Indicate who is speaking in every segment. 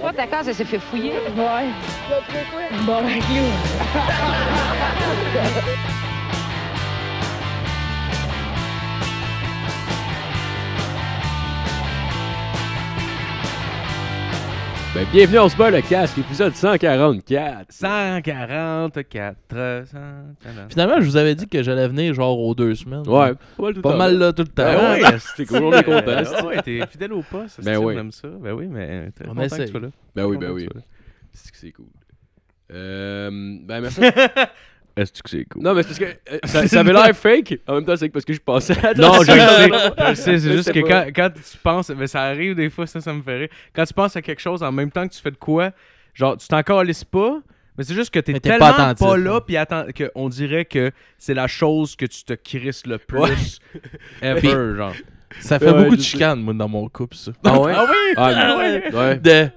Speaker 1: Toi, ta case, elle s'est fait fouiller.
Speaker 2: Ouais. Bon, ben, Clou.
Speaker 3: Ben, bienvenue au Sport le casque, épisode 144.
Speaker 4: 144, 144.
Speaker 5: Finalement, je vous avais dit que j'allais venir genre aux deux semaines.
Speaker 3: Ouais, pas mal tout
Speaker 5: Pas
Speaker 3: à
Speaker 5: mal
Speaker 3: l'heure.
Speaker 5: là tout le temps.
Speaker 3: Ben ouais, c'est cool, on est content. c'est-
Speaker 4: Ah ouais, t'es fidèle au poste.
Speaker 3: Ben
Speaker 4: Ben
Speaker 3: oui.
Speaker 4: oui. J'aime ça. Ben oui, mais très
Speaker 5: On
Speaker 4: content que
Speaker 5: essaye.
Speaker 4: tu sois là.
Speaker 3: Ben oui,
Speaker 4: Content
Speaker 3: ben
Speaker 4: que
Speaker 3: oui.
Speaker 4: tu sois là.
Speaker 3: C'est que c'est cool. Euh, ben merci.
Speaker 4: Est-ce que c'est cool?
Speaker 3: non, mais c'est parce que euh, ça, ça avait l'air fake. En même temps, c'est parce que je passais à Ah
Speaker 4: Non, je le sais. Je
Speaker 3: Je
Speaker 4: le sais, c'est juste
Speaker 3: sais
Speaker 4: que
Speaker 3: pas.
Speaker 4: quand, quand tu penses, mais ça arrive des fois, ça, ça me fait rire. Quand tu penses à quelque chose en même temps que tu fais de quoi, genre, tu t'en calisses pas, mais c'est juste que t'es
Speaker 5: Mais t'es pas
Speaker 4: tellement pas,
Speaker 5: attentif,
Speaker 4: là,
Speaker 5: hein.
Speaker 4: puis atten- que on dirait que c'est la chose que tu te crisses le plus ever, genre.
Speaker 5: Ça fait
Speaker 3: Ouais,
Speaker 5: beaucoup de
Speaker 3: je sais.
Speaker 5: chicanes, moi, dans mon couple, ça.
Speaker 3: Ah ouais?
Speaker 5: Ah oui!
Speaker 3: Ah ouais? Ouais.
Speaker 5: De...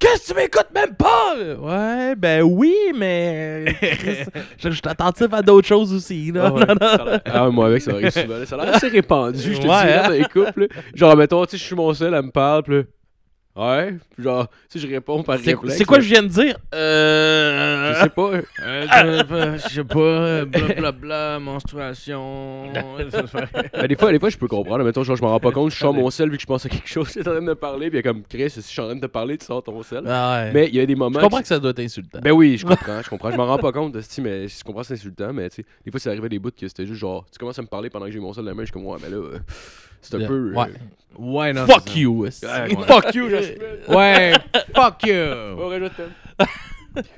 Speaker 5: Qu'est-ce que tu m'écoutes même pas? Ouais, ben oui, mais... Chris, je, je suis attentif à d'autres choses aussi, là.
Speaker 3: Ah ouais, ça a l'air- Ah, moi, avec, ça arrive souvent. là. Ça a l'air assez répandu, je te dis,
Speaker 5: Ouais,
Speaker 3: là,
Speaker 5: hein?
Speaker 3: dans les couples. là. Genre, mettons, tu sais, je suis mon seul, elle me parle, puis là, Ouais, puis genre, tu sais, je réponds par
Speaker 5: C'est
Speaker 3: réflexe.
Speaker 5: c'est quoi
Speaker 3: là.
Speaker 5: je viens de dire?
Speaker 3: Je
Speaker 5: Euh...
Speaker 3: sais pas.
Speaker 4: Je sais pas, blablabla, menstruation.
Speaker 3: Ben, des, fois, des fois, je peux comprendre. Mettons, genre, je m'en rends pas compte, je sors mon sel vu que je pense à quelque chose. Tu es en train de me parler, puis il y a comme Chris, si je suis en train de te parler, tu sors ton sel.
Speaker 5: Ah ouais.
Speaker 3: Mais il y a des
Speaker 5: je
Speaker 3: moments.
Speaker 5: comprends
Speaker 3: que-
Speaker 5: que ça doit être insultant.
Speaker 3: Ben oui, je comprends, je comprends. Je m'en rends pas compte, esti, mais je comprends, c'est insultant. Mais tu sais, des fois, ça arrivait des bouts que c'était juste genre, tu commences à me parler pendant que j'ai mon sel dans la main, je suis comme, ouais, mais là, euh, c'est un
Speaker 5: Ouais.
Speaker 3: peu. euh,
Speaker 5: Ouais.
Speaker 4: Ouais, non. c'est
Speaker 5: Fuck
Speaker 4: ça.
Speaker 5: you! esti.
Speaker 3: Ouais, ouais. Fuck you, j'espère.
Speaker 4: Ouais, fuck you.
Speaker 3: Ouais, je t'aime.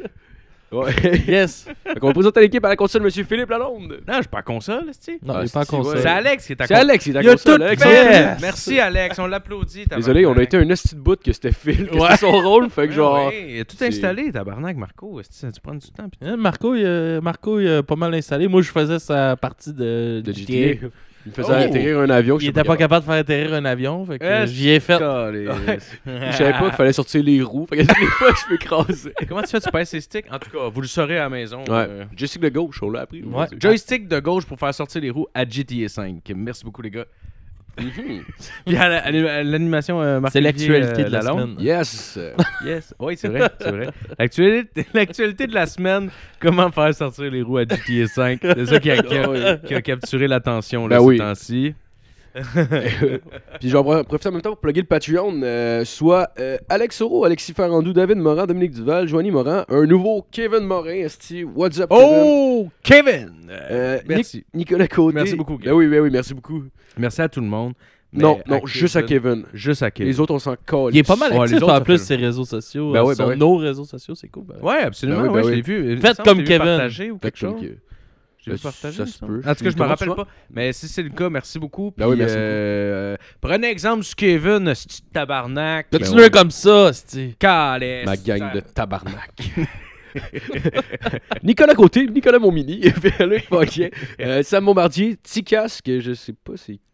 Speaker 3: ouais.
Speaker 5: Yes!
Speaker 3: Fait qu'on va présenter l'équipe à la console, monsieur Philippe Lalonde.
Speaker 4: Non, je suis pas console, c'est
Speaker 5: Non,
Speaker 3: Ah,
Speaker 5: il est pas en
Speaker 3: c'est-tu, ouais.
Speaker 5: console.
Speaker 4: C'est Alex qui est à
Speaker 3: C'est Alex, il est à
Speaker 5: Il a
Speaker 3: console.
Speaker 5: tout
Speaker 3: Alex,
Speaker 5: fait.
Speaker 3: on l'aime.
Speaker 5: Yes.
Speaker 4: Merci Alex, on l'applaudit. tabarnak.
Speaker 3: Désolé, on a été un esti de bout que c'était Phil, que c'était son rôle, fait que genre.
Speaker 4: Ouais, il a tout
Speaker 3: c'est-
Speaker 4: installé, tabarnak, Marco. est-ce que Ça tu prends du temps.
Speaker 5: Hein, Marco, il, a- Marco, il a pas mal installé. Moi, je faisais sa partie de,
Speaker 3: de
Speaker 5: GTA.
Speaker 3: GTA. Il me faisait
Speaker 4: Oh!
Speaker 3: atterrir un avion. que
Speaker 5: Il
Speaker 3: je
Speaker 5: était
Speaker 3: sais
Speaker 5: pas capable de faire atterrir un avion, fait que j'y ai fait.
Speaker 3: Je savais pas qu'il fallait sortir les roues. Fait que des fois, je m'écrasais.
Speaker 4: Comment tu fais, tu passes les sticks En tout cas, vous le saurez à la maison. euh,
Speaker 3: Ouais. Jessica de gauche, on l'a appris.
Speaker 5: Ouais.
Speaker 3: aujourd'hui.
Speaker 4: Joystick de gauche pour faire sortir les roues à GTA 5. Merci beaucoup, les gars.
Speaker 3: Mhm.
Speaker 4: Puis à la- à l'animation, euh, Marc
Speaker 5: C'est
Speaker 4: Olivier,
Speaker 5: l'actualité
Speaker 4: euh,
Speaker 5: de la
Speaker 4: Lalonde.
Speaker 5: semaine.
Speaker 3: Yes.
Speaker 4: Yes. Oui, c'est vrai, c'est vrai. L'actualité, l'actualité de la semaine, comment faire sortir les roues à GTA 5. C'est ça qui a, qui a- qui a capturé l'attention là,
Speaker 3: Ben
Speaker 4: ces
Speaker 3: oui.
Speaker 4: temps-ci.
Speaker 3: Puis j'en pro- profite en même temps pour plugger le Patreon. euh, soit euh, Alex Soro, Alexis Farandou, David Morin, Dominique Duval, Joanie Morin, un nouveau Kevin Morin, Esti. What's up, Kevin?
Speaker 4: Oh, Kevin!
Speaker 3: Euh,
Speaker 4: merci.
Speaker 3: Nic- Nicolas Côté.
Speaker 4: Merci beaucoup,
Speaker 3: Ben
Speaker 4: Kevin.
Speaker 3: oui, ben oui, merci beaucoup.
Speaker 4: Merci à tout le monde. mais
Speaker 3: non, non,
Speaker 4: Kevin-
Speaker 3: juste à Kevin.
Speaker 4: Juste à Kevin.
Speaker 3: Les autres, on s'en colle.
Speaker 5: Il est pas mal
Speaker 4: Ouais,
Speaker 5: actif
Speaker 4: les autres,
Speaker 5: en
Speaker 4: ça
Speaker 5: plus
Speaker 4: fait-
Speaker 5: ses réseaux sociaux.
Speaker 3: Ben
Speaker 5: euh,
Speaker 3: ouais, ben
Speaker 5: sont
Speaker 3: ouais.
Speaker 5: nos réseaux sociaux, c'est cool. ben.
Speaker 4: Ouais, absolument.
Speaker 3: Ben oui, ben
Speaker 4: ouais, je
Speaker 3: oui.
Speaker 4: l'ai vu.
Speaker 5: Faites comme Kevin.
Speaker 4: Partager ou quelque
Speaker 3: Fait
Speaker 4: chose.
Speaker 3: que- euh,
Speaker 4: J'ai vu
Speaker 3: Ça-
Speaker 4: partager,
Speaker 3: ça
Speaker 4: il me
Speaker 3: se
Speaker 4: semble.
Speaker 3: peut.
Speaker 4: En tout cas, je me
Speaker 3: Comment tu
Speaker 4: rappelle
Speaker 3: vas?
Speaker 4: pas. Mais si c'est le cas, merci beaucoup.
Speaker 3: Ben oui,
Speaker 4: puis,
Speaker 3: merci
Speaker 4: euh, Prenez exemple sur Kevin, ce petit tabarnak.
Speaker 3: Ben
Speaker 5: Continuez
Speaker 3: ouais.
Speaker 5: comme ça, c'est
Speaker 4: Calais.
Speaker 3: Ma gang de tabarnak. Nicolas Côté, Nicolas Montmini, Pierre-Luc Paquet, euh, Sam Bombardier, Ticas, que je sais pas c'est.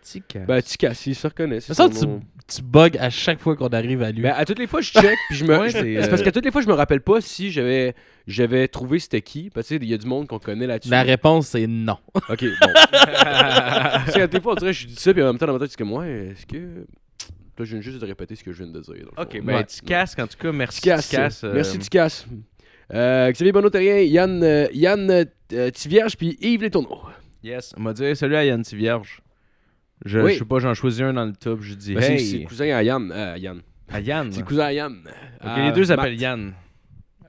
Speaker 4: Petit cas.
Speaker 3: Ben, Ticas, il se reconnaît. c'est
Speaker 5: Ça,
Speaker 3: son nom.
Speaker 5: tu bugs à chaque fois qu'on arrive à lui.
Speaker 3: Ben, à toutes les fois, je check, puis je me.
Speaker 4: Ouais,
Speaker 3: je-
Speaker 4: c'est,
Speaker 3: c'est parce
Speaker 4: euh,
Speaker 3: qu'à toutes les fois, je me rappelle pas si j'avais j'avais trouvé c'était qui. Parce que, tu sais, il y a du monde qu'on connaît là-dessus.
Speaker 5: La réponse, c'est non.
Speaker 3: Ok, bon. Parce qu'à des fois, on dirait que je dis ça, puis en même temps, dans ma tête, c'est comme, ouais, est-ce que. Là, je viens juste de répéter ce que je viens de dire. dans le
Speaker 4: Ok,
Speaker 3: fond.
Speaker 4: ben,
Speaker 3: Ouais.
Speaker 4: tu casses, en tout cas, merci.
Speaker 3: Ticasse.
Speaker 4: tu casses, euh,
Speaker 3: Merci Ticasse. Euh, Xavier Bonotérien, Yann, euh, Yann euh, euh, Tivierge, puis Yves Les Tourneaux.
Speaker 4: Yes. On m'a dit salut à Yann Tivierge. Je,
Speaker 3: Oui.
Speaker 4: je sais pas, j'en choisis un dans le top. Je dis
Speaker 3: Ben, c'est- C'est
Speaker 4: hey,
Speaker 3: le cousin à Yann. euh, Yann.
Speaker 4: à Yann.
Speaker 3: C'est le cousin à Yann. Euh,
Speaker 4: Ok,
Speaker 3: À
Speaker 4: les deux
Speaker 3: Matt.
Speaker 4: s'appellent Yann.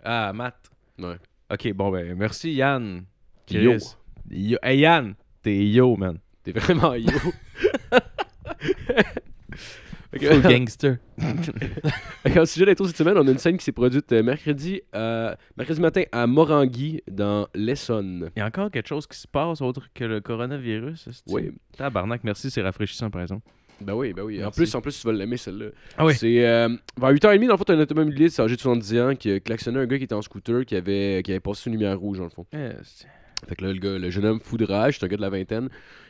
Speaker 4: Ah, Matt.
Speaker 3: Ouais.
Speaker 4: Ok, bon, ben, merci Yann.
Speaker 3: Yo.
Speaker 4: Chris. Yo. Hey Yann, t'es yo, man.
Speaker 3: T'es vraiment yo. Ok.
Speaker 5: Full gangster.
Speaker 3: Fait qu'en sujet d'intro cette semaine, on a une scène qui s'est produite euh, mercredi, euh, mercredi matin à Morangui, dans l'Essonne.
Speaker 4: Il y a encore quelque chose qui se passe autre que le coronavirus. est-ce que-
Speaker 3: Oui.
Speaker 4: Tabarnak, merci, c'est rafraîchissant, par exemple.
Speaker 3: Ben oui, ben oui. En
Speaker 4: Merci.
Speaker 3: plus, en plus, tu vas l'aimer celle-là.
Speaker 4: Ah oui.
Speaker 3: C'est euh, vers 8h30, dans le fond, t'as un automobiliste âgé de 70 ans qui a klaxonné un gars qui était en scooter qui avait, qui avait passé une lumière rouge, dans le fond.
Speaker 4: Yes.
Speaker 3: Fait que là, le, gars, le jeune homme fou de rage, c'est un gars de la vingtaine,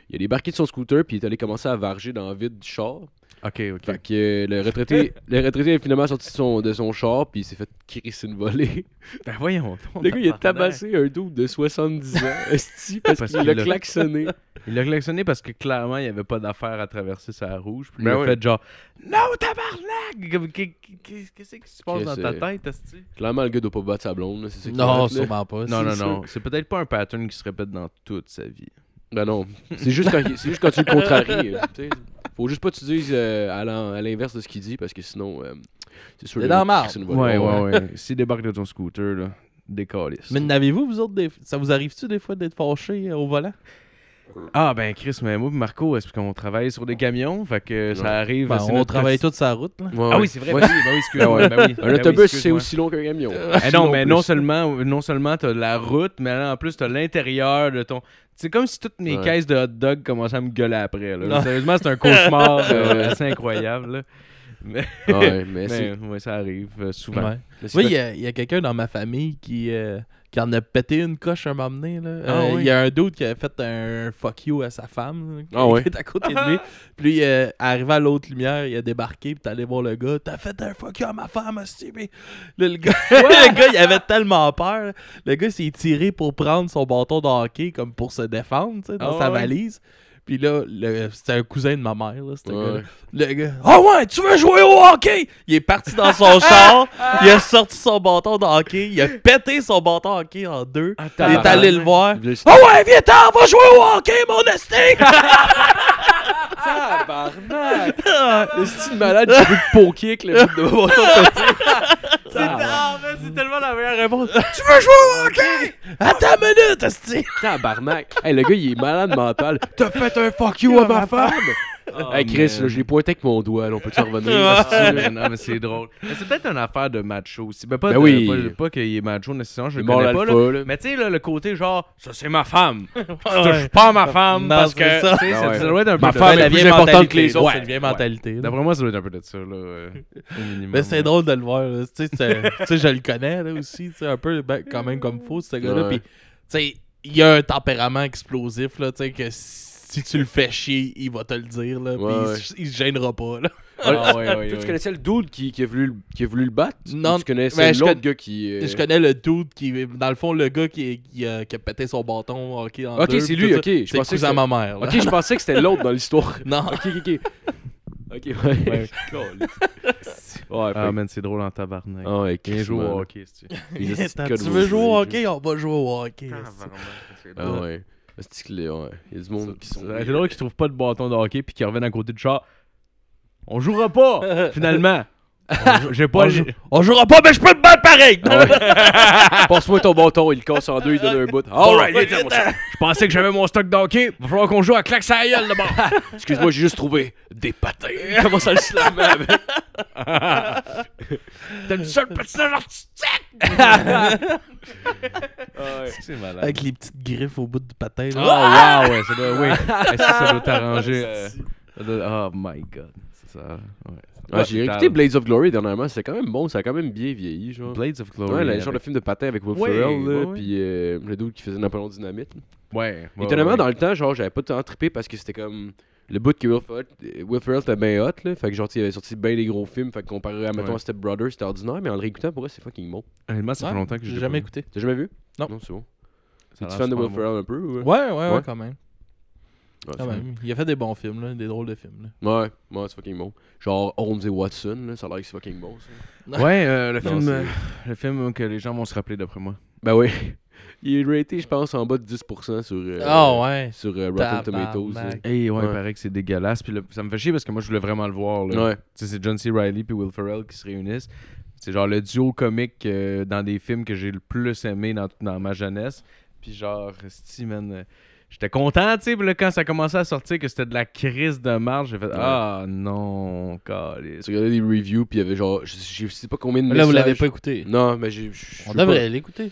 Speaker 3: il a débarqué de son scooter puis il est allé commencer à varger dans le vide du char.
Speaker 4: Ok, ok.
Speaker 3: Fait que euh, le retraité, le retraité est finalement sorti de son, de son char, puis il s'est fait crisser une volée.
Speaker 4: Ben voyons.
Speaker 3: Le gars, il a tabassé un doute de 70 ans, esti, parce,
Speaker 4: Parce
Speaker 3: qu'il
Speaker 4: qu'il
Speaker 3: l'a
Speaker 4: l'a-
Speaker 3: klaxonné.
Speaker 4: Il l'a klaxonné parce que clairement, il n'y avait pas d'affaire à traverser sa rouge. Puis
Speaker 3: Ben
Speaker 4: il a
Speaker 3: oui.
Speaker 4: fait genre Non, tabarnak Comme, qu'est- qu'est- Qu'est-ce qui se passe
Speaker 3: Qu'est-ce
Speaker 4: dans ta
Speaker 3: que-
Speaker 4: tête, Asti
Speaker 3: Clairement, le gars doit pas battre sa blonde, là, c'est ça qu'il
Speaker 5: Non,
Speaker 3: fait, là.
Speaker 5: sûrement pas.
Speaker 4: Non,
Speaker 5: c'est
Speaker 4: non,
Speaker 5: sûr.
Speaker 4: non. Ah, C'est peut-être pas un pattern qui se répète dans toute sa vie.
Speaker 3: Ben non, c'est juste, quand, il- c'est juste quand tu le contraries. là, tu sais. Faut juste pas que tu dises euh, à l'en- à l'inverse de ce qu'il dit, parce que sinon, euh, c'est sûr...
Speaker 5: T'es
Speaker 3: le
Speaker 5: dans
Speaker 3: gars
Speaker 5: la marde.
Speaker 3: crisse une volée.
Speaker 4: Ouais, ouais, ouais. S'il débarque de ton scooter, là, décalisse.
Speaker 5: Mais n'avez-vous, vous autres, des... ça vous arrive-tu des fois d'être fâché euh, au volant?
Speaker 4: Ah, ben Chris, mais moi, et Marco, est-ce qu'on travaille sur des camions Fait que
Speaker 3: Non.
Speaker 4: ça arrive.
Speaker 5: Ben,
Speaker 4: c'est
Speaker 5: on
Speaker 4: notre
Speaker 5: travaille
Speaker 4: quotidien.
Speaker 5: toute sa route. Là.
Speaker 3: Ouais,
Speaker 4: Ah
Speaker 3: ouais.
Speaker 4: oui, c'est vrai.
Speaker 3: Ouais,
Speaker 4: Ben oui, ben oui, excuse-moi. ben oui.
Speaker 3: Un
Speaker 4: Ben oui,
Speaker 3: autobus, c'est
Speaker 4: excuse-moi.
Speaker 3: aussi long qu'un camion.
Speaker 4: Eh non, mais non
Speaker 3: plus.
Speaker 4: seulement, non seulement t'as la route, mais là, en plus t'as l'intérieur de ton. C'est comme si toutes mes
Speaker 3: Ouais.
Speaker 4: caisses de hot dog commençaient à me gueuler après. là.
Speaker 5: Non.
Speaker 4: Sérieusement, c'est un cauchemar euh, assez incroyable. là.
Speaker 3: Ah ouais, mais c'est...
Speaker 4: Mais ouais, ça arrive euh, souvent.
Speaker 5: Ouais.
Speaker 3: mais c'est
Speaker 5: Oui,
Speaker 3: fait-
Speaker 5: il y a, il y a quelqu'un dans ma famille qui, euh, qui en a pété une coche un moment donné. là. Euh, Il
Speaker 4: Ah oui?
Speaker 5: y a un doute qui a fait un fuck you à sa femme là, qui,
Speaker 3: Ah oui?
Speaker 5: qui est à côté de lui. Puis euh, arrivé à l'autre lumière, il a débarqué puis t'es allé voir le gars. T'as fait un fuck you à ma femme aussi, mais là, le gars, le gars, il avait tellement peur. Le gars s'est tiré pour prendre son bâton de hockey comme pour se défendre tu sais, dans
Speaker 4: Ah
Speaker 5: sa
Speaker 4: ouais?
Speaker 5: valise. Puis là, le- c'était un cousin de ma mère, là, ce
Speaker 3: Ouais.
Speaker 5: gars-là. Le gars, oh ouais, tu veux jouer au hockey? Il est parti dans son char, il
Speaker 4: Ah.
Speaker 5: a sorti son bâton de hockey, il a pété son bâton de hockey en deux.
Speaker 3: Ah,
Speaker 4: Attends,
Speaker 5: il est allé le
Speaker 4: ah!
Speaker 5: voir.
Speaker 3: Il voulait-
Speaker 5: Oh ouais, viens t'en, va jouer au hockey, mon esti!
Speaker 3: Ah! Le style malade, j'ai vu de poker avec le bout de mon
Speaker 5: C'est ah, mais c'est tellement la meilleure réponse. tu veux jouer au hockey? Attends une minute, esti!
Speaker 3: Tabarnak! Hey, le gars, il est malade mental. T'as fait un fuck
Speaker 4: Ah,
Speaker 3: you à ma femme! hey, Chris, là, je l'ai pointé avec mon doigt, là, on peut-tu en revenir?
Speaker 4: Oh, Ah,
Speaker 3: hostie,
Speaker 4: mais
Speaker 3: là?
Speaker 4: non, mais c'est drôle. Mais C'est peut-être une affaire de macho aussi. Ben, pas,
Speaker 3: Ben
Speaker 4: de-
Speaker 3: oui.
Speaker 4: pas, pas qu'il est macho nécessairement, je
Speaker 3: Le
Speaker 4: le
Speaker 3: mort
Speaker 4: connais pas.
Speaker 3: alpha,
Speaker 4: là.
Speaker 3: là.
Speaker 4: Mais tu sais, là, le côté genre, ça c'est ma femme. Tu touches pas à ma femme
Speaker 5: Non,
Speaker 4: parce que.
Speaker 5: c'est ça.
Speaker 4: tu sais,
Speaker 3: Ah ouais.
Speaker 4: ça doit être un
Speaker 3: Ma
Speaker 4: peu de-
Speaker 3: femme
Speaker 4: Ouais,
Speaker 3: est
Speaker 4: la
Speaker 3: plus
Speaker 4: vieille
Speaker 3: importante que
Speaker 4: mentalité,
Speaker 3: les
Speaker 4: là.
Speaker 3: autres.
Speaker 5: c'est une vieille mentalité. là.
Speaker 4: D'après moi, ça doit être un peu de ça, là. euh, au
Speaker 3: Ben,
Speaker 4: minimum,
Speaker 5: Mais c'est
Speaker 4: là.
Speaker 5: drôle de le voir. là. Tu sais, c'est- tu sais, je le connais là, aussi, tu sais, un peu ben, quand même comme faux, ce gars-là.
Speaker 3: Ouais.
Speaker 5: Puis, tu sais, il a un tempérament explosif, là, tu sais, que si tu le fais chier, il va te le dire, là, puis
Speaker 3: Ouais,
Speaker 5: il
Speaker 3: ouais.
Speaker 5: se- il se gênera pas, là.
Speaker 4: Ah ouais, ouais,
Speaker 3: Toi, tu
Speaker 4: ouais.
Speaker 3: connaissais le dude qui, qui, a voulu, le- qui a voulu le battre? Tu-
Speaker 5: Non,
Speaker 3: Tu connaissais
Speaker 5: ben, je
Speaker 3: l'autre
Speaker 5: con-
Speaker 3: gars qui... euh,
Speaker 5: Je connais le dude qui, dans le fond, le gars qui, qui, a, qui a pété son bâton au hockey en
Speaker 3: Ok,
Speaker 5: deux,
Speaker 3: c'est
Speaker 5: puis
Speaker 3: lui,
Speaker 5: tout ça.
Speaker 3: ok, je
Speaker 5: C'est le
Speaker 3: pensais que
Speaker 5: cousin à ma mère, là.
Speaker 3: Ok, je pensais que c'était l'autre dans l'histoire.
Speaker 5: Non,
Speaker 3: Ok, ok, ok. Ok, ouais.
Speaker 4: Ouais.
Speaker 3: Ouais,
Speaker 4: Ah,
Speaker 3: fait-
Speaker 4: man, c'est drôle en tabarnak.
Speaker 3: Ah ouais,
Speaker 4: Bien
Speaker 3: Chris,
Speaker 4: joué
Speaker 3: man.
Speaker 4: au hockey, c'est
Speaker 3: Les hosties de
Speaker 5: tu
Speaker 3: codes
Speaker 5: veux
Speaker 3: rouges.
Speaker 5: jouer au hockey? On va jouer au hockey. esti.
Speaker 3: Ah ouais. Hostie que les- ouais. Il y a du monde qui sont...
Speaker 4: C'est drôle qu'ils trouvent pas de bâton de hockey puis qu'ils reviennent à côté du char. On jouera pas, finalement. On jou- J'ai pas
Speaker 5: On,
Speaker 4: le- Ah
Speaker 5: jou- on jouera pas, mais je peux te battre pareil!
Speaker 3: Passe-moi ton bâton, il le casse en deux, il donne un bout. Alright, viens, tiens, mon chat.
Speaker 4: Je pensais que j'avais mon stock d'hockey. Va falloir qu'on joue à claque sa gueule d'abord.
Speaker 3: Excuse-moi, j'ai juste trouvé des patins. Comment ça le slammer avec?
Speaker 4: T'as une seule petite artistique. Ah C'est malade.
Speaker 5: Avec les petites griffes au bout du patin,
Speaker 4: Oh,
Speaker 3: Ah!
Speaker 5: là.
Speaker 4: wow, ouais, ça doit, oui. Est-ce que ça doit t'arranger? euh, ça doit- Oh my god. C'est ça. Ouais.
Speaker 3: Ouais, Ah, j'ai écouté Blades of Glory dernièrement, c'est quand même bon, ça a quand même bien vieilli, genre.
Speaker 4: Blades of Glory.
Speaker 3: Ouais, le
Speaker 4: avec-
Speaker 3: genre de film de patin avec Will
Speaker 4: Ouais,
Speaker 3: Ferrell,
Speaker 4: ouais,
Speaker 3: là,
Speaker 4: ouais.
Speaker 3: puis euh, le dude qui faisait Napoléon Dynamite.
Speaker 4: Ouais. ouais,
Speaker 3: Étonnamment,
Speaker 4: ouais.
Speaker 3: dans le temps, genre, j'avais pas tant trippé parce que c'était comme le bout que Will Ferrell, euh, Will Ferrell était bien hot, là. Fait que genre, tu sais, il avait sorti bien des gros films, fait que comparé à, mettons,
Speaker 4: Ouais.
Speaker 3: à Step Brothers, c'était ordinaire, mais en le réécoutant, pour vrai, c'est fucking bon.
Speaker 4: Honnêtement, ça fait
Speaker 5: Ouais,
Speaker 4: longtemps que je l'ai
Speaker 5: J'ai
Speaker 4: pas vu.
Speaker 5: jamais écouté.
Speaker 3: T'as jamais vu
Speaker 5: Non.
Speaker 3: Non, c'est bon.
Speaker 4: Ça a
Speaker 3: T'es-tu
Speaker 4: l'air
Speaker 3: fan de
Speaker 4: super
Speaker 3: Will
Speaker 4: bon.
Speaker 3: Ferrell un peu ou...
Speaker 5: Ouais, ouais, ouais,
Speaker 3: Ouais.
Speaker 5: quand même.
Speaker 3: Ouais,
Speaker 5: Quand
Speaker 3: c'est-
Speaker 5: même. Il a fait des bons films, là, des drôles de films. Là.
Speaker 3: Ouais, ouais, c'est fucking bon. Genre Holmes et Watson, là, ça a l'air que c'est fucking bon, ça.
Speaker 4: Ouais, euh, le,
Speaker 3: Non,
Speaker 4: film,
Speaker 3: c'est-
Speaker 4: euh, le film que les gens vont se rappeler d'après moi.
Speaker 3: Ben oui. Il est raté, je pense, en bas de 10% sur, euh,
Speaker 5: Ah ouais.
Speaker 3: sur euh, Rotten
Speaker 5: Tabarnak.
Speaker 3: Tomatoes. là.
Speaker 4: Et ouais,
Speaker 3: Ouais.
Speaker 4: il paraît que c'est dégueulasse. Puis le- ça me fait chier parce que moi, je voulais vraiment le voir. là.
Speaker 3: Ouais.
Speaker 4: Tu sais, c'est John C. Reilly puis Will Ferrell qui se réunissent. C'est genre le duo comique euh, dans des films que j'ai le plus aimé dans, dans ma jeunesse. Puis genre, esti, man, euh, j'étais content, tu sais, puis là, quand ça commençait à sortir que c'était de la crise de marge, j'ai fait Ah non, calice.
Speaker 3: Tu regardais des reviews, puis il y avait genre, je, je sais pas combien de
Speaker 5: Là, vous
Speaker 3: messages.
Speaker 5: l'avez pas écouté.
Speaker 3: Non, mais j'ai. je- je
Speaker 5: On
Speaker 3: veux pas-
Speaker 5: devrait l'écouter.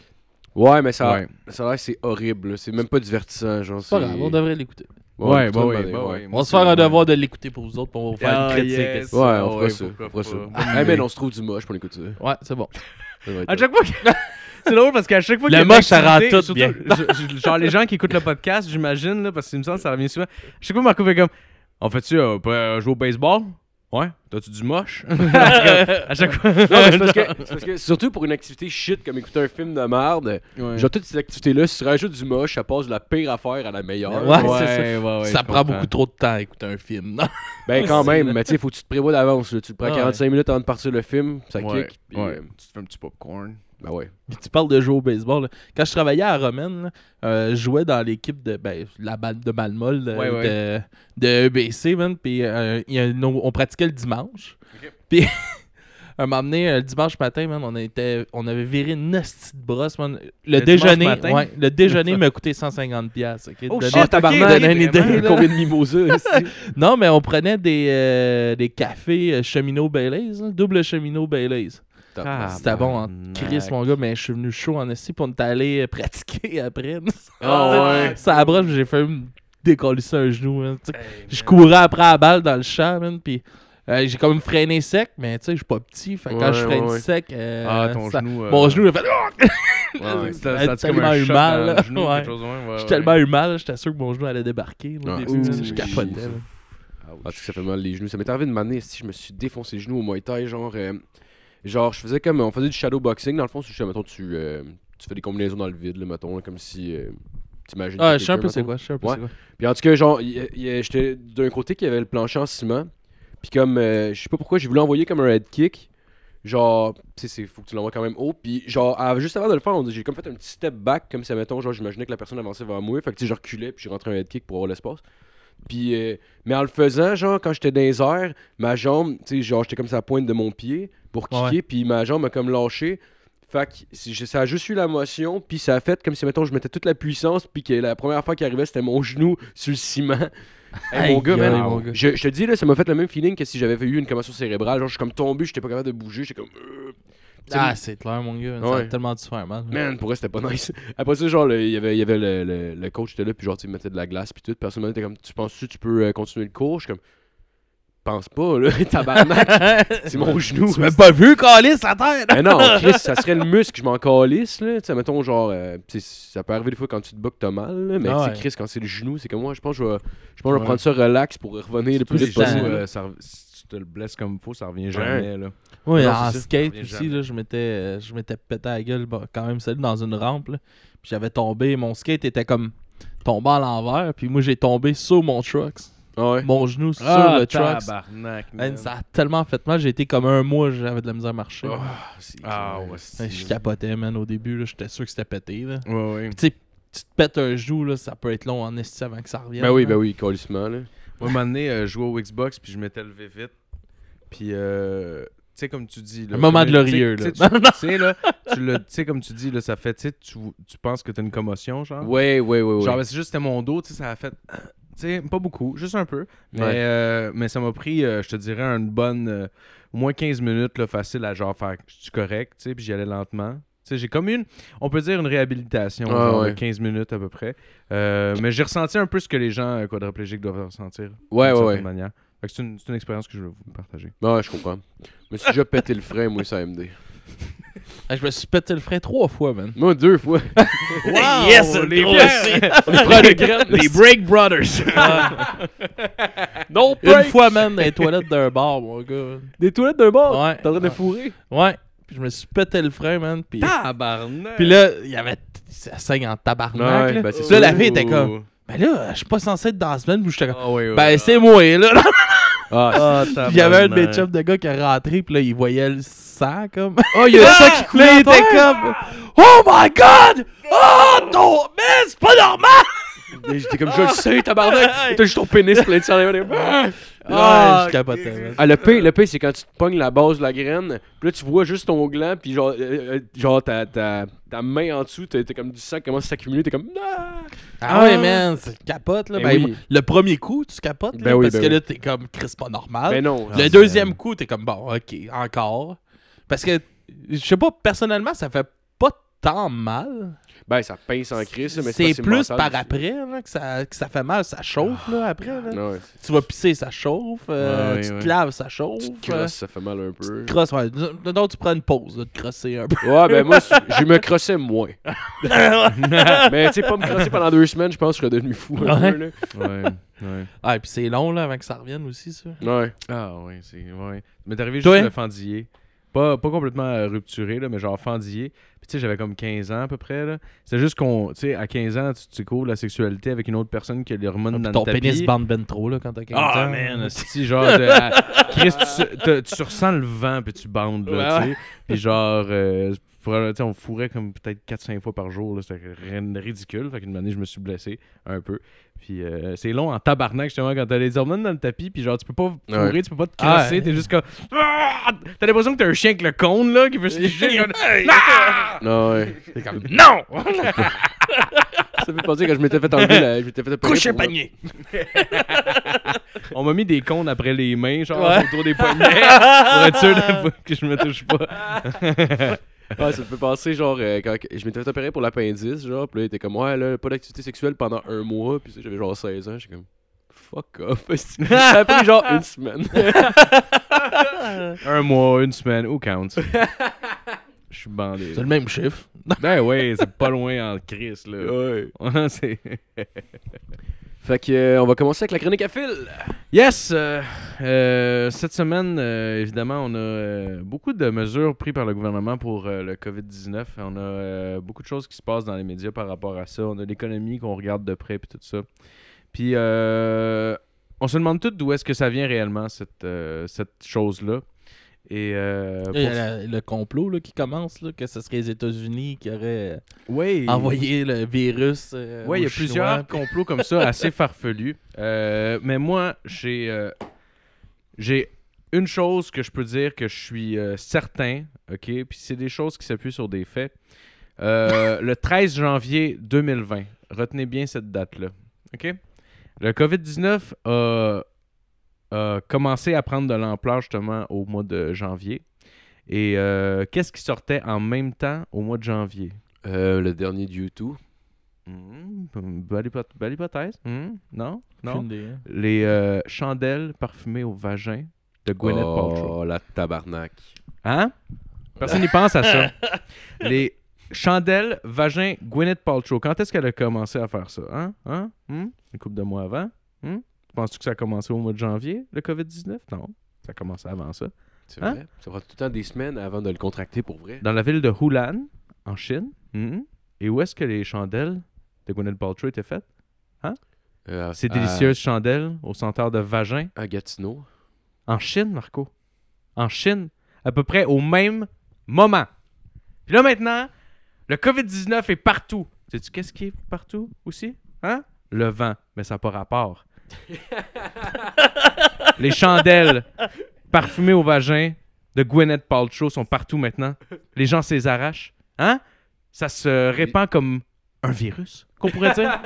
Speaker 3: Ouais, mais ça,
Speaker 4: Ouais.
Speaker 3: ça a l'air que c'est horrible. là. C'est même pas divertissant. Genre,
Speaker 5: C'est pas
Speaker 3: c'est-
Speaker 5: grave, on devrait l'écouter.
Speaker 4: Ouais,
Speaker 3: c'est
Speaker 4: bah
Speaker 3: une
Speaker 4: ouais,
Speaker 3: bonne
Speaker 4: bah
Speaker 3: idée,
Speaker 4: ouais.
Speaker 5: On va se faire un devoir de l'écouter pour vous autres, pour vous faire
Speaker 4: Ah,
Speaker 5: une critique.
Speaker 4: yes.
Speaker 5: esti.
Speaker 3: Ouais,
Speaker 4: Ah
Speaker 3: on fera
Speaker 4: ouais,
Speaker 3: ça.
Speaker 4: pourquoi
Speaker 3: On fera ça.
Speaker 4: pas.
Speaker 3: Eh, ben, on se trouve du moche pour l'écouter.
Speaker 5: Ouais, c'est bon.
Speaker 3: Ça va être
Speaker 4: À chaque fois que- C'est drôle parce qu'à chaque fois
Speaker 5: Le
Speaker 4: qu'il y a une
Speaker 5: moche, ça
Speaker 4: activité,
Speaker 5: rend tout
Speaker 4: surtout,
Speaker 5: bien.
Speaker 4: je- je- genre les gens qui écoutent le podcast, j'imagine, là, parce qu'il me semble que ça revient souvent. À chaque fois, Marco fait comme On fait-tu euh, pas- euh, jouer au baseball Ouais, t'as-tu du moche À chaque fois.
Speaker 3: Non, mais c'est parce, que- c'est parce que, surtout pour une activité shit comme écouter un film de merde,
Speaker 4: Ouais.
Speaker 3: genre toutes ces activités-là, si tu rajoutes du moche, ça passe de la pire affaire à la meilleure.
Speaker 5: Ouais,
Speaker 4: ouais,
Speaker 5: c'est
Speaker 4: ouais, ouais,
Speaker 5: ça
Speaker 4: je
Speaker 5: prend
Speaker 4: comprends.
Speaker 5: beaucoup trop de temps à écouter un film. non?
Speaker 3: Ben quand même, mais tu sais, faut que tu te prévois d'avance. là. Tu le prends
Speaker 5: Ah,
Speaker 3: 45 minutes avant de partir le film, ça
Speaker 4: Ouais,
Speaker 3: kick. puis,
Speaker 4: ouais.
Speaker 3: euh,
Speaker 4: Tu te fais un petit popcorn.
Speaker 3: ben ouais.
Speaker 5: Puis tu parles de jouer au baseball. là. Quand je travaillais à Romaine, là, euh, je jouais dans l'équipe de ben, la balle de Malmol de,
Speaker 4: Ouais, ouais.
Speaker 5: de- de EBC, man. Puis euh, il y a une- on pratiquait le dimanche. Puis un moment donné, euh, le dimanche matin, man, on, était, on avait viré une hostie de brosse, man. Le,
Speaker 4: Le
Speaker 5: déjeuner,
Speaker 4: dimanche matin?
Speaker 5: ouais, le déjeuner m'a coûté 150$. piastres, ok, de
Speaker 4: Oh,
Speaker 5: donner-
Speaker 4: shit, ok,
Speaker 5: donner une
Speaker 4: vraiment,
Speaker 5: idée, là.
Speaker 3: Ah, Combien de mimosas aussi?
Speaker 5: Non, mais on prenait des, euh, des cafés euh, cheminot Baileys, hein, double cheminot Baileys.
Speaker 4: Ah,
Speaker 5: C'était bon en
Speaker 4: barnac.
Speaker 5: Chris, mon gars, mais je suis venu chaud en esti, puis on est allé euh, pratiquer après.
Speaker 3: Ah ouais.
Speaker 5: Ça abroche, j'ai fait me décoller ça un genou. hein,
Speaker 4: Ben,
Speaker 5: tu sais. je courais après la balle dans le champ, man, puis euh, j'ai quand même freiné sec, mais tu sais, je suis pas petit. Fait que quand
Speaker 3: Ouais,
Speaker 5: je freine
Speaker 3: ouais, ouais.
Speaker 5: sec, euh,
Speaker 4: Ah, ton
Speaker 5: ça-
Speaker 4: genou. euh,
Speaker 5: mon genou, il a fait. oh,
Speaker 4: ouais, Ben, ouais.
Speaker 5: ça a
Speaker 4: Ça- ça a
Speaker 5: tellement
Speaker 4: comme un
Speaker 5: eu
Speaker 4: choc
Speaker 5: mal,
Speaker 4: dans
Speaker 5: là.
Speaker 4: le genou,
Speaker 5: Ouais.
Speaker 4: quelque chose de même, ouais,
Speaker 5: J'ai
Speaker 4: ouais.
Speaker 5: tellement eu mal, j'étais sûr que mon genou allait débarquer. là, au
Speaker 3: Ah,
Speaker 5: début,
Speaker 3: ouh,
Speaker 5: là, je capotais.
Speaker 3: ça.
Speaker 5: là.
Speaker 3: Ah, tu sais que ça fait mal les genoux. Ça m'est arrivé de m'amener, si je me suis défoncé les genoux au Muay Thai, genre, euh, genre, je faisais comme, on faisait du shadow boxing, dans le fond, c'est, mettons, tu, euh, tu fais des combinaisons dans le vide, là, mettons, là, comme si, euh, t'imagines.
Speaker 5: Ah,
Speaker 3: que
Speaker 5: je sais un
Speaker 3: quelqu'un,
Speaker 5: peu c'est
Speaker 3: mettons.
Speaker 5: quoi, je sais un peu
Speaker 3: Ouais.
Speaker 5: c'est quoi.
Speaker 3: Puis en tout cas, genre, il- il- j'étais d'un côté qui avait le plancher en ciment, puis comme, euh, je sais pas pourquoi, j'ai voulu envoyer comme un head kick, genre, tu sais, c'est- faut que tu l'envoies quand même haut, puis genre, à- juste avant de le faire, on- j'ai comme fait un petit step back, comme si, mettons, genre, j'imaginais que la personne avançait vers moi, fait que, tu sais, je reculais, puis j'ai rentré un head kick pour avoir l'espace. Puis, euh, mais en le faisant, genre, quand j'étais dans les airs, ma jambe, tu sais, genre, j'étais comme sur la pointe de mon pied pour kicker,
Speaker 5: Ouais.
Speaker 3: puis ma jambe a comme lâché. Fait que c'est- j'ai- ça a juste eu la motion, puis ça a fait comme si, mettons, je mettais toute la puissance, puis que la première fois qui arrivait, c'était mon genou sur le ciment. Hey, mon
Speaker 5: Aïe,
Speaker 3: gars, man,
Speaker 5: aïe, mon gars.
Speaker 3: Je, je te dis, là, ça m'a fait le même feeling que si j'avais eu une commotion cérébrale. Genre, je suis comme tombé, j'étais pas capable de bouger, j'étais comme. euh, tu sais,
Speaker 5: Ah, c'est clair, mon gars, ça a
Speaker 3: Ouais.
Speaker 5: tellement dû faire mal.
Speaker 3: Man, pour eux, c'était pas nice. Après ça, genre, le- il y avait, il y avait le, le- le coach était là, puis genre, tu sais, il mettait de la glace, puis tout. Personne était comme, tu penses-tu, tu peux euh, continuer le cours? Je suis comme, pense pas, là, tabarnak, c'est mon genou.
Speaker 5: Tu m'as pas vu, Calis, à terre!
Speaker 3: Mais non, Chris, ça serait le muscle, je m'en calisse, là. Tu sais, mettons, genre, euh, tu sais, ça peut arriver des fois quand tu te bats que t'as mal, là, mais
Speaker 5: Ah
Speaker 3: tu
Speaker 5: ouais.
Speaker 3: sais, Chris, quand c'est le genou, c'est comme moi, je pense que je vais, je pense que je vais
Speaker 5: Ouais.
Speaker 3: prendre ça relax pour revenir le plus
Speaker 5: Surtout
Speaker 3: vite
Speaker 5: si t'as-
Speaker 3: possible.
Speaker 5: euh,
Speaker 3: là.
Speaker 4: Ouais, ça re- Si tu te le blesses comme il faut, ça revient jamais. Là.
Speaker 5: Oui,
Speaker 3: Non,
Speaker 5: en
Speaker 3: c'est ça.
Speaker 5: skate
Speaker 4: Ça revient
Speaker 5: aussi,
Speaker 4: jamais.
Speaker 5: là, je m'étais euh, je m'étais pété à la gueule bah, quand même celle dans une rampe. là. Puis j'avais tombé, mon skate était comme tombé à l'envers. Puis moi j'ai tombé sur mon truck.
Speaker 3: Ah ouais.
Speaker 5: Mon genou sur
Speaker 3: Ah,
Speaker 5: le truck.
Speaker 4: Ah, tabarnak, man.
Speaker 5: Man, Ben, ça a tellement fait mal, j'ai été comme un mois, j'avais de la misère à marcher.
Speaker 3: Oh,
Speaker 4: Ah, ouais,
Speaker 5: Man,
Speaker 4: c'est-
Speaker 5: je capotais, man, au début, là, j'étais sûr que c'était pété. Là.
Speaker 4: Ouais, ouais.
Speaker 5: Tu sais, tu te pètes un genou, là, ça peut être long en esti avant que ça revienne.
Speaker 3: Ben oui, ben
Speaker 5: là.
Speaker 3: oui, calissement, là.
Speaker 4: Moi, un moment donné, euh, je jouais au Xbox, puis je m'étais levé vite. Puis, euh, tu sais, comme tu dis. Là,
Speaker 5: Un moment
Speaker 4: comme-
Speaker 5: glorieux,
Speaker 4: tu sais-
Speaker 5: là.
Speaker 4: Tu tu sais, là, tu le- tu sais, comme tu dis, là, ça fait, tu sais, tu tu penses que t'as une commotion,
Speaker 5: Hein?
Speaker 4: genre.
Speaker 3: Ouais, ouais, ouais, ouais.
Speaker 4: Genre, ben, c'est juste, c'était mon dos, tu sais, ça a fait. Tu sais, pas beaucoup, juste un peu. Mais,
Speaker 3: Ouais.
Speaker 4: euh, mais ça m'a pris, euh, je te dirais, une bonne. euh, au moins 15 minutes, là, facile à genre faire. Je suis correct, tu sais, puis j'y allais lentement. Tu sais, j'ai comme une. On peut dire une réhabilitation,
Speaker 3: Ah,
Speaker 4: genre de
Speaker 3: ouais.
Speaker 4: 15 minutes à peu près. Euh, mais j'ai ressenti un peu ce que les gens euh, quadriplégiques doivent ressentir.
Speaker 3: ouais, ouais,
Speaker 4: d'une certaine
Speaker 3: ouais.
Speaker 4: manière. Fait que c'est une, c'est une expérience que je veux vous partager.
Speaker 3: Ben ouais, je comprends. Je me suis déjà pété le frein, moi, ça MD.
Speaker 5: Ah, Je me suis pété le frein trois fois, man.
Speaker 3: Moi, deux fois.
Speaker 5: yes, les
Speaker 3: On est prêts à le graine.
Speaker 5: Break Brothers.
Speaker 3: Non,
Speaker 5: Une fois, man, dans les toilettes d'un bar, mon gars.
Speaker 3: Des toilettes d'un bord.
Speaker 5: Ouais.
Speaker 3: T'es en train de fourrer.
Speaker 5: Ouais. Puis je me suis pété le frein, man. Puis,
Speaker 4: Tabarnak!
Speaker 5: puis là, il y avait. Ça saigne en tabarnak.
Speaker 3: Ouais,
Speaker 5: là.
Speaker 3: ben, c'est
Speaker 5: Puis
Speaker 3: ça.
Speaker 5: là, la fille était comme. Mais là, je suis pas censé être dans la semaine. Puis j'étais comme.
Speaker 4: Ah,
Speaker 3: Oh,
Speaker 4: ouais, ouais.
Speaker 5: Ben, c'est moi, là.
Speaker 3: Ah,
Speaker 5: Puis il y avait un de mes chums de gars qui est rentré. Puis là, il voyait le sang, comme.
Speaker 3: oh, il y a ça qui coule.
Speaker 5: Là, il était comme. Oh my god! Oh non! Man, c'est pas normal!
Speaker 3: J'étais comme, je le sais, tabarnak. T'as juste ton pénis plein de sang.
Speaker 5: Ah, je capotais, man.
Speaker 3: Ah, le pire, le pire, c'est quand tu te pognes la base de la graine, puis là, tu vois juste ton gland, puis genre, euh, euh, genre ta, ta, ta main en dessous, t'as t'as comme du sang qui commence à s'accumuler, t'es comme, ah!
Speaker 5: Ah ouais, man, c'est capote, là.
Speaker 3: Ben
Speaker 5: Ben,
Speaker 3: oui.
Speaker 5: Le premier coup, tu capotes, là,
Speaker 3: Ben oui,
Speaker 5: parce
Speaker 3: ben
Speaker 5: que
Speaker 3: oui.
Speaker 5: là, t'es comme, Chris, pas normal.
Speaker 3: Ben non.
Speaker 5: Ah. Le deuxième coup, t'es comme bon, ok, encore. Parce que, je sais pas, personnellement, ça fait pas tant mal.
Speaker 3: Ben, ça pince en crise, mais
Speaker 5: C'est
Speaker 3: pas-
Speaker 5: plus
Speaker 3: mental,
Speaker 5: par
Speaker 3: c'est-
Speaker 5: après là, que, ça, que ça fait mal. Ça chauffe, là, après. là.
Speaker 3: Non, ouais.
Speaker 5: Tu vas pisser, ça chauffe. euh,
Speaker 4: Ouais,
Speaker 5: tu
Speaker 4: ouais.
Speaker 5: te laves, ça chauffe.
Speaker 3: Tu te
Speaker 5: euh,
Speaker 3: crosses, ça fait mal un
Speaker 5: tu
Speaker 3: peu.
Speaker 5: te crosses, ouais. D- Donc, tu prends une pause de te crosser un peu.
Speaker 3: Ouais, ben moi, je me crossais moins.
Speaker 4: Ah
Speaker 3: mais tu sais, pas me crosser pendant deux semaines, je pense que je serais devenu fou un peu, là.
Speaker 4: Ouais. Ouais.
Speaker 5: Ah, et puis c'est long, là, avant que ça revienne aussi, ça.
Speaker 3: Ouais.
Speaker 4: Ah oui, c'est. Ouais. Mais t'es arrivé
Speaker 5: Toi?
Speaker 4: juste le fendillé. Pas, pas complètement euh, rupturé, là, mais genre fendillé. Puis tu sais, j'avais comme 15 ans à peu près. là. C'est juste qu'on. Tu sais, à 15 ans, tu découvres la sexualité avec une autre personne qui a des hormones
Speaker 5: Ah, Puis
Speaker 4: dans
Speaker 5: ton
Speaker 4: le tapis.
Speaker 5: pénis bande ben trop, là, quand t'as 15 ans.
Speaker 4: Ah, man, si genre, de- à- Chris, tu, se- te- tu ressens le vent, puis tu bandes, là,
Speaker 3: Ouais,
Speaker 4: tu sais. Puis genre, euh, pour- tu sais, on fourrait comme peut-être 4-5 fois par jour, là, c'était ri- ridicule. Fait qu'une année, je me suis blessé un peu. Puis euh, c'est long en tabarnak, justement, quand t'as les hormones dans le tapis, puis genre, tu peux pas fourrer, tu peux pas te
Speaker 5: Ah,
Speaker 4: casser,
Speaker 5: ouais.
Speaker 4: t'es juste comme. Ah! T'as l'impression que t'as un chien avec le cône, là, qui veut se lécher. comme, Ah!
Speaker 3: Non, ouais.
Speaker 4: T'es comme, Non!
Speaker 3: Ça veut pas dire que je m'étais fait enlever la. Je m'étais fait opérer pour-
Speaker 4: On m'a mis des cônes après les mains, genre,
Speaker 5: Ouais.
Speaker 4: autour des poignets, pour être sûr de- que je me touche pas.
Speaker 3: Ouais, ça peut passer genre euh, quand je m'étais fait opérer pour l'appendice, genre, puis là, il était comme ouais, là, pas d'activité sexuelle pendant un mois, puis ça, j'avais genre 16 ans, j'étais comme fuck off. ça a pris genre une semaine.
Speaker 4: Un mois, une semaine, who counts? Je suis bandé.
Speaker 5: C'est le même chiffre.
Speaker 4: Ben ouais, c'est pas loin en crise, là. C'est-
Speaker 3: Fait que euh, on va commencer avec la chronique à fil.
Speaker 4: yes! euh, euh, cette semaine, euh, évidemment, on a euh, beaucoup de mesures prises par le gouvernement pour euh, le COVID-19. On a euh, beaucoup de choses qui se passent dans les médias par rapport à ça. On a l'économie qu'on regarde de près, puis tout ça. Puis, euh, on se demande tout d'où est-ce que ça vient réellement, cette, euh, cette chose-là. Et euh,
Speaker 5: Il y a la- le complot là, qui commence, là, que ce serait les États-Unis qui auraient euh,
Speaker 4: pour- Ouais.
Speaker 5: envoyé le virus. euh,
Speaker 4: Ouais, il y a
Speaker 5: aux Chinois.
Speaker 4: plusieurs complots comme ça, assez farfelus. Euh, mais moi, j'ai euh, j'ai une chose que je peux dire que je suis euh, certain, OK? Puis c'est des choses qui s'appuient sur des faits. Euh, le 13 janvier 2020, retenez bien cette date-là, OK? Le COVID-19 a, a commencé à prendre de l'ampleur justement au mois de janvier. Et euh, qu'est-ce qui sortait en même temps au mois de janvier?
Speaker 3: Euh, le dernier du YouTube.
Speaker 4: Hmm, belle, hypoth- belle hypothèse. Hmm, non? Non?
Speaker 5: Aucune idée, hein.
Speaker 4: Les euh, chandelles parfumées au vagin de Gwyneth Paltrow.
Speaker 3: Oh, la tabarnak.
Speaker 4: Hein? Personne n'y pense à ça. Les chandelles vagin Gwyneth Paltrow. Quand est-ce qu'elle a commencé à faire ça? Hein? Hein? Hmm? Une couple de mois avant? Hmm? Penses-tu que ça a commencé au mois de janvier, le COVID-19? Non. Ça a commencé avant ça.
Speaker 3: C'est
Speaker 4: Hein?
Speaker 3: vrai? Ça prend tout le temps des semaines avant de le contracter pour vrai.
Speaker 4: Dans la ville de Hulan, en Chine. Hmm? Et où est-ce que les chandelles de Gwyneth Paltrow étaient faites?
Speaker 3: Euh,
Speaker 4: Ces
Speaker 3: à-
Speaker 4: délicieuses chandelles aux senteurs de vagin
Speaker 3: À Gatineau.
Speaker 4: En Chine, Marco. En Chine. À peu près au même moment. Puis là, maintenant, le COVID-19 est partout. Sais-tu qu'est-ce qui est partout aussi? Hein? Le vent. Mais ça n'a pas rapport. Les chandelles parfumées au vagin de Gwyneth Paltrow sont partout maintenant. Les gens s'les arrachent. Hein? Ça se répand comme un virus, qu'on pourrait dire.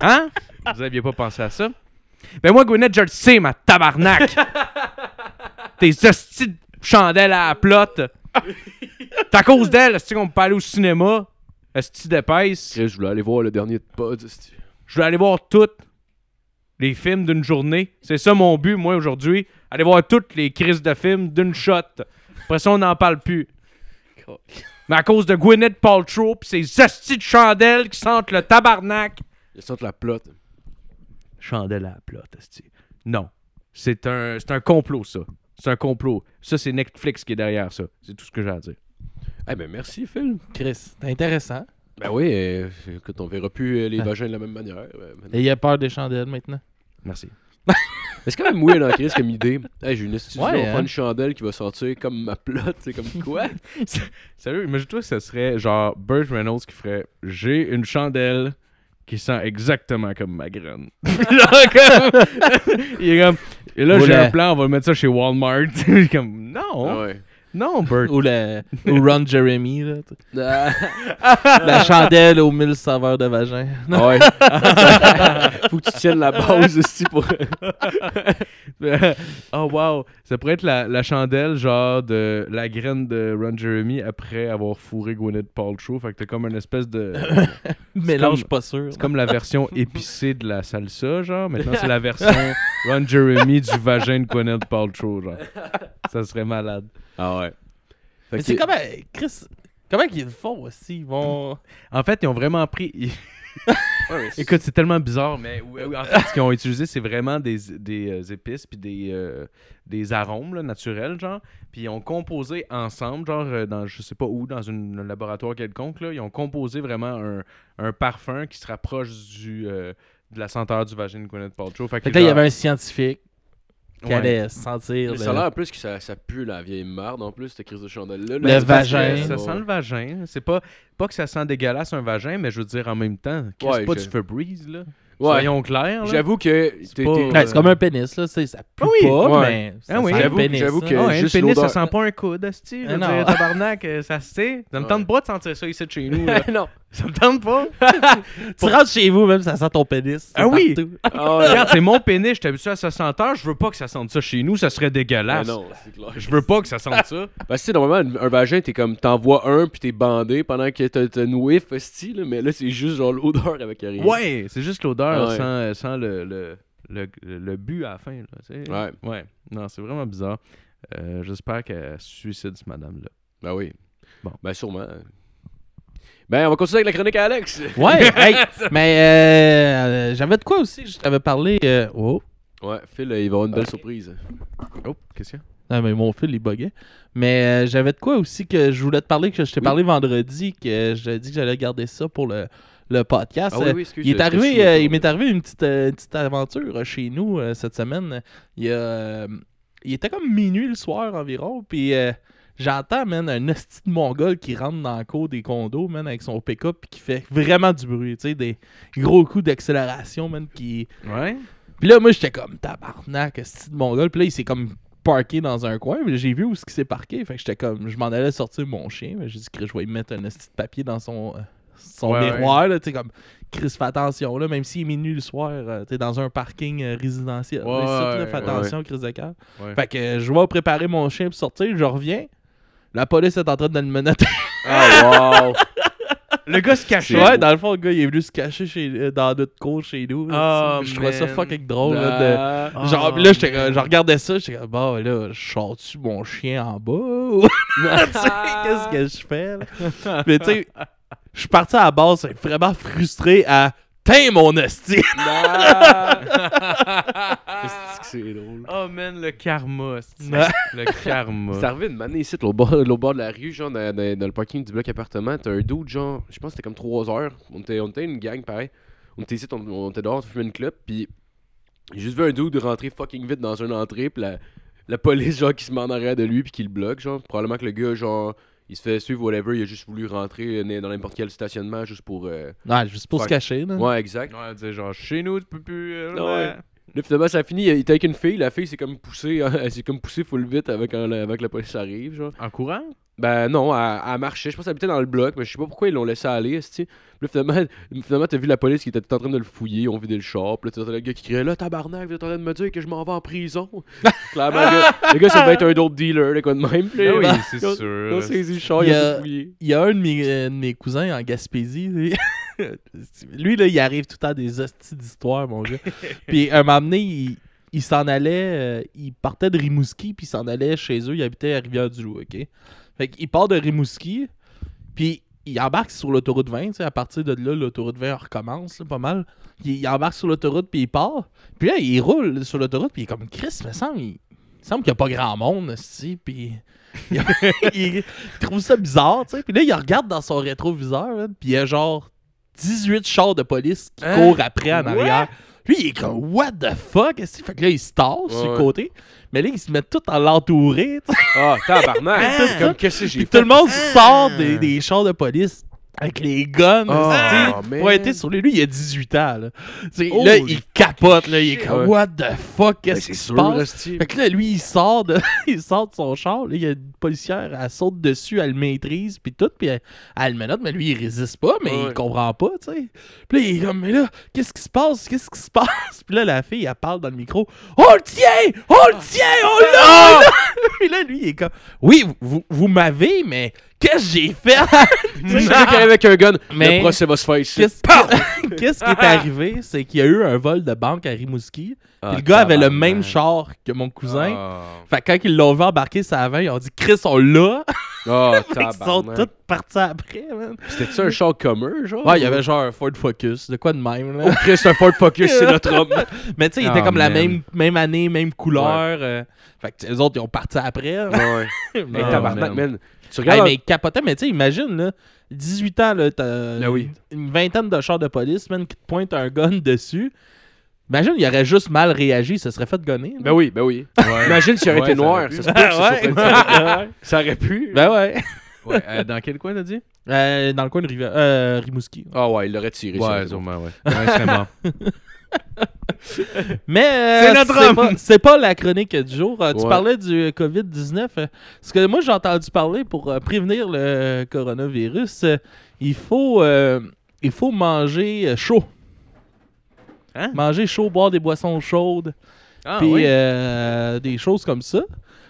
Speaker 4: Hein? Vous n'aviez pas pensé à ça? Ben moi, Gwyneth, je le sais, ma tabarnak! Tes hosties de chandelles à la plotte! C'est à cause d'elle, est-ce qu'on peut pas aller au cinéma? Est-ce d'épaisse?
Speaker 3: Je voulais aller voir le dernier de pod. c'est-
Speaker 4: Je voulais aller voir toutes les films d'une journée. C'est ça mon but, moi, aujourd'hui. Aller voir toutes les crises de films d'une shot. Après ça, on n'en parle plus. Mais à cause de Gwyneth Paltrow pis ses hosties de chandelles qui sentent le tabarnak,
Speaker 3: Ils sortent la plotte.
Speaker 4: chandelle à la plate, esti. Non. C'est un, c'est un complot, ça. C'est un complot. Ça, c'est Netflix qui est derrière ça. C'est tout ce que j'ai à dire.
Speaker 3: Eh ben merci Phil.
Speaker 5: Chris, c'est intéressant.
Speaker 3: Ben oui, euh, écoute, on verra plus euh,
Speaker 4: Ah.
Speaker 3: les vagins de la même manière. euh, maintenant.
Speaker 5: Et il a peur des chandelles maintenant.
Speaker 4: Merci.
Speaker 3: Mais c'est quand même weird en crise comme idée. Hey, j'ai une institution,
Speaker 5: Ouais,
Speaker 3: on prend
Speaker 5: hein.
Speaker 3: une chandelle qui va sortir comme ma plotte, c'est comme quoi?
Speaker 4: Sérieux, imagine-toi que ce serait genre Burt Reynolds qui ferait J'ai une chandelle qui sent exactement comme ma graine. Genre comme- Il est comme. Et là, j'ai
Speaker 5: Voilà.
Speaker 4: un plan, on va mettre ça chez Walmart. Il est comme Non,
Speaker 3: Ah Ouais.
Speaker 4: non, Burt.
Speaker 5: Ou, le, ou Ron Jeremy, là, tu-
Speaker 3: Ah,
Speaker 5: la chandelle aux mille saveurs de vagin.
Speaker 3: ouais. Faut que tu tiennes la base aussi pour.
Speaker 4: oh wow, ça pourrait être la, la chandelle genre de la graine de Ron Jeremy après avoir fourré Gwyneth Paltrow. Fait que t'as comme une espèce de,
Speaker 5: Mélange
Speaker 4: comme-
Speaker 5: pas sûr.
Speaker 4: c'est comme la version épicée de la salsa genre. Maintenant c'est la version Ron Jeremy du vagin de Gwyneth Paltrow genre. Ça serait malade.
Speaker 3: Ah ouais. Fait
Speaker 5: Mais
Speaker 3: que
Speaker 5: c'est comment, Chris, comment qu'ils le font aussi? Ils vont...
Speaker 4: En fait ils ont vraiment pris, ils,
Speaker 3: Ouais, mais c'est-
Speaker 4: Écoute, c'est tellement bizarre, mais oui, oui, en fait, ce qu'ils ont utilisé, c'est vraiment des, des euh, épices puis des, euh, des arômes là, naturels, genre. Puis ils ont composé ensemble, genre, euh, dans je sais pas où, dans une- un laboratoire quelconque, là, ils ont composé vraiment un, un parfum qui se rapproche du, euh, de la senteur du vagin de Gwyneth Paltrow. Fait que,
Speaker 5: Fait que là, il y
Speaker 4: genre,
Speaker 5: avait un scientifique qui
Speaker 4: ouais.
Speaker 5: allait sentir
Speaker 3: Mais
Speaker 5: le-
Speaker 4: ben
Speaker 3: ça a l'air en plus que ça, ça pue la vieille marde en plus, cette crise de chandelle-là.
Speaker 5: Le
Speaker 3: là. C'est parce que-
Speaker 5: vagin.
Speaker 3: Ouais.
Speaker 4: Ça sent le vagin. C'est pas, pas que ça sent dégueulasse un vagin, mais je veux dire en même temps, c'est
Speaker 3: Ouais,
Speaker 4: pas
Speaker 3: je-
Speaker 4: du Febreze, là.
Speaker 3: Ouais,
Speaker 4: Soyons clairs. là.
Speaker 3: j'avoue que. t'es-
Speaker 4: pas-
Speaker 3: t'es-
Speaker 5: Ouais, c'est comme un pénis, là. c'est- Ça pue
Speaker 4: Ah oui,
Speaker 5: pas,
Speaker 3: ouais.
Speaker 5: mais ça
Speaker 4: Ah oui,
Speaker 5: sent le
Speaker 3: j'avoue-
Speaker 5: pénis,
Speaker 3: j'avoue
Speaker 5: là.
Speaker 3: que-
Speaker 4: Ah ouais,
Speaker 3: juste
Speaker 4: le pénis, ça
Speaker 3: l'odeur.
Speaker 4: sent pas un coude, asti. Je veux
Speaker 5: Eh Non.
Speaker 4: dire, tabarnak, euh, ça se sait. Ça me tente
Speaker 3: Ouais.
Speaker 4: pas de sentir ça ici de chez nous. là.
Speaker 3: non.
Speaker 4: ça me tente pas.
Speaker 5: Tu rentres chez vous, même, ça sent ton pénis.
Speaker 4: Ah oui!
Speaker 5: partout.
Speaker 3: Ah, ouais.
Speaker 4: Regarde, c'est mon pénis, je suis habitué à sa senteur. Je veux pas que ça sente ça chez nous, ça serait
Speaker 3: Ah
Speaker 4: dégueulasse.
Speaker 3: non, c'est clair.
Speaker 4: Je veux pas que ça sente ça.
Speaker 3: Parce que tu sais, Ben, normalement, un un vagin, t'es comme, t'envoies un puis t'es bandé pendant que t'as t'as une whiff, hostie, là, mais là, c'est juste genre l'odeur avec rien.
Speaker 4: Ouais, c'est juste l'odeur
Speaker 3: Ah ouais.
Speaker 4: sans, euh, sans le, le, le, le but à la fin. Là, tu sais.
Speaker 3: Ouais.
Speaker 4: Non, c'est vraiment bizarre. Euh, J'espère qu'elle se suicide, cette madame-là.
Speaker 3: Ben oui.
Speaker 4: Bon.
Speaker 3: Ben sûrement. Ben, on va continuer avec la chronique à Alex.
Speaker 5: Ouais, hey, mais euh, euh, j'avais de quoi aussi, je t'avais parlé. euh, oh,
Speaker 3: Ouais, Phil, il va y avoir une belle surprise.
Speaker 4: Oh, question.
Speaker 5: non, mais mon fil, il buguait. Mais euh, j'avais de quoi aussi que je voulais te parler, que je t'ai
Speaker 3: Oui.
Speaker 5: parlé vendredi, que je t'ai dit que j'allais garder ça pour le, le podcast. Euh,
Speaker 3: Ah excuse.
Speaker 5: Il est
Speaker 3: j'étais sous
Speaker 5: arrivé,
Speaker 3: le
Speaker 5: euh,
Speaker 3: temps,
Speaker 5: il m'est
Speaker 3: là.
Speaker 5: arrivé une petite, euh, une petite aventure euh, chez nous euh, cette semaine. Il, y a, euh, il était comme minuit le soir environ, puis euh, j'entends man, un hostie de mongol qui rentre dans le cours des condos man, avec son pick-up puis qui fait vraiment du bruit, tu sais, des gros coups d'accélération man, qui,
Speaker 4: Ouais.
Speaker 5: puis là, moi, j'étais comme tabarnak, ce de mongol. Puis là, il s'est comme parké dans un coin. Puis j'ai vu où ce qui s'est parqué. Fait que j'étais comme, je m'en allais sortir mon chien. Mais j'ai dit que je vais lui mettre un esti de papier dans son, euh, son
Speaker 4: Ouais,
Speaker 5: miroir. là, Tu sais, comme, Chris, fais attention. Là, même s'il est minuit le soir, euh, tu sais, dans un parking euh, résidentiel.
Speaker 4: Ouais,
Speaker 5: là, surtout, là,
Speaker 4: ouais,
Speaker 5: fais attention, Chris de cœur.
Speaker 4: Ouais.
Speaker 5: Fait que euh, je vais préparer mon chien pour sortir. Je reviens. La police est en train de le menotter.
Speaker 3: Ah, wow.
Speaker 4: Le gars se cachait.
Speaker 5: Ouais, dans le fond, le gars, il est venu se cacher chez, euh, dans notre cour chez nous. là,
Speaker 4: Ah,
Speaker 5: tu sais. je trouvais ça
Speaker 4: man.
Speaker 5: fucking drôle. là, de...
Speaker 4: Ah,
Speaker 5: Genre, là, j'étais
Speaker 4: man.
Speaker 5: comme- je regardais ça, j'étais comme, bah là, je sors-tu mon chien en bas ou. Tu sais, Qu'est-ce que je fais, là? Mais tu sais, je suis parti à la base euh, vraiment frustré à. T'es mon hostie!
Speaker 3: Est-ce que c'est drôle.
Speaker 4: Oh man, le karma. c'est-
Speaker 5: Ouais.
Speaker 4: le
Speaker 3: C'est
Speaker 4: karma.
Speaker 3: arrivé une manée ici, au bord, l'autre bord de la rue, genre dans, dans- dans le parking du bloc appartement. T'as un dude, genre, je pense que c'était comme 3 heures. On était, on était une gang, pareil. On était ici, on, on était dehors, on fumait une clope, puis j'ai juste vu un dude rentrer fucking vite dans une entrée, puis la, la police, genre, qui se met en arrière de lui, puis qui le bloque, genre. Probablement que le gars, genre, il se fait suivre, whatever, il a juste voulu rentrer euh, dans n'importe quel stationnement juste pour. euh,
Speaker 5: Non, juste pour se
Speaker 3: Fuck.
Speaker 5: cacher, là.
Speaker 3: Ouais, exact.
Speaker 4: Ouais, tu sais, genre, chez nous, tu peux plus. euh,
Speaker 3: Ouais. Là, finalement, ça finit. Il était avec une fille. La fille s'est comme poussée. Elle s'est comme poussée full vite avec, un- avec la police arrive, genre.
Speaker 4: En courant?
Speaker 3: Ben non, elle, elle marchait. Je pense qu'elle habitait dans le bloc, mais je sais pas pourquoi ils l'ont laissé aller, esti. Puis là, finalement, finalement, t'as vu la police qui était tout en train de le fouiller. On vidait le char. Puis là, t'as le gars qui criait Là, tabarnak, vous êtes en train de me dire que je m'en vais en prison. Clairement, le gars, le gars, ça devait être un dope dealer, là, quoi de même. Puis là,
Speaker 4: Ah oui,
Speaker 3: ils ont-
Speaker 4: c'est
Speaker 3: ils ont- Ils ont
Speaker 4: sûr.
Speaker 3: saisi le char,
Speaker 5: Il
Speaker 3: ils
Speaker 5: y a-
Speaker 3: ont tout fouillé.
Speaker 5: Il y a un de mes, euh, de mes cousins en Gaspésie. lui- Lui, là, il arrive tout le temps à des hosties d'histoire, mon gars. puis, un moment donné, il, il s'en allait, euh, il partait de Rimouski, puis il s'en allait chez eux. Il habitait à Rivière-du-Loup, OK? Fait qu'il part de Rimouski, puis il embarque sur l'autoroute 20. tu sais, à partir de là, l'autoroute 20 elle recommence, là, pas mal. Il, il embarque sur l'autoroute, puis il part. Puis là, il roule sur l'autoroute, puis il est comme Chris, me semble, il, il semble qu'il n'y a pas grand monde, aussi, puis. il- il trouve ça bizarre, tu sais. Puis là, il regarde dans son rétroviseur, là, puis il y a genre 18 chars de police qui
Speaker 4: Hein?
Speaker 5: courent après en
Speaker 4: What?
Speaker 5: arrière. Lui, il est comme, what the fuck? est-ce que- Fait que là, il se tasse sur le
Speaker 3: ouais.
Speaker 5: côté. Mais là, ils se mettent tout à l'entourer, tu sais.
Speaker 3: Ah, tabarnak.
Speaker 5: Tout
Speaker 3: c'est
Speaker 5: ça.
Speaker 3: comme, qu'est-ce que j'ai
Speaker 5: Puis
Speaker 3: fait?
Speaker 5: tout le monde
Speaker 4: Ah!
Speaker 5: sort des, des chars de police avec les guns,
Speaker 3: Ah,
Speaker 5: tu sais,
Speaker 3: man.
Speaker 5: pour être sur lui. Lui, il a 18 ans, là. Tu sais,
Speaker 4: Holy
Speaker 5: là, il capote, là. Il est
Speaker 4: shit.
Speaker 5: comme,
Speaker 3: Ouais. Ben,
Speaker 5: what the fuck? Qu'est-ce qui se passe?
Speaker 3: esti.
Speaker 5: Fait que là, lui, il sort de, il sort de son char. Là, il y a une policière, elle saute dessus, elle le maîtrise, puis tout, puis elle, elle le menotte, mais lui, il résiste pas, mais
Speaker 3: Ouais.
Speaker 5: il comprend pas, tu sais. Puis là, il est comme, mais là, qu'est-ce qui se passe? Qu'est-ce qui se passe? Puis là, la fille, elle parle dans le micro, on le tient! On le tient! On l'a! on l'a! Puis là, lui, il est comme, oui, vous- vous, vous m'avez, mais qu'est-ce que j'ai fait?
Speaker 3: C'est le gars qui arrive avec un gun.
Speaker 5: Mais-
Speaker 3: Le procès va se faire ici.
Speaker 5: Qu'est-ce que- qu'est-ce qui est arrivé? C'est qu'il y a eu un vol de banque à Rimouski, puis le gars avait le même char que mon cousin.
Speaker 4: Ah.
Speaker 5: Fait que quand ils l'ont vu embarquer ça avant, ils ont dit Chris, on l'a.
Speaker 3: Oh,
Speaker 5: Ils sont
Speaker 3: tabarnak.
Speaker 5: toutes partis après, man.
Speaker 3: C'était-tu un char commun, genre?
Speaker 5: Ouais, il y avait genre un Ford Focus, de quoi de même, là. Oh,
Speaker 3: Oh, Chris, un Ford Focus, c'est notre homme.
Speaker 5: Mais tu sais, il était
Speaker 4: Ah,
Speaker 5: comme la
Speaker 4: man.
Speaker 5: même, même année, même couleur. euh, fait que les autres, ils ont parti après. là.
Speaker 3: Ouais.
Speaker 5: mais
Speaker 3: Hey,
Speaker 4: Ah,
Speaker 3: tabarnak,
Speaker 4: man.
Speaker 3: man. Tu
Speaker 5: Hey,
Speaker 3: regardes.
Speaker 5: mais capoté, mais tu sais, imagine, là, 18 ans, là, t'as
Speaker 3: Ben oui.
Speaker 5: une vingtaine de chars de police, man, qui te pointent un gun dessus. Imagine, il aurait juste mal réagi, ça serait fait gonner. là.
Speaker 3: Ben oui, ben oui.
Speaker 4: Ouais.
Speaker 3: Imagine s'il aurait
Speaker 4: Ouais,
Speaker 3: été
Speaker 4: ça
Speaker 3: noir.
Speaker 4: aurait
Speaker 3: Ça
Speaker 4: pu.
Speaker 3: se peut que ça soit fait-
Speaker 5: ben ouais.
Speaker 3: Ça aurait pu.
Speaker 5: Ben ouais.
Speaker 4: Ouais, euh, dans quel coin, t'as dit
Speaker 5: Euh, dans le coin de Riva- euh, Rimouski.
Speaker 3: Ah ouais, il l'aurait tiré. ça,
Speaker 4: Ouais,
Speaker 3: c'est bon.
Speaker 4: sûrement, ouais. Ouais, c'est mort.
Speaker 5: Mais euh,
Speaker 4: C'est notre homme.
Speaker 5: pas, c'est pas la chronique du jour. Euh, Tu
Speaker 3: Ouais.
Speaker 5: parlais du euh, COVID-19. euh, Ce que moi j'ai entendu parler pour euh, prévenir le coronavirus, euh, il faut euh, il faut manger euh, chaud.
Speaker 4: Hein?
Speaker 5: Manger chaud, boire des boissons chaudes,
Speaker 4: Ah,
Speaker 5: puis
Speaker 4: oui.
Speaker 5: euh, des choses comme ça.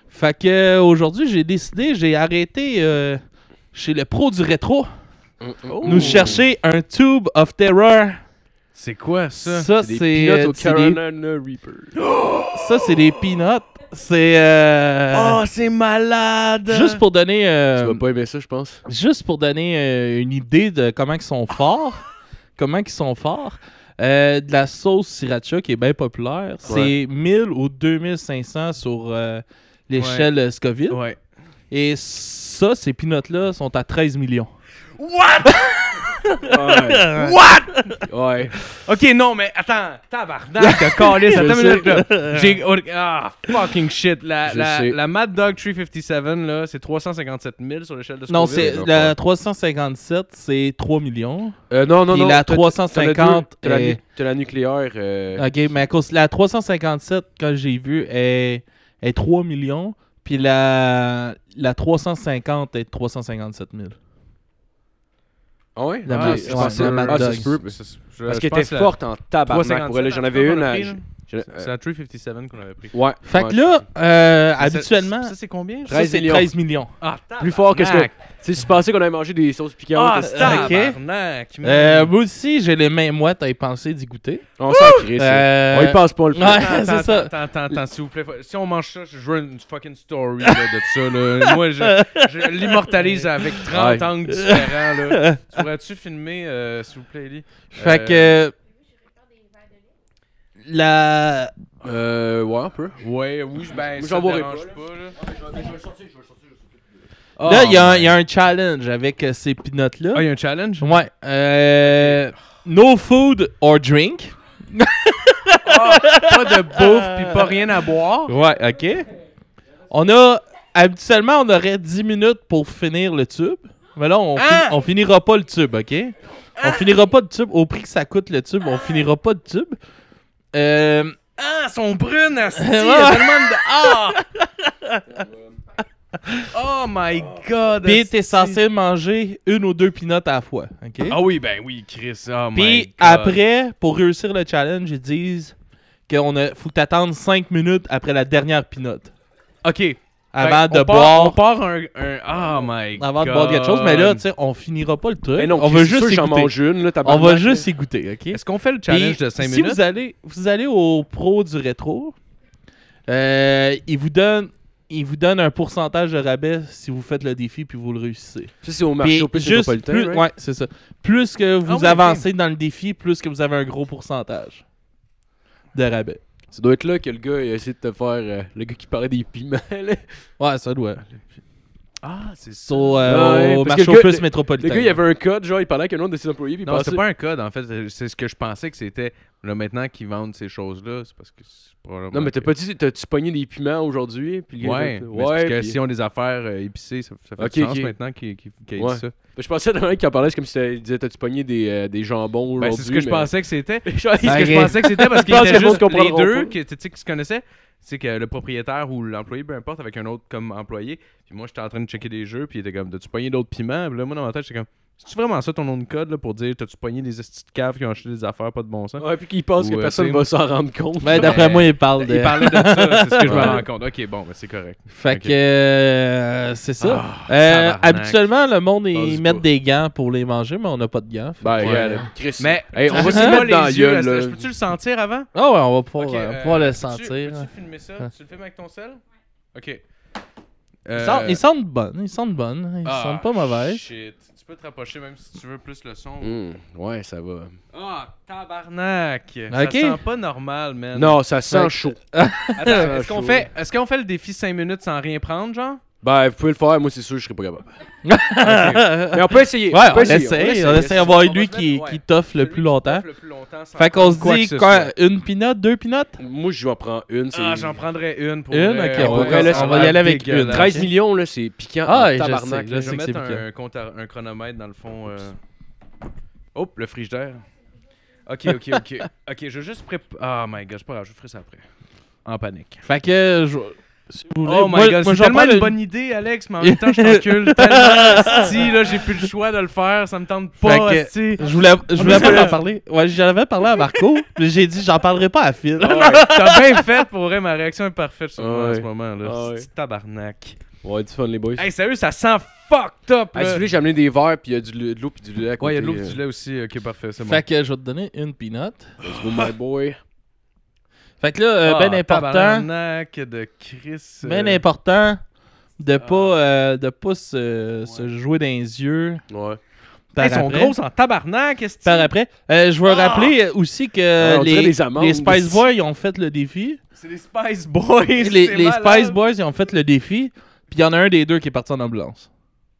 Speaker 5: Fait que euh, aujourd'hui, j'ai décidé, j'ai arrêté euh, chez le pro du rétro,
Speaker 3: Oh.
Speaker 5: nous chercher un tube of terror.
Speaker 4: C'est quoi ça
Speaker 5: Ça,
Speaker 3: Des
Speaker 5: c'est
Speaker 3: pilotes au
Speaker 5: c'est des-
Speaker 3: Carolina Reaper.
Speaker 5: Ça, c'est des peanuts. C'est. euh,
Speaker 4: Oh, c'est malade
Speaker 5: juste pour donner. euh,
Speaker 3: Tu vas pas aimer ça, je pense.
Speaker 5: Juste pour donner euh, une idée de comment ils sont forts. comment ils sont forts. euh, de la sauce sriracha qui est bien populaire. C'est 1000 ou 2500 sur euh, l'échelle euh, Scoville.
Speaker 4: Ouais.
Speaker 5: Et ça, ces peanuts-là sont à 13 millions.
Speaker 3: Ouais. What? Ouais.
Speaker 4: Ok, non, mais attends, tabarnak, t'as calé, attends une minute, là. J'ai. oh, Ah, fucking shit. La,
Speaker 3: Je
Speaker 4: la,
Speaker 3: sais.
Speaker 4: la Mad Dog 357, là, c'est 357 000 sur l'échelle de Scoville.
Speaker 5: Non, c'est
Speaker 3: d'accord.
Speaker 5: la 357, c'est 3 millions.
Speaker 3: Euh, non, non,
Speaker 5: Puis
Speaker 3: non.
Speaker 5: la
Speaker 3: t'as-
Speaker 5: 350
Speaker 3: T'as la, nu-
Speaker 5: est-
Speaker 3: t'as la nucléaire. euh,
Speaker 5: Ok, mais à cause- la 357 que j'ai vue est, est 3 millions, puis la, la 350 est 357 000.
Speaker 3: Ah ouais?
Speaker 5: La
Speaker 3: Ok,
Speaker 5: Mad-
Speaker 3: je
Speaker 5: ouais,
Speaker 3: pensais-
Speaker 5: la Mad
Speaker 3: Ah, ça
Speaker 5: Dog.
Speaker 3: se peut.
Speaker 4: Je-
Speaker 3: Parce
Speaker 4: je
Speaker 3: qu'elle
Speaker 4: pense
Speaker 3: était
Speaker 4: que la-
Speaker 3: forte en tabarnak
Speaker 4: 357,
Speaker 3: pour elle. J'en
Speaker 4: je
Speaker 3: avais
Speaker 4: pense
Speaker 3: une.
Speaker 4: qu'on a
Speaker 3: à-
Speaker 4: pris, là.
Speaker 3: j'en- euh,
Speaker 4: C'est la 357 qu'on avait pris.
Speaker 3: Ouais.
Speaker 5: Fait
Speaker 3: ouais.
Speaker 5: que là, euh,
Speaker 4: Ça,
Speaker 5: habituellement,
Speaker 4: Ça, c'est combien
Speaker 5: ça,
Speaker 3: 13
Speaker 5: c'est
Speaker 3: millions.
Speaker 5: 13 millions.
Speaker 4: Ah,
Speaker 3: Plus fort que ce que.
Speaker 4: tabarnak.
Speaker 3: Tu sais, si tu pensais qu'on avait mangé des sauces piquantes.
Speaker 4: Ah,
Speaker 3: euh,
Speaker 5: tabarnak.
Speaker 4: tabarnak.
Speaker 5: Euh, moi aussi, j'ai les mains moites à y penser d'y goûter.
Speaker 3: on s'en crée ça.
Speaker 5: Euh,
Speaker 3: On y passe pas le
Speaker 5: ouais.
Speaker 3: plus.
Speaker 4: Attends,
Speaker 5: c'est ça.
Speaker 4: Attends, attends, attends, s'il vous plaît. faut- Si on mange ça, je veux une fucking story là, de ça. Là. Moi, je, je l'immortalise avec 30
Speaker 3: Ouais.
Speaker 4: angles différents. Là. Tu pourrais-tu filmer, euh, s'il vous plaît, Ellie? Euh,
Speaker 5: Fait que... La...
Speaker 3: Euh, ouais, un peu.
Speaker 4: Ouais, oui, ben,
Speaker 3: Moi,
Speaker 4: ça
Speaker 3: j'en
Speaker 4: me
Speaker 3: boirai
Speaker 4: dérange
Speaker 3: pas, Ah,
Speaker 4: pas. là.
Speaker 5: Là, il y, a un- il y a un challenge avec euh, ces peanuts-là.
Speaker 4: Ah, Oh il y a un challenge?
Speaker 5: Ouais. euh, no food or drink.
Speaker 4: Pas de bouffe puis pas rien à boire?
Speaker 5: Ouais, ok. On a. Habituellement, on aurait 10 minutes pour finir le tube. Mais là, on, fi-
Speaker 4: Ah!
Speaker 5: on finira pas le tube, ok? On
Speaker 4: Hein?
Speaker 5: finira pas le tube. Au prix que ça coûte le tube, on finira pas le tube. Euh,
Speaker 4: Ah, sont brunes, asti,
Speaker 5: Ouais.
Speaker 4: il y a tellement de... Ah! Oh my God!
Speaker 5: Puis
Speaker 4: asti.
Speaker 5: t'es censé manger une ou deux pinottes à la fois, ok?
Speaker 4: Ah oui, ben oui, Chris. Oh my
Speaker 5: Puis
Speaker 4: God.
Speaker 5: après, pour réussir le challenge, ils disent qu'on a, faut que t'attendes 5 minutes après la dernière pinotte.
Speaker 4: OK.
Speaker 5: Avant
Speaker 4: Fait
Speaker 5: de
Speaker 4: qu'on part-
Speaker 5: boire.
Speaker 4: Ben, On part un. un- oh my God.
Speaker 5: Avant de boire quelque chose, mais là, tu sais, on finira pas le truc.
Speaker 3: Mais non, Chris,
Speaker 5: on va
Speaker 3: c'est sûr
Speaker 5: juste
Speaker 3: que
Speaker 5: y
Speaker 3: j'en
Speaker 5: goûter.
Speaker 3: mange une, là,
Speaker 5: On
Speaker 3: tabarnak,
Speaker 5: va
Speaker 3: là.
Speaker 5: juste y goûter, ok?
Speaker 4: Est-ce qu'on fait le challenge
Speaker 5: Puis,
Speaker 4: de 5
Speaker 5: si
Speaker 4: minutes?
Speaker 5: Vous allez, vous allez au pro du rétro, euh, il vous donne. Il vous donne un pourcentage de rabais si vous faites le défi puis vous le réussissez.
Speaker 3: Ça, c'est au
Speaker 5: Puis
Speaker 3: marché au plus
Speaker 5: juste
Speaker 3: métropolitain.
Speaker 5: plus,
Speaker 3: right?
Speaker 5: ouais, c'est ça. Plus que vous
Speaker 4: Ah oui,
Speaker 5: avancez dans le défi, plus que vous avez un gros pourcentage de rabais.
Speaker 3: Ça doit être là que le gars il a essayé de te faire. euh, le gars qui parlait des piments, là.
Speaker 5: Ouais, ça doit.
Speaker 4: Ah, c'est ça.
Speaker 5: So, euh,
Speaker 3: Ouais,
Speaker 5: au
Speaker 3: parce
Speaker 5: marché
Speaker 3: que
Speaker 5: aux
Speaker 3: le gars-
Speaker 5: puces
Speaker 3: le-
Speaker 5: métropolitain.
Speaker 3: Le gars, il avait un code, genre, il parlait avec un autre de ses employés, puis il
Speaker 4: Non,
Speaker 3: pensait.
Speaker 4: c'est pas un code, en fait. C'est ce que je pensais que c'était. Là, maintenant qu'ils vendent ces choses-là, c'est parce que c'est probablement.
Speaker 3: Non, mais t'as
Speaker 4: que-
Speaker 3: pas dit, t'as-tu pogné des piments aujourd'hui? Puis le gars,
Speaker 4: Ouais,
Speaker 3: il fait,
Speaker 4: mais c'est parce
Speaker 3: ouais.
Speaker 4: que
Speaker 3: puis-
Speaker 4: si on a des affaires euh, épicées, ça, ça fait
Speaker 3: Ok,
Speaker 4: du sens
Speaker 3: ok.
Speaker 4: maintenant qu'ils qu'ils- qu'ils
Speaker 3: Ouais.
Speaker 4: disent ça.
Speaker 3: Je pensais d'un qui en parlait, c'est comme si t'as- il disait, t'as-tu pogné des, euh, des jambons
Speaker 4: Ben,
Speaker 3: aujourd'hui?
Speaker 4: c'est ce que je
Speaker 3: mais-
Speaker 4: pensais que c'était.
Speaker 3: Genre,
Speaker 4: C'est ce que je
Speaker 5: Ok.
Speaker 4: pensais que c'était parce
Speaker 3: Je
Speaker 4: qu'ils
Speaker 3: pense que
Speaker 4: étaient
Speaker 3: le monde
Speaker 4: juste les
Speaker 3: comprendra
Speaker 4: deux
Speaker 3: pas.
Speaker 4: qui, tu sais, qui se connaissaient. C'est que le propriétaire ou l'employé, peu importe, avec un autre comme employé. Puis moi, j'étais en train de checker des jeux, puis il était comme, t'as-tu pogné d'autres piments? Puis là, moi, dans ma tête, j'étais comme, c'est-tu vraiment ça ton nom de code là, pour dire, t'as-tu pogné des estis de caves qui ont acheté des affaires pas de bon sens?
Speaker 3: Ouais, puis qu'il pense
Speaker 4: Ou,
Speaker 3: que
Speaker 4: euh,
Speaker 3: personne
Speaker 4: tu sais,
Speaker 3: va s'en rendre compte.
Speaker 5: Ouais, d'après
Speaker 4: Mais-
Speaker 5: moi, il parle de.
Speaker 4: Il parlait de ça, c'est ce que je me
Speaker 3: euh, Ouais.
Speaker 4: rends compte. Ok, bon, ben, c'est correct.
Speaker 5: Fait
Speaker 4: Ok.
Speaker 5: que euh, c'est ça.
Speaker 4: Ah,
Speaker 5: Euh,
Speaker 4: tabarnak.
Speaker 5: habituellement, le monde
Speaker 3: Pense
Speaker 5: ils
Speaker 3: pas.
Speaker 5: mettent des gants pour les manger, mais on n'a pas de gants. Fait-
Speaker 3: Ben,
Speaker 4: Ouais.
Speaker 3: regarde, Chris.
Speaker 4: Mais
Speaker 3: Hey, on va se
Speaker 4: Pas
Speaker 3: mettre
Speaker 4: les
Speaker 3: dans la
Speaker 4: yeux,
Speaker 3: gueule,
Speaker 4: est-ce-
Speaker 3: là.
Speaker 4: est-ce- Peux-tu le sentir avant?
Speaker 5: Ah ouais, on va pouvoir,
Speaker 4: Ok,
Speaker 5: euh,
Speaker 4: euh,
Speaker 3: hein.
Speaker 5: pouvoir le
Speaker 4: peux-tu-
Speaker 5: sentir.
Speaker 4: Peux-tu filmer ça? Tu le filmes avec ton sel? Ok.
Speaker 5: Ils
Speaker 4: Euh,
Speaker 5: sentent- Ils sentent bonnes, ils sentent bonnes, ils
Speaker 4: ah,
Speaker 5: sentent pas mauvaises.
Speaker 4: Shit. Tu peux te rapprocher même si tu veux plus le son.
Speaker 3: Hmm, ouais, ça va.
Speaker 4: Ah, tabarnak! Ça
Speaker 5: Ok.
Speaker 4: sent pas normal, man.
Speaker 3: Non, ça sent
Speaker 5: Ouais.
Speaker 3: chaud.
Speaker 4: Attends, est-ce qu'on
Speaker 3: chaud.
Speaker 4: fait, est qu'on fait le défi 5 minutes sans rien prendre, genre?
Speaker 3: Ben, vous pouvez le faire, moi c'est sûr, je serais pas capable. Ok. Mais on peut essayer.
Speaker 5: Ouais, on
Speaker 3: peut essayer,
Speaker 5: essaye,
Speaker 3: essaye.
Speaker 5: on essaye, on va être
Speaker 4: On
Speaker 5: lui
Speaker 4: va se
Speaker 5: qui,
Speaker 4: mettre-
Speaker 5: qui
Speaker 4: ouais.
Speaker 5: t'offre le
Speaker 4: Celui
Speaker 5: plus
Speaker 4: qui
Speaker 5: longtemps.
Speaker 4: tape le plus longtemps sans
Speaker 5: Fait qu'on se
Speaker 4: quoi que
Speaker 5: dit
Speaker 4: ce
Speaker 5: quoi,
Speaker 4: soit.
Speaker 5: une pinotte, deux pinottes?
Speaker 3: Moi, je vais en prendre une. c'est-
Speaker 4: Ah, j'en prendrais une pour.
Speaker 5: Une?
Speaker 4: vrai.
Speaker 5: Ok, on
Speaker 3: va-
Speaker 4: pourrait
Speaker 3: on
Speaker 4: laisser-
Speaker 3: va y
Speaker 5: aller avec
Speaker 4: dégueulasse.
Speaker 5: une.
Speaker 3: 13
Speaker 5: Ok.
Speaker 3: millions, là, c'est piquant.
Speaker 5: Ah,
Speaker 3: en
Speaker 5: et je
Speaker 3: tabarnak.
Speaker 5: sais,
Speaker 3: là.
Speaker 5: là.
Speaker 4: Je vais
Speaker 5: c'est que
Speaker 4: mettre
Speaker 5: c'est piquant.
Speaker 4: un, compte à- un chronomètre dans le fond. euh. Oh, le frigidaire. Ok, ok, ok. ok, je vais juste préparer. Ah, my god, c'est pas grave, je ferai ça après. En panique.
Speaker 5: Fait que, je... si vous voulez,
Speaker 4: Oh my
Speaker 5: moi-
Speaker 4: god,
Speaker 5: moi,
Speaker 4: c'est
Speaker 5: j'en
Speaker 4: tellement
Speaker 5: prends
Speaker 4: une
Speaker 5: le-
Speaker 4: bonne idée, Alex, mais en même temps, je t'encule tellement. Si, là, j'ai plus le choix de le faire, ça me tente pas.
Speaker 5: Fait que-
Speaker 4: esti.
Speaker 5: Je voulais, je voulais pas en parler. Ouais, j'en avais parlé à Marco, mais j'ai dit, j'en parlerai pas à Phil.
Speaker 4: Ah ouais, T'as bien fait pour vrai, ma réaction est parfaite sur moi en
Speaker 3: Ouais.
Speaker 4: ce moment. là.
Speaker 3: Ah ouais.
Speaker 4: C'est tabarnak.
Speaker 3: Ouais, du fun, les boys.
Speaker 4: Hey, sérieux, ça sent fucked up.
Speaker 3: Ah, si
Speaker 4: là.
Speaker 3: vous voulez, j'ai amené des verres, puis il y a du- de l'eau, puis du lait à côté.
Speaker 4: Ouais, il y a de l'eau
Speaker 3: euh,
Speaker 4: du lait aussi. Ok, parfait, c'est bon.
Speaker 5: Fait que je vais te donner une peanut.
Speaker 3: Let's go, my boy.
Speaker 5: Fait que là,
Speaker 3: Ah,
Speaker 5: euh, ben important,
Speaker 4: Ah, Tabarnak de Chris. euh,
Speaker 5: ben important
Speaker 3: Ah.
Speaker 5: de pas, euh, de pas se, se jouer dans les yeux
Speaker 3: Ouais.
Speaker 5: par
Speaker 4: hey, Ils sont
Speaker 5: après.
Speaker 4: grosses en tabarnak, qu'est-ce que
Speaker 5: Par
Speaker 4: tu-
Speaker 5: après. Euh, je veux rappeler aussi que
Speaker 3: hein, Ah, on dirait
Speaker 5: les,
Speaker 3: des amandes.
Speaker 5: les Spice Boys ils ont fait le défi.
Speaker 4: C'est les Spice Boys.
Speaker 5: Les,
Speaker 4: c'est
Speaker 5: les
Speaker 4: malade.
Speaker 5: Spice Boys ils ont fait le défi. Puis il y en a un des deux qui est parti en ambulance.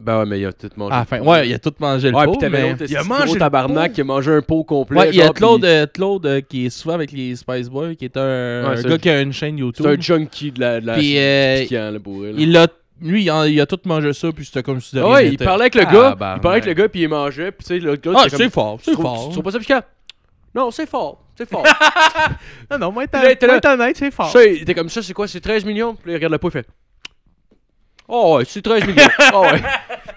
Speaker 3: Ben ouais, mais il a tout mangé.
Speaker 5: Ah, enfin, ouais, il a tout mangé le
Speaker 3: Ouais,
Speaker 5: pot,
Speaker 3: puis t'avais
Speaker 5: mais-
Speaker 3: l'autre,
Speaker 4: il a
Speaker 3: esti,
Speaker 4: mangé
Speaker 3: gros
Speaker 4: le
Speaker 3: tabarnak
Speaker 4: pot.
Speaker 3: qui a mangé un pot complet.
Speaker 5: Ouais, il y a
Speaker 3: genre,
Speaker 5: Claude,
Speaker 3: puis
Speaker 5: euh, Claude euh, qui est souvent avec les Spice Boys, qui est un,
Speaker 3: Ouais,
Speaker 5: un
Speaker 3: c'est
Speaker 5: gars
Speaker 3: un-
Speaker 5: qui a une chaîne YouTube.
Speaker 3: C'est un junkie de la. de la-
Speaker 5: Puis, euh,
Speaker 3: du piquant, là, pour elle.
Speaker 5: il a, lui, il a, il a tout mangé ça, puis c'était comme si de
Speaker 3: Ah
Speaker 5: rien
Speaker 3: ouais, il
Speaker 5: n'était.
Speaker 3: parlait avec le
Speaker 4: Ah,
Speaker 3: gars,
Speaker 4: barnac.
Speaker 3: il parlait avec le gars, puis il mangeait, puis tu sais, le gars,
Speaker 5: bah, Ah,
Speaker 3: était
Speaker 5: c'est
Speaker 3: comme,
Speaker 5: fort,
Speaker 3: tu
Speaker 5: c'est
Speaker 3: trouves-
Speaker 5: fort.
Speaker 3: Tu trouves pas ça piquant? Non, c'est fort, c'est fort.
Speaker 4: Non, non, moi,
Speaker 3: Là,
Speaker 4: t'es
Speaker 3: t'es là.
Speaker 4: honnête, c'est fort.
Speaker 3: Ça, il était comme ça, c'est quoi, c'est 13 millions? Puis là, il regarde le pot, il fait. Oh ouais, c'est 13 millions. Ah ouais.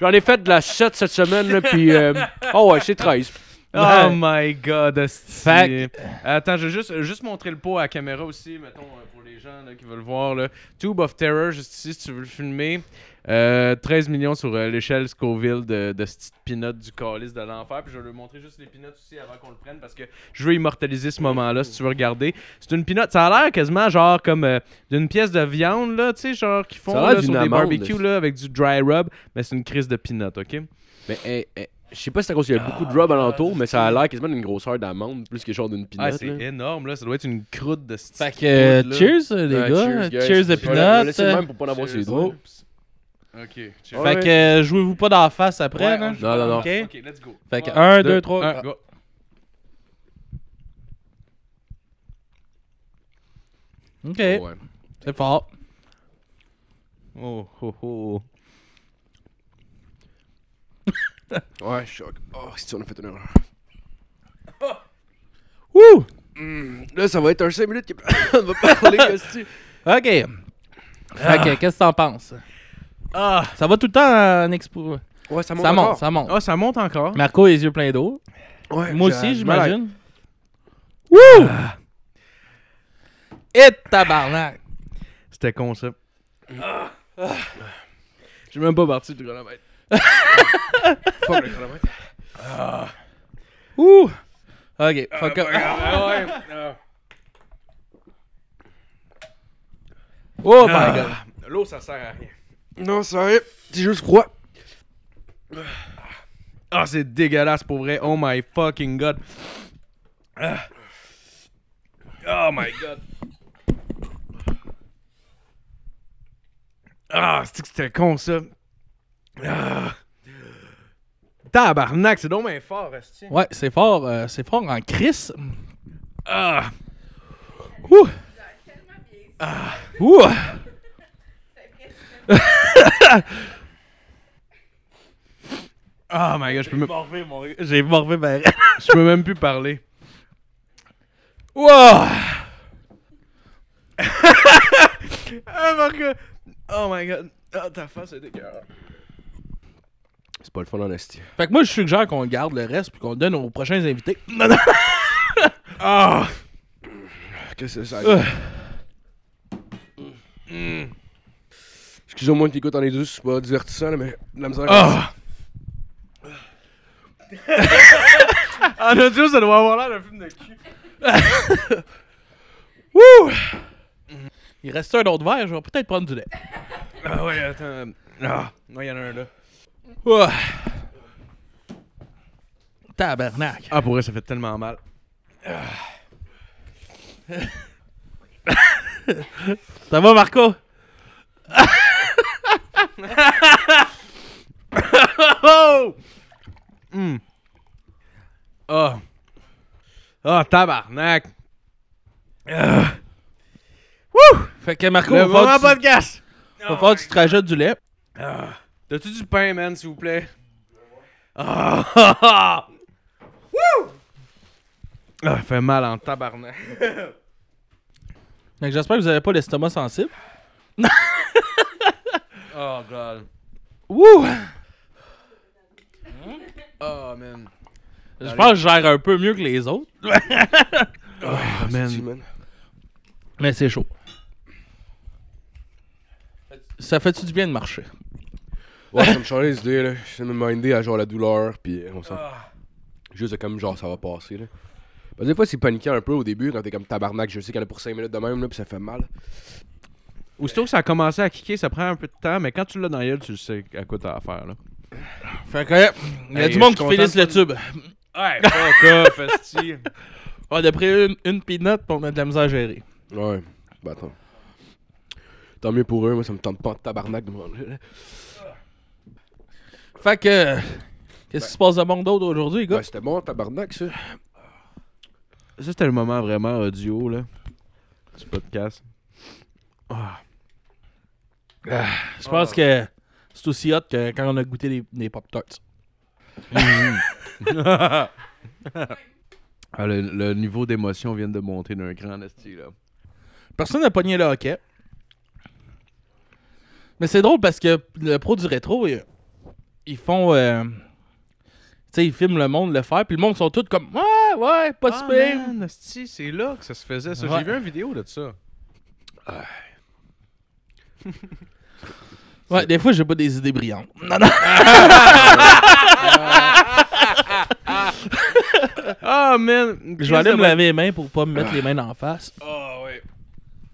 Speaker 3: J'en ai fait de la 7 cette semaine, là, puis. euh, oh ouais, c'est 13.
Speaker 4: Oh my god, esti.
Speaker 5: Fait
Speaker 4: Attends, je vais juste, juste montrer le pot à la caméra aussi, mettons, euh, pour les gens là, qui veulent voir. Là. Tube of Terror, juste ici, si tu veux le filmer. Euh, 13 millions sur euh, l'échelle Scoville de, de ce petit peanut du calice de l'enfer. Puis je vais le montrer juste les peanuts aussi avant qu'on le prenne parce que je veux immortaliser ce moment-là si tu veux regarder. C'est une peanut, ça a l'air quasiment genre comme euh, d'une pièce de viande, là, tu sais, genre qu'ils font
Speaker 3: Ça a l'air
Speaker 4: là,
Speaker 3: d'une
Speaker 4: sur des
Speaker 3: amande.
Speaker 4: barbecues là, avec du dry rub. Mais c'est une crise de peanut, ok?
Speaker 3: Mais eh, eh, je sais pas si c'est à cause qu'il y a beaucoup de rub alentour, mais ça a l'air quasiment d'une grosseur d'amande, plus que genre d'une
Speaker 4: Ah,
Speaker 3: pinette.
Speaker 4: c'est énorme, là. Ça doit être une croûte de
Speaker 5: Fait que, euh,
Speaker 4: Good, là.
Speaker 5: cheers, euh, les gars. Cheers, de peanuts.
Speaker 3: C'est même
Speaker 5: Fait
Speaker 3: pour pas en avoir sur les
Speaker 4: Cheers.
Speaker 3: doigts.
Speaker 4: Ok, cheers.
Speaker 3: Ouais.
Speaker 5: que, euh, jouez-vous pas d'en face après,
Speaker 4: Ouais,
Speaker 5: là.
Speaker 4: on joue
Speaker 3: Non,
Speaker 4: pas
Speaker 3: non,
Speaker 4: dans-
Speaker 3: non.
Speaker 4: Ok,
Speaker 5: Ok.
Speaker 4: let's go.
Speaker 5: Fait que
Speaker 4: Un,
Speaker 5: 1,
Speaker 3: deux,
Speaker 5: 2, 3.
Speaker 4: un, go.
Speaker 5: Ok,
Speaker 3: Ah Ouais.
Speaker 5: c'est fort.
Speaker 4: Oh, oh, oh.
Speaker 3: Ouais, choc. Oh, si on a fait une erreur.
Speaker 5: Wouh!
Speaker 3: Là, ça va être un 5 minutes qu'on va parler, hostie.
Speaker 5: Ok. Fait que, qu'est-ce que t'en penses?
Speaker 4: Ah,
Speaker 5: Ça va tout le temps en expo.
Speaker 3: Ouais, ça monte.
Speaker 5: Ça monte,
Speaker 3: encore.
Speaker 5: ça monte.
Speaker 4: Ah, ça monte encore.
Speaker 5: Marco, les yeux pleins d'eau.
Speaker 3: Ouais,
Speaker 5: Moi
Speaker 3: j'ai-
Speaker 5: aussi,
Speaker 3: j'ai mal à-
Speaker 5: j'imagine. Wouh! Et tabarnak!
Speaker 4: C'était con, ça. J'ai même pas parti du chronomètre.
Speaker 3: Fuck le chronomètre.
Speaker 5: Ouh! Ok, fuck up.
Speaker 4: Ah, ouais. ah.
Speaker 5: Oh my god!
Speaker 4: Ah. L'eau, ça sert à rien.
Speaker 3: Non, ça arrive. C'est juste froid.
Speaker 4: Ah, c'est dégueulasse pour vrai. Oh my fucking god. Ah. Oh my god. Ah, c'est que c'était con ça. Ah. Tabarnak, c'est dommage fort, esti.
Speaker 5: Ouais, c'est fort, euh, c'est fort en crise.
Speaker 4: Ah.
Speaker 5: Ouh! Ouh!
Speaker 4: Oh my god, je peux, me-
Speaker 5: J'ai morvé ma
Speaker 4: je peux même plus parler.
Speaker 5: Wow!
Speaker 4: Ah, Marco. Oh my god. Ah, ta face est dégueulasse.
Speaker 3: C'est pas le fun en hostie.
Speaker 5: Fait que moi, je suggère qu'on garde le reste puis qu'on le donne aux prochains invités.
Speaker 4: Ah.
Speaker 3: Qu'est-ce que c'est ça?
Speaker 4: Euh. Hmm.
Speaker 3: Excusez-moi qui écoute en les deux, c'est pas divertissant, là, mais la misère.
Speaker 4: Ah. en audio, Ah, ça doit avoir l'air d'un film de cul.
Speaker 5: Il reste un autre verre, je vais peut-être prendre du lait.
Speaker 4: Ah ouais, attends. Ah, non, il y en a un là.
Speaker 5: Ouah. Tabarnak.
Speaker 4: Ah, pour vrai, ça fait tellement mal.
Speaker 5: Ça va, Marco?
Speaker 4: Oh! Hmm. Ah. Ah, tabarnak. Ah. Wouh!
Speaker 5: Fait que Marco,
Speaker 4: Le
Speaker 5: va falloir
Speaker 4: moment
Speaker 5: que tu-
Speaker 4: podcast!
Speaker 5: va falloir que tu te rajoutes du lait.
Speaker 4: Ah. T'as-tu du pain, man, s'il vous plaît? Ah! ah, ah. Wouh! Ah, fait mal en tabarnak.
Speaker 5: Fait que j'espère que vous avez pas l'estomac sensible.
Speaker 4: Oh, God.
Speaker 5: Wouh!
Speaker 4: Oh, man.
Speaker 5: Je pense que je gère un peu mieux que les autres,
Speaker 4: Oh,
Speaker 3: Si,
Speaker 4: man.
Speaker 3: man.
Speaker 5: mais c'est chaud. Ça fait-tu du bien de marcher?
Speaker 3: Ouais, ça me changeait les idées, là. J'essaie de me minder à genre la douleur, puis euh, on s'en.
Speaker 4: Ah.
Speaker 3: Juste de comme genre ça va passer, là. Parce que des fois, c'est paniquant un peu au début quand t'es comme tabarnak. Je sais qu'elle est pour 5 minutes de même, là, puis ça fait mal.
Speaker 4: Aussitôt que ça a commencé à kicker, ça prend un peu de temps, mais quand tu l'as dans la gueule, tu sais à quoi t'as affaire, là.
Speaker 5: Fait que, il y a
Speaker 4: Hey,
Speaker 5: du monde
Speaker 4: je suis
Speaker 5: qui
Speaker 4: content
Speaker 5: finisse
Speaker 4: de-
Speaker 5: le tube.
Speaker 4: Ouais, fuck off, esti.
Speaker 5: On a pris une, une peanut pour mettre de la misère à gérer.
Speaker 3: Ouais, bah attends. Tant mieux pour eux, moi ça me tente pas de tabarnak de manger. là.
Speaker 5: Fait que, qu'est-ce qui se passe de bon d'autre aujourd'hui, les gars?
Speaker 3: Ben, c'était bon, tabarnak, ça.
Speaker 4: Ça, c'était le moment vraiment audio, là. Du podcast.
Speaker 5: Je pense que c'est aussi hot que quand on a goûté des, des Pop-Tarts.
Speaker 4: Ah, le, le niveau d'émotion vient de monter d'un grand esti, là.
Speaker 5: Personne n'a pogné le hockey. Mais c'est drôle parce que le pro du rétro, ils, ils font. euh, tu sais, ils filment le monde le faire, puis le monde sont tous comme Ouais, ouais, pas de
Speaker 4: Ah, c'est là que ça se faisait,
Speaker 5: ça.
Speaker 4: ça. J'ai
Speaker 5: J'ai vu
Speaker 4: vu une vidéo de ça.
Speaker 5: Ouais, des fois, j'ai pas des idées brillantes. Non, non.
Speaker 4: Ah, man!
Speaker 5: Je vais aller me laver les mains pour pas me mettre les mains en face.
Speaker 4: Ah, ouais.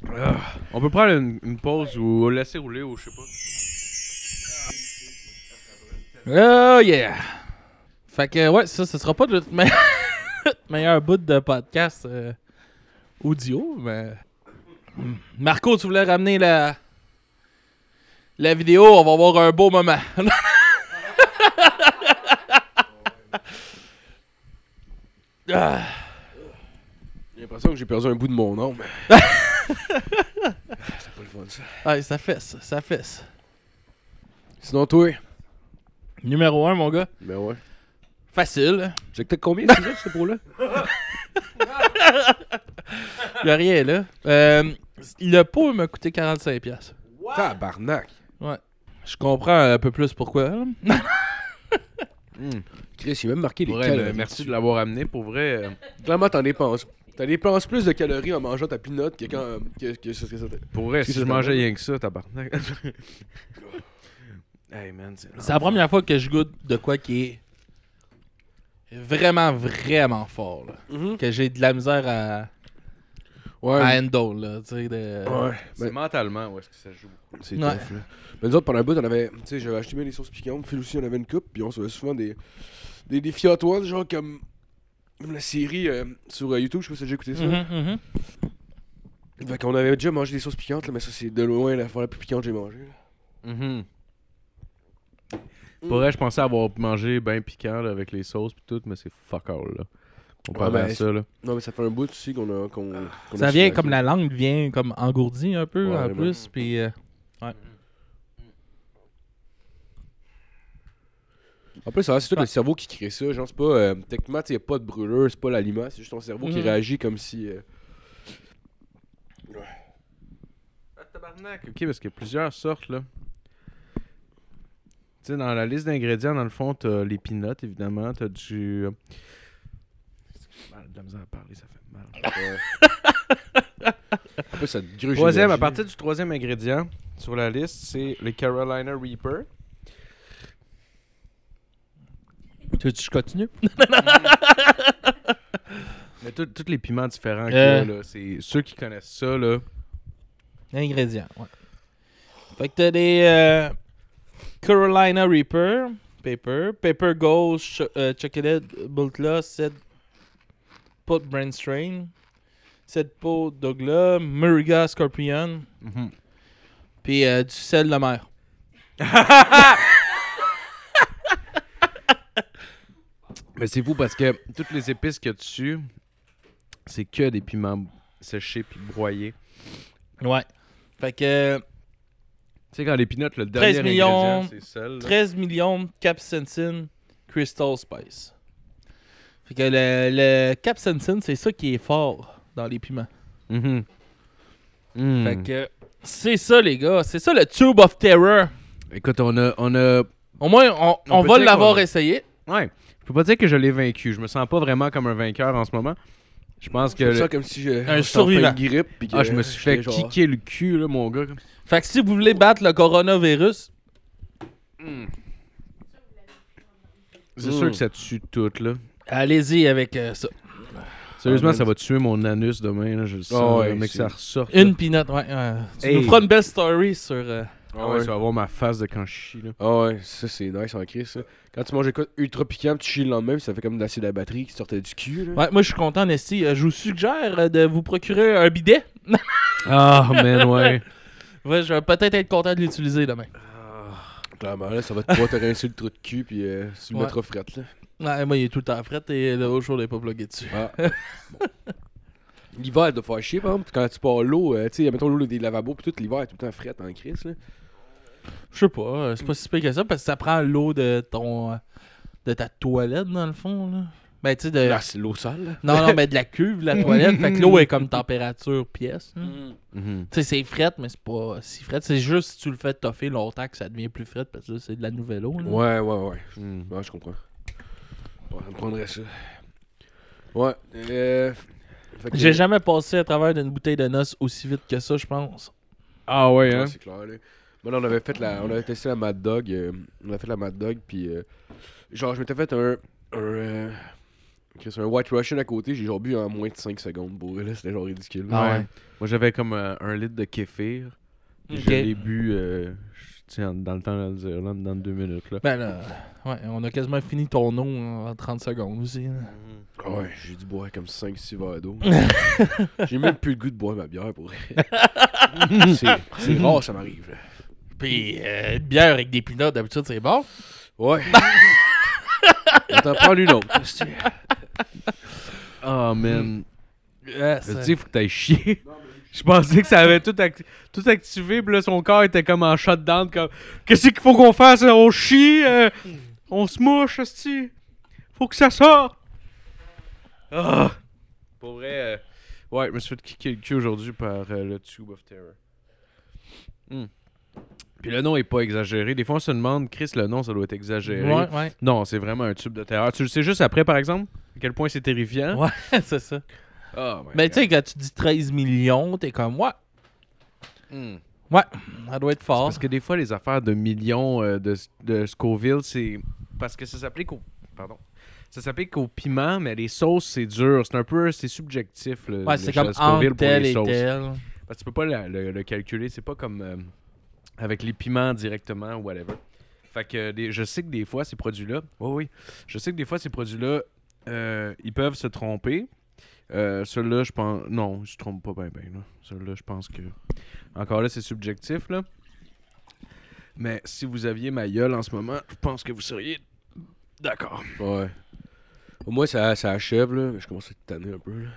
Speaker 4: Ah. On peut prendre une, une pause ou laisser rouler ou je sais pas.
Speaker 5: Oh yeah! Fait que ouais, ça, ce sera pas notre, me- notre meilleur bout de podcast euh, audio, mais. hmm. Marco, tu voulais ramener la. La vidéo, on va avoir un beau moment. Ah,
Speaker 3: J'ai l'impression que j'ai perdu un bout de mon nom. mais- c'est pas le fun, ça.
Speaker 5: ouais, ça fesse, ça fesse.
Speaker 3: Sinon, toi,
Speaker 5: Numéro 1, mon gars.
Speaker 3: ben ouais.
Speaker 5: Facile.
Speaker 3: C'est que t'as combien de sujets, ce pro-là
Speaker 5: Y'a rien, là. Euh, le pot m'a coûté 45$. piastres.
Speaker 3: Tabarnak.
Speaker 5: Ouais. Je comprends un peu plus pourquoi. là.
Speaker 3: Chris, il a même marqué les
Speaker 4: Pour vrai,
Speaker 3: calories.
Speaker 4: euh, merci de l'avoir amené. Pour vrai, euh,
Speaker 3: Clairement, t'en dépenses. T'en dépenses plus de calories en mangeant ta pinotte que quand. que, que, ce que ça t'a-
Speaker 4: pour vrai
Speaker 3: Est-ce
Speaker 4: si
Speaker 3: que
Speaker 4: je
Speaker 3: c'est
Speaker 4: mangeais
Speaker 3: bon?
Speaker 4: rien que ça, tabarnak. hey, man, c'est
Speaker 5: C'est la première fois que je goûte de quoi qui est vraiment, vraiment fort. là.
Speaker 3: Mm-hmm.
Speaker 5: Que j'ai de la misère à,
Speaker 3: Ouais.
Speaker 5: à handle. Là, tu sais, de...
Speaker 3: Ouais.
Speaker 4: C'est mentalement où est-ce que ça joue.
Speaker 3: C'est
Speaker 5: Ouais.
Speaker 3: tough, là. Mais nous autres, pendant un bout, on avait. Tu sais, j'avais acheté bien des sauces piquantes. Phil aussi, on avait une coupe. Puis on se faisait souvent des. Des, des fiottes ones, genre comme. Comme la série euh, sur euh, YouTube, je sais pas si j'ai écouté ça.
Speaker 5: Mhm, mhm.
Speaker 3: Fait qu'on avait déjà mangé des sauces piquantes, là, mais ça, c'est de loin la fois la plus piquante que j'ai mangée. là.
Speaker 4: Mhm. Pour vrai, je pensais avoir mangé bien piquant là, avec les sauces pis tout, mais c'est fuck all là. On parle
Speaker 3: ben,
Speaker 4: à ça là.
Speaker 3: Non, mais ça fait un bout aussi qu'on a. qu'on qu'on a
Speaker 5: Ça vient
Speaker 3: chillaxé.
Speaker 5: comme la langue vient comme engourdie un peu
Speaker 3: Ouais,
Speaker 5: en
Speaker 3: ouais.
Speaker 5: plus. Puis, euh,
Speaker 3: En plus, ça, c'est tout le cerveau qui crée ça. Genre, c'est pas. euh, techniquement, il n'y a pas de brûleur, c'est pas l'aliment, c'est juste ton cerveau qui
Speaker 5: Mhm.
Speaker 3: réagit comme si. euh,
Speaker 4: Ok, parce qu'il y a plusieurs sortes là. Tu sais, dans la liste d'ingrédients, dans le fond, t'as les peanuts évidemment, t'as du. euh, J'ai mal de la misère à parler, ça fait mal.
Speaker 3: en plus, ça te gruge.
Speaker 4: Troisième, à
Speaker 3: l'énergie.
Speaker 4: partir du troisième ingrédient sur la liste, c'est le Carolina Reaper.
Speaker 5: tu veux que je continue?
Speaker 4: Mais tout- tous les piments différents qu'il y
Speaker 5: Euh.
Speaker 4: a, là, c'est ceux qui connaissent ça là.
Speaker 5: Ingrédients, ouais. Fait que t'as des euh, Carolina Reaper, Paper, Paper Ghost, Ch euh, Chocolate Bultla, Seth Pot Brain Strain, Seth Pot Dogla, Muriga Scorpion, puis euh, du sel de mer.
Speaker 4: Mais c'est vous parce que toutes les épices qu'il y a dessus, c'est que des piments séchés puis broyés.
Speaker 5: Ouais. Fait que euh,
Speaker 4: Tu sais, quand les peanuts, le dernier
Speaker 5: 13 millions,
Speaker 4: ingrédient, c'est seul.
Speaker 5: 13 millions capsaicin Crystal Spice. Fait que le, le capsaicin, c'est ça qui est fort dans les piments.
Speaker 4: Mhm. Mm.
Speaker 5: Fait que c'est ça, les gars. C'est ça le Tube of Terror.
Speaker 4: Écoute, on a, on a...
Speaker 5: Au moins, on,
Speaker 4: On
Speaker 5: on
Speaker 4: peut
Speaker 5: va
Speaker 4: dire
Speaker 5: l'avoir
Speaker 4: qu'on-
Speaker 5: essayé.
Speaker 4: Ouais, je peux pas dire que je l'ai vaincu. Je me sens pas vraiment comme un vainqueur en ce moment. Je pense que...
Speaker 3: Je me
Speaker 4: le-
Speaker 3: sens comme si j'ai
Speaker 5: survivant.
Speaker 3: une grippe. puis que
Speaker 4: Ah, je me suis fait
Speaker 3: j'étais genre-
Speaker 4: kicker le cul, là, mon gars.
Speaker 5: Fait que si vous voulez battre le coronavirus,
Speaker 4: C'est
Speaker 3: Mm.
Speaker 4: sûr que ça tue tout, là.
Speaker 5: allez-y avec euh, ça.
Speaker 4: Sérieusement,
Speaker 3: Ah,
Speaker 4: ça va tuer mon anus demain, là, je le sens.
Speaker 3: Ah ouais,
Speaker 4: là, mais que
Speaker 3: c'est-
Speaker 4: ça ressorte. là.
Speaker 5: Une peanut, ouais. ouais. tu
Speaker 4: Hey.
Speaker 5: nous feras une belle story sur. euh,
Speaker 4: Ah ouais, tu vas voir ma face de quand je chie, là.
Speaker 3: Ah ouais, ça c'est nice en crise ça. Quand tu manges des quoi de ultra piquant, tu chies le lendemain, puis ça fait comme de l'acide à batterie qui sortait du cul. Là.
Speaker 5: Ouais, moi, je suis content, Nessie. Euh, je vous suggère euh, de vous procurer un bidet.
Speaker 4: Ah, man, ouais.
Speaker 5: Ouais, je vais peut-être être content de l'utiliser demain.
Speaker 3: Clairement, là, ça va te pouvoir te rincer le trou de cul, puis euh, tu le
Speaker 5: Ouais.
Speaker 3: mettras frette, là.
Speaker 5: Ouais, moi, il est tout le temps fret et le haut jour, il est pas plugué dessus.
Speaker 3: Ah. Bon. L'hiver, il doit faire chier, par exemple. Quand tu pars l'eau, euh, tu sais, mettons l'eau des lavabos, puis tout, l'hiver, elle est tout le temps frette en crise, là.
Speaker 5: Je sais pas, euh, c'est pas si pire que ça parce que ça prend l'eau de ton. euh, de ta toilette, dans le fond, là. Ben, tu sais, de.
Speaker 3: Là, c'est l'eau sale, là.
Speaker 5: Non, non, mais de la cuve, la toilette. fait que l'eau est comme température pièce. là.
Speaker 4: Mhm.
Speaker 5: Tu sais, c'est frette, mais c'est pas si frette. C'est juste si tu le fais toffer longtemps que ça devient plus frette parce que là, c'est de la nouvelle eau. là.
Speaker 3: Ouais, ouais, ouais.
Speaker 4: Mhm.
Speaker 3: Ouais, je comprends. Ouais, je me prendrais ça. Ouais. Euh... fait que-
Speaker 5: J'ai jamais passé à travers d'une bouteille de noces aussi vite que ça, je pense.
Speaker 4: Ah, ouais,
Speaker 3: Ouais,
Speaker 4: hein.
Speaker 3: c'est clair, là. Moi, là, on avait fait la... On avait testé la Mad Dog. euh, On a fait la Mad Dog, puis... euh, Genre, je m'étais fait un... un euh, Chris, un White Russian à côté, j'ai genre bu en moins de 5 secondes pour là, c'était genre ridicule.
Speaker 5: Ah ouais.
Speaker 4: Moi, j'avais comme euh, un litre de kéfir. Puis
Speaker 5: Ok.
Speaker 4: Je l'ai bu, euh, je- tu sais, en- dans le temps de le dire, là, dans deux minutes, là.
Speaker 5: Ben là, ouais, on a quasiment fini ton eau hein, en 30 secondes aussi. là.
Speaker 3: Ah Ouais, j'ai dû boire comme 5-6 verres d'eau. j'ai même plus le goût de boire ma bière pour vrai. c'est, c'est rare, ça m'arrive. là.
Speaker 5: Puis, euh, une bière avec des pinottes, d'habitude, c'est bon.
Speaker 3: Ouais. On t'en prend une autre. hostie.
Speaker 4: Ah, man.
Speaker 5: Yes.
Speaker 4: Tu sais, faut que t'ailles chier. Je pensais que ça avait tout, act- tout activé, puis là, son corps était comme en shutdown, comme « Qu'est-ce qu'il faut qu'on fasse? On chie? euh, on se mouche, esti? Faut que ça sorte! » Ah! Pour vrai, euh, ouais, je me suis fait kicker le cul aujourd'hui par euh, le Tube of Terror. Hmm. Puis le nom est pas exagéré. Des fois, on se demande, Chris, le nom, ça doit être exagéré.
Speaker 5: Ouais, ouais.
Speaker 4: Non, c'est vraiment un tube de terreur. Tu le sais juste après, par exemple, à quel point c'est terrifiant.
Speaker 5: Ouais, c'est ça.
Speaker 4: Oh my
Speaker 5: Mais
Speaker 4: God.
Speaker 5: tu sais, quand tu dis 13 millions, t'es comme, ouais,
Speaker 4: Hmm.
Speaker 5: ouais, ça doit être fort.
Speaker 4: Parce que des fois, les affaires de millions euh, de, de Scoville, c'est. Parce que ça s'applique au. Pardon. Ça s'applique au piment, mais les sauces, c'est dur. C'est un peu. C'est subjectif. Le,
Speaker 5: Ouais, c'est
Speaker 4: l'échelle
Speaker 5: comme
Speaker 4: Scoville
Speaker 5: entre tel et tel.
Speaker 4: Parce que tu peux pas la- le, le calculer. C'est pas comme euh, avec les piments directement ou whatever. Fait que euh, des- je sais que des fois, ces produits-là. Oui, oui. Je sais que des fois, ces produits-là, euh, ils peuvent se tromper. Euh, Ceux-là, je pense. Non, ils se trompent pas bien, bien. Ceux-là, je pense que. Encore là, c'est subjectif, là. Mais si vous aviez ma gueule en ce moment, je pense que vous seriez d'accord.
Speaker 3: Ouais. Au moins, ça, ça achève, là. Je commence à être tanné un peu, là.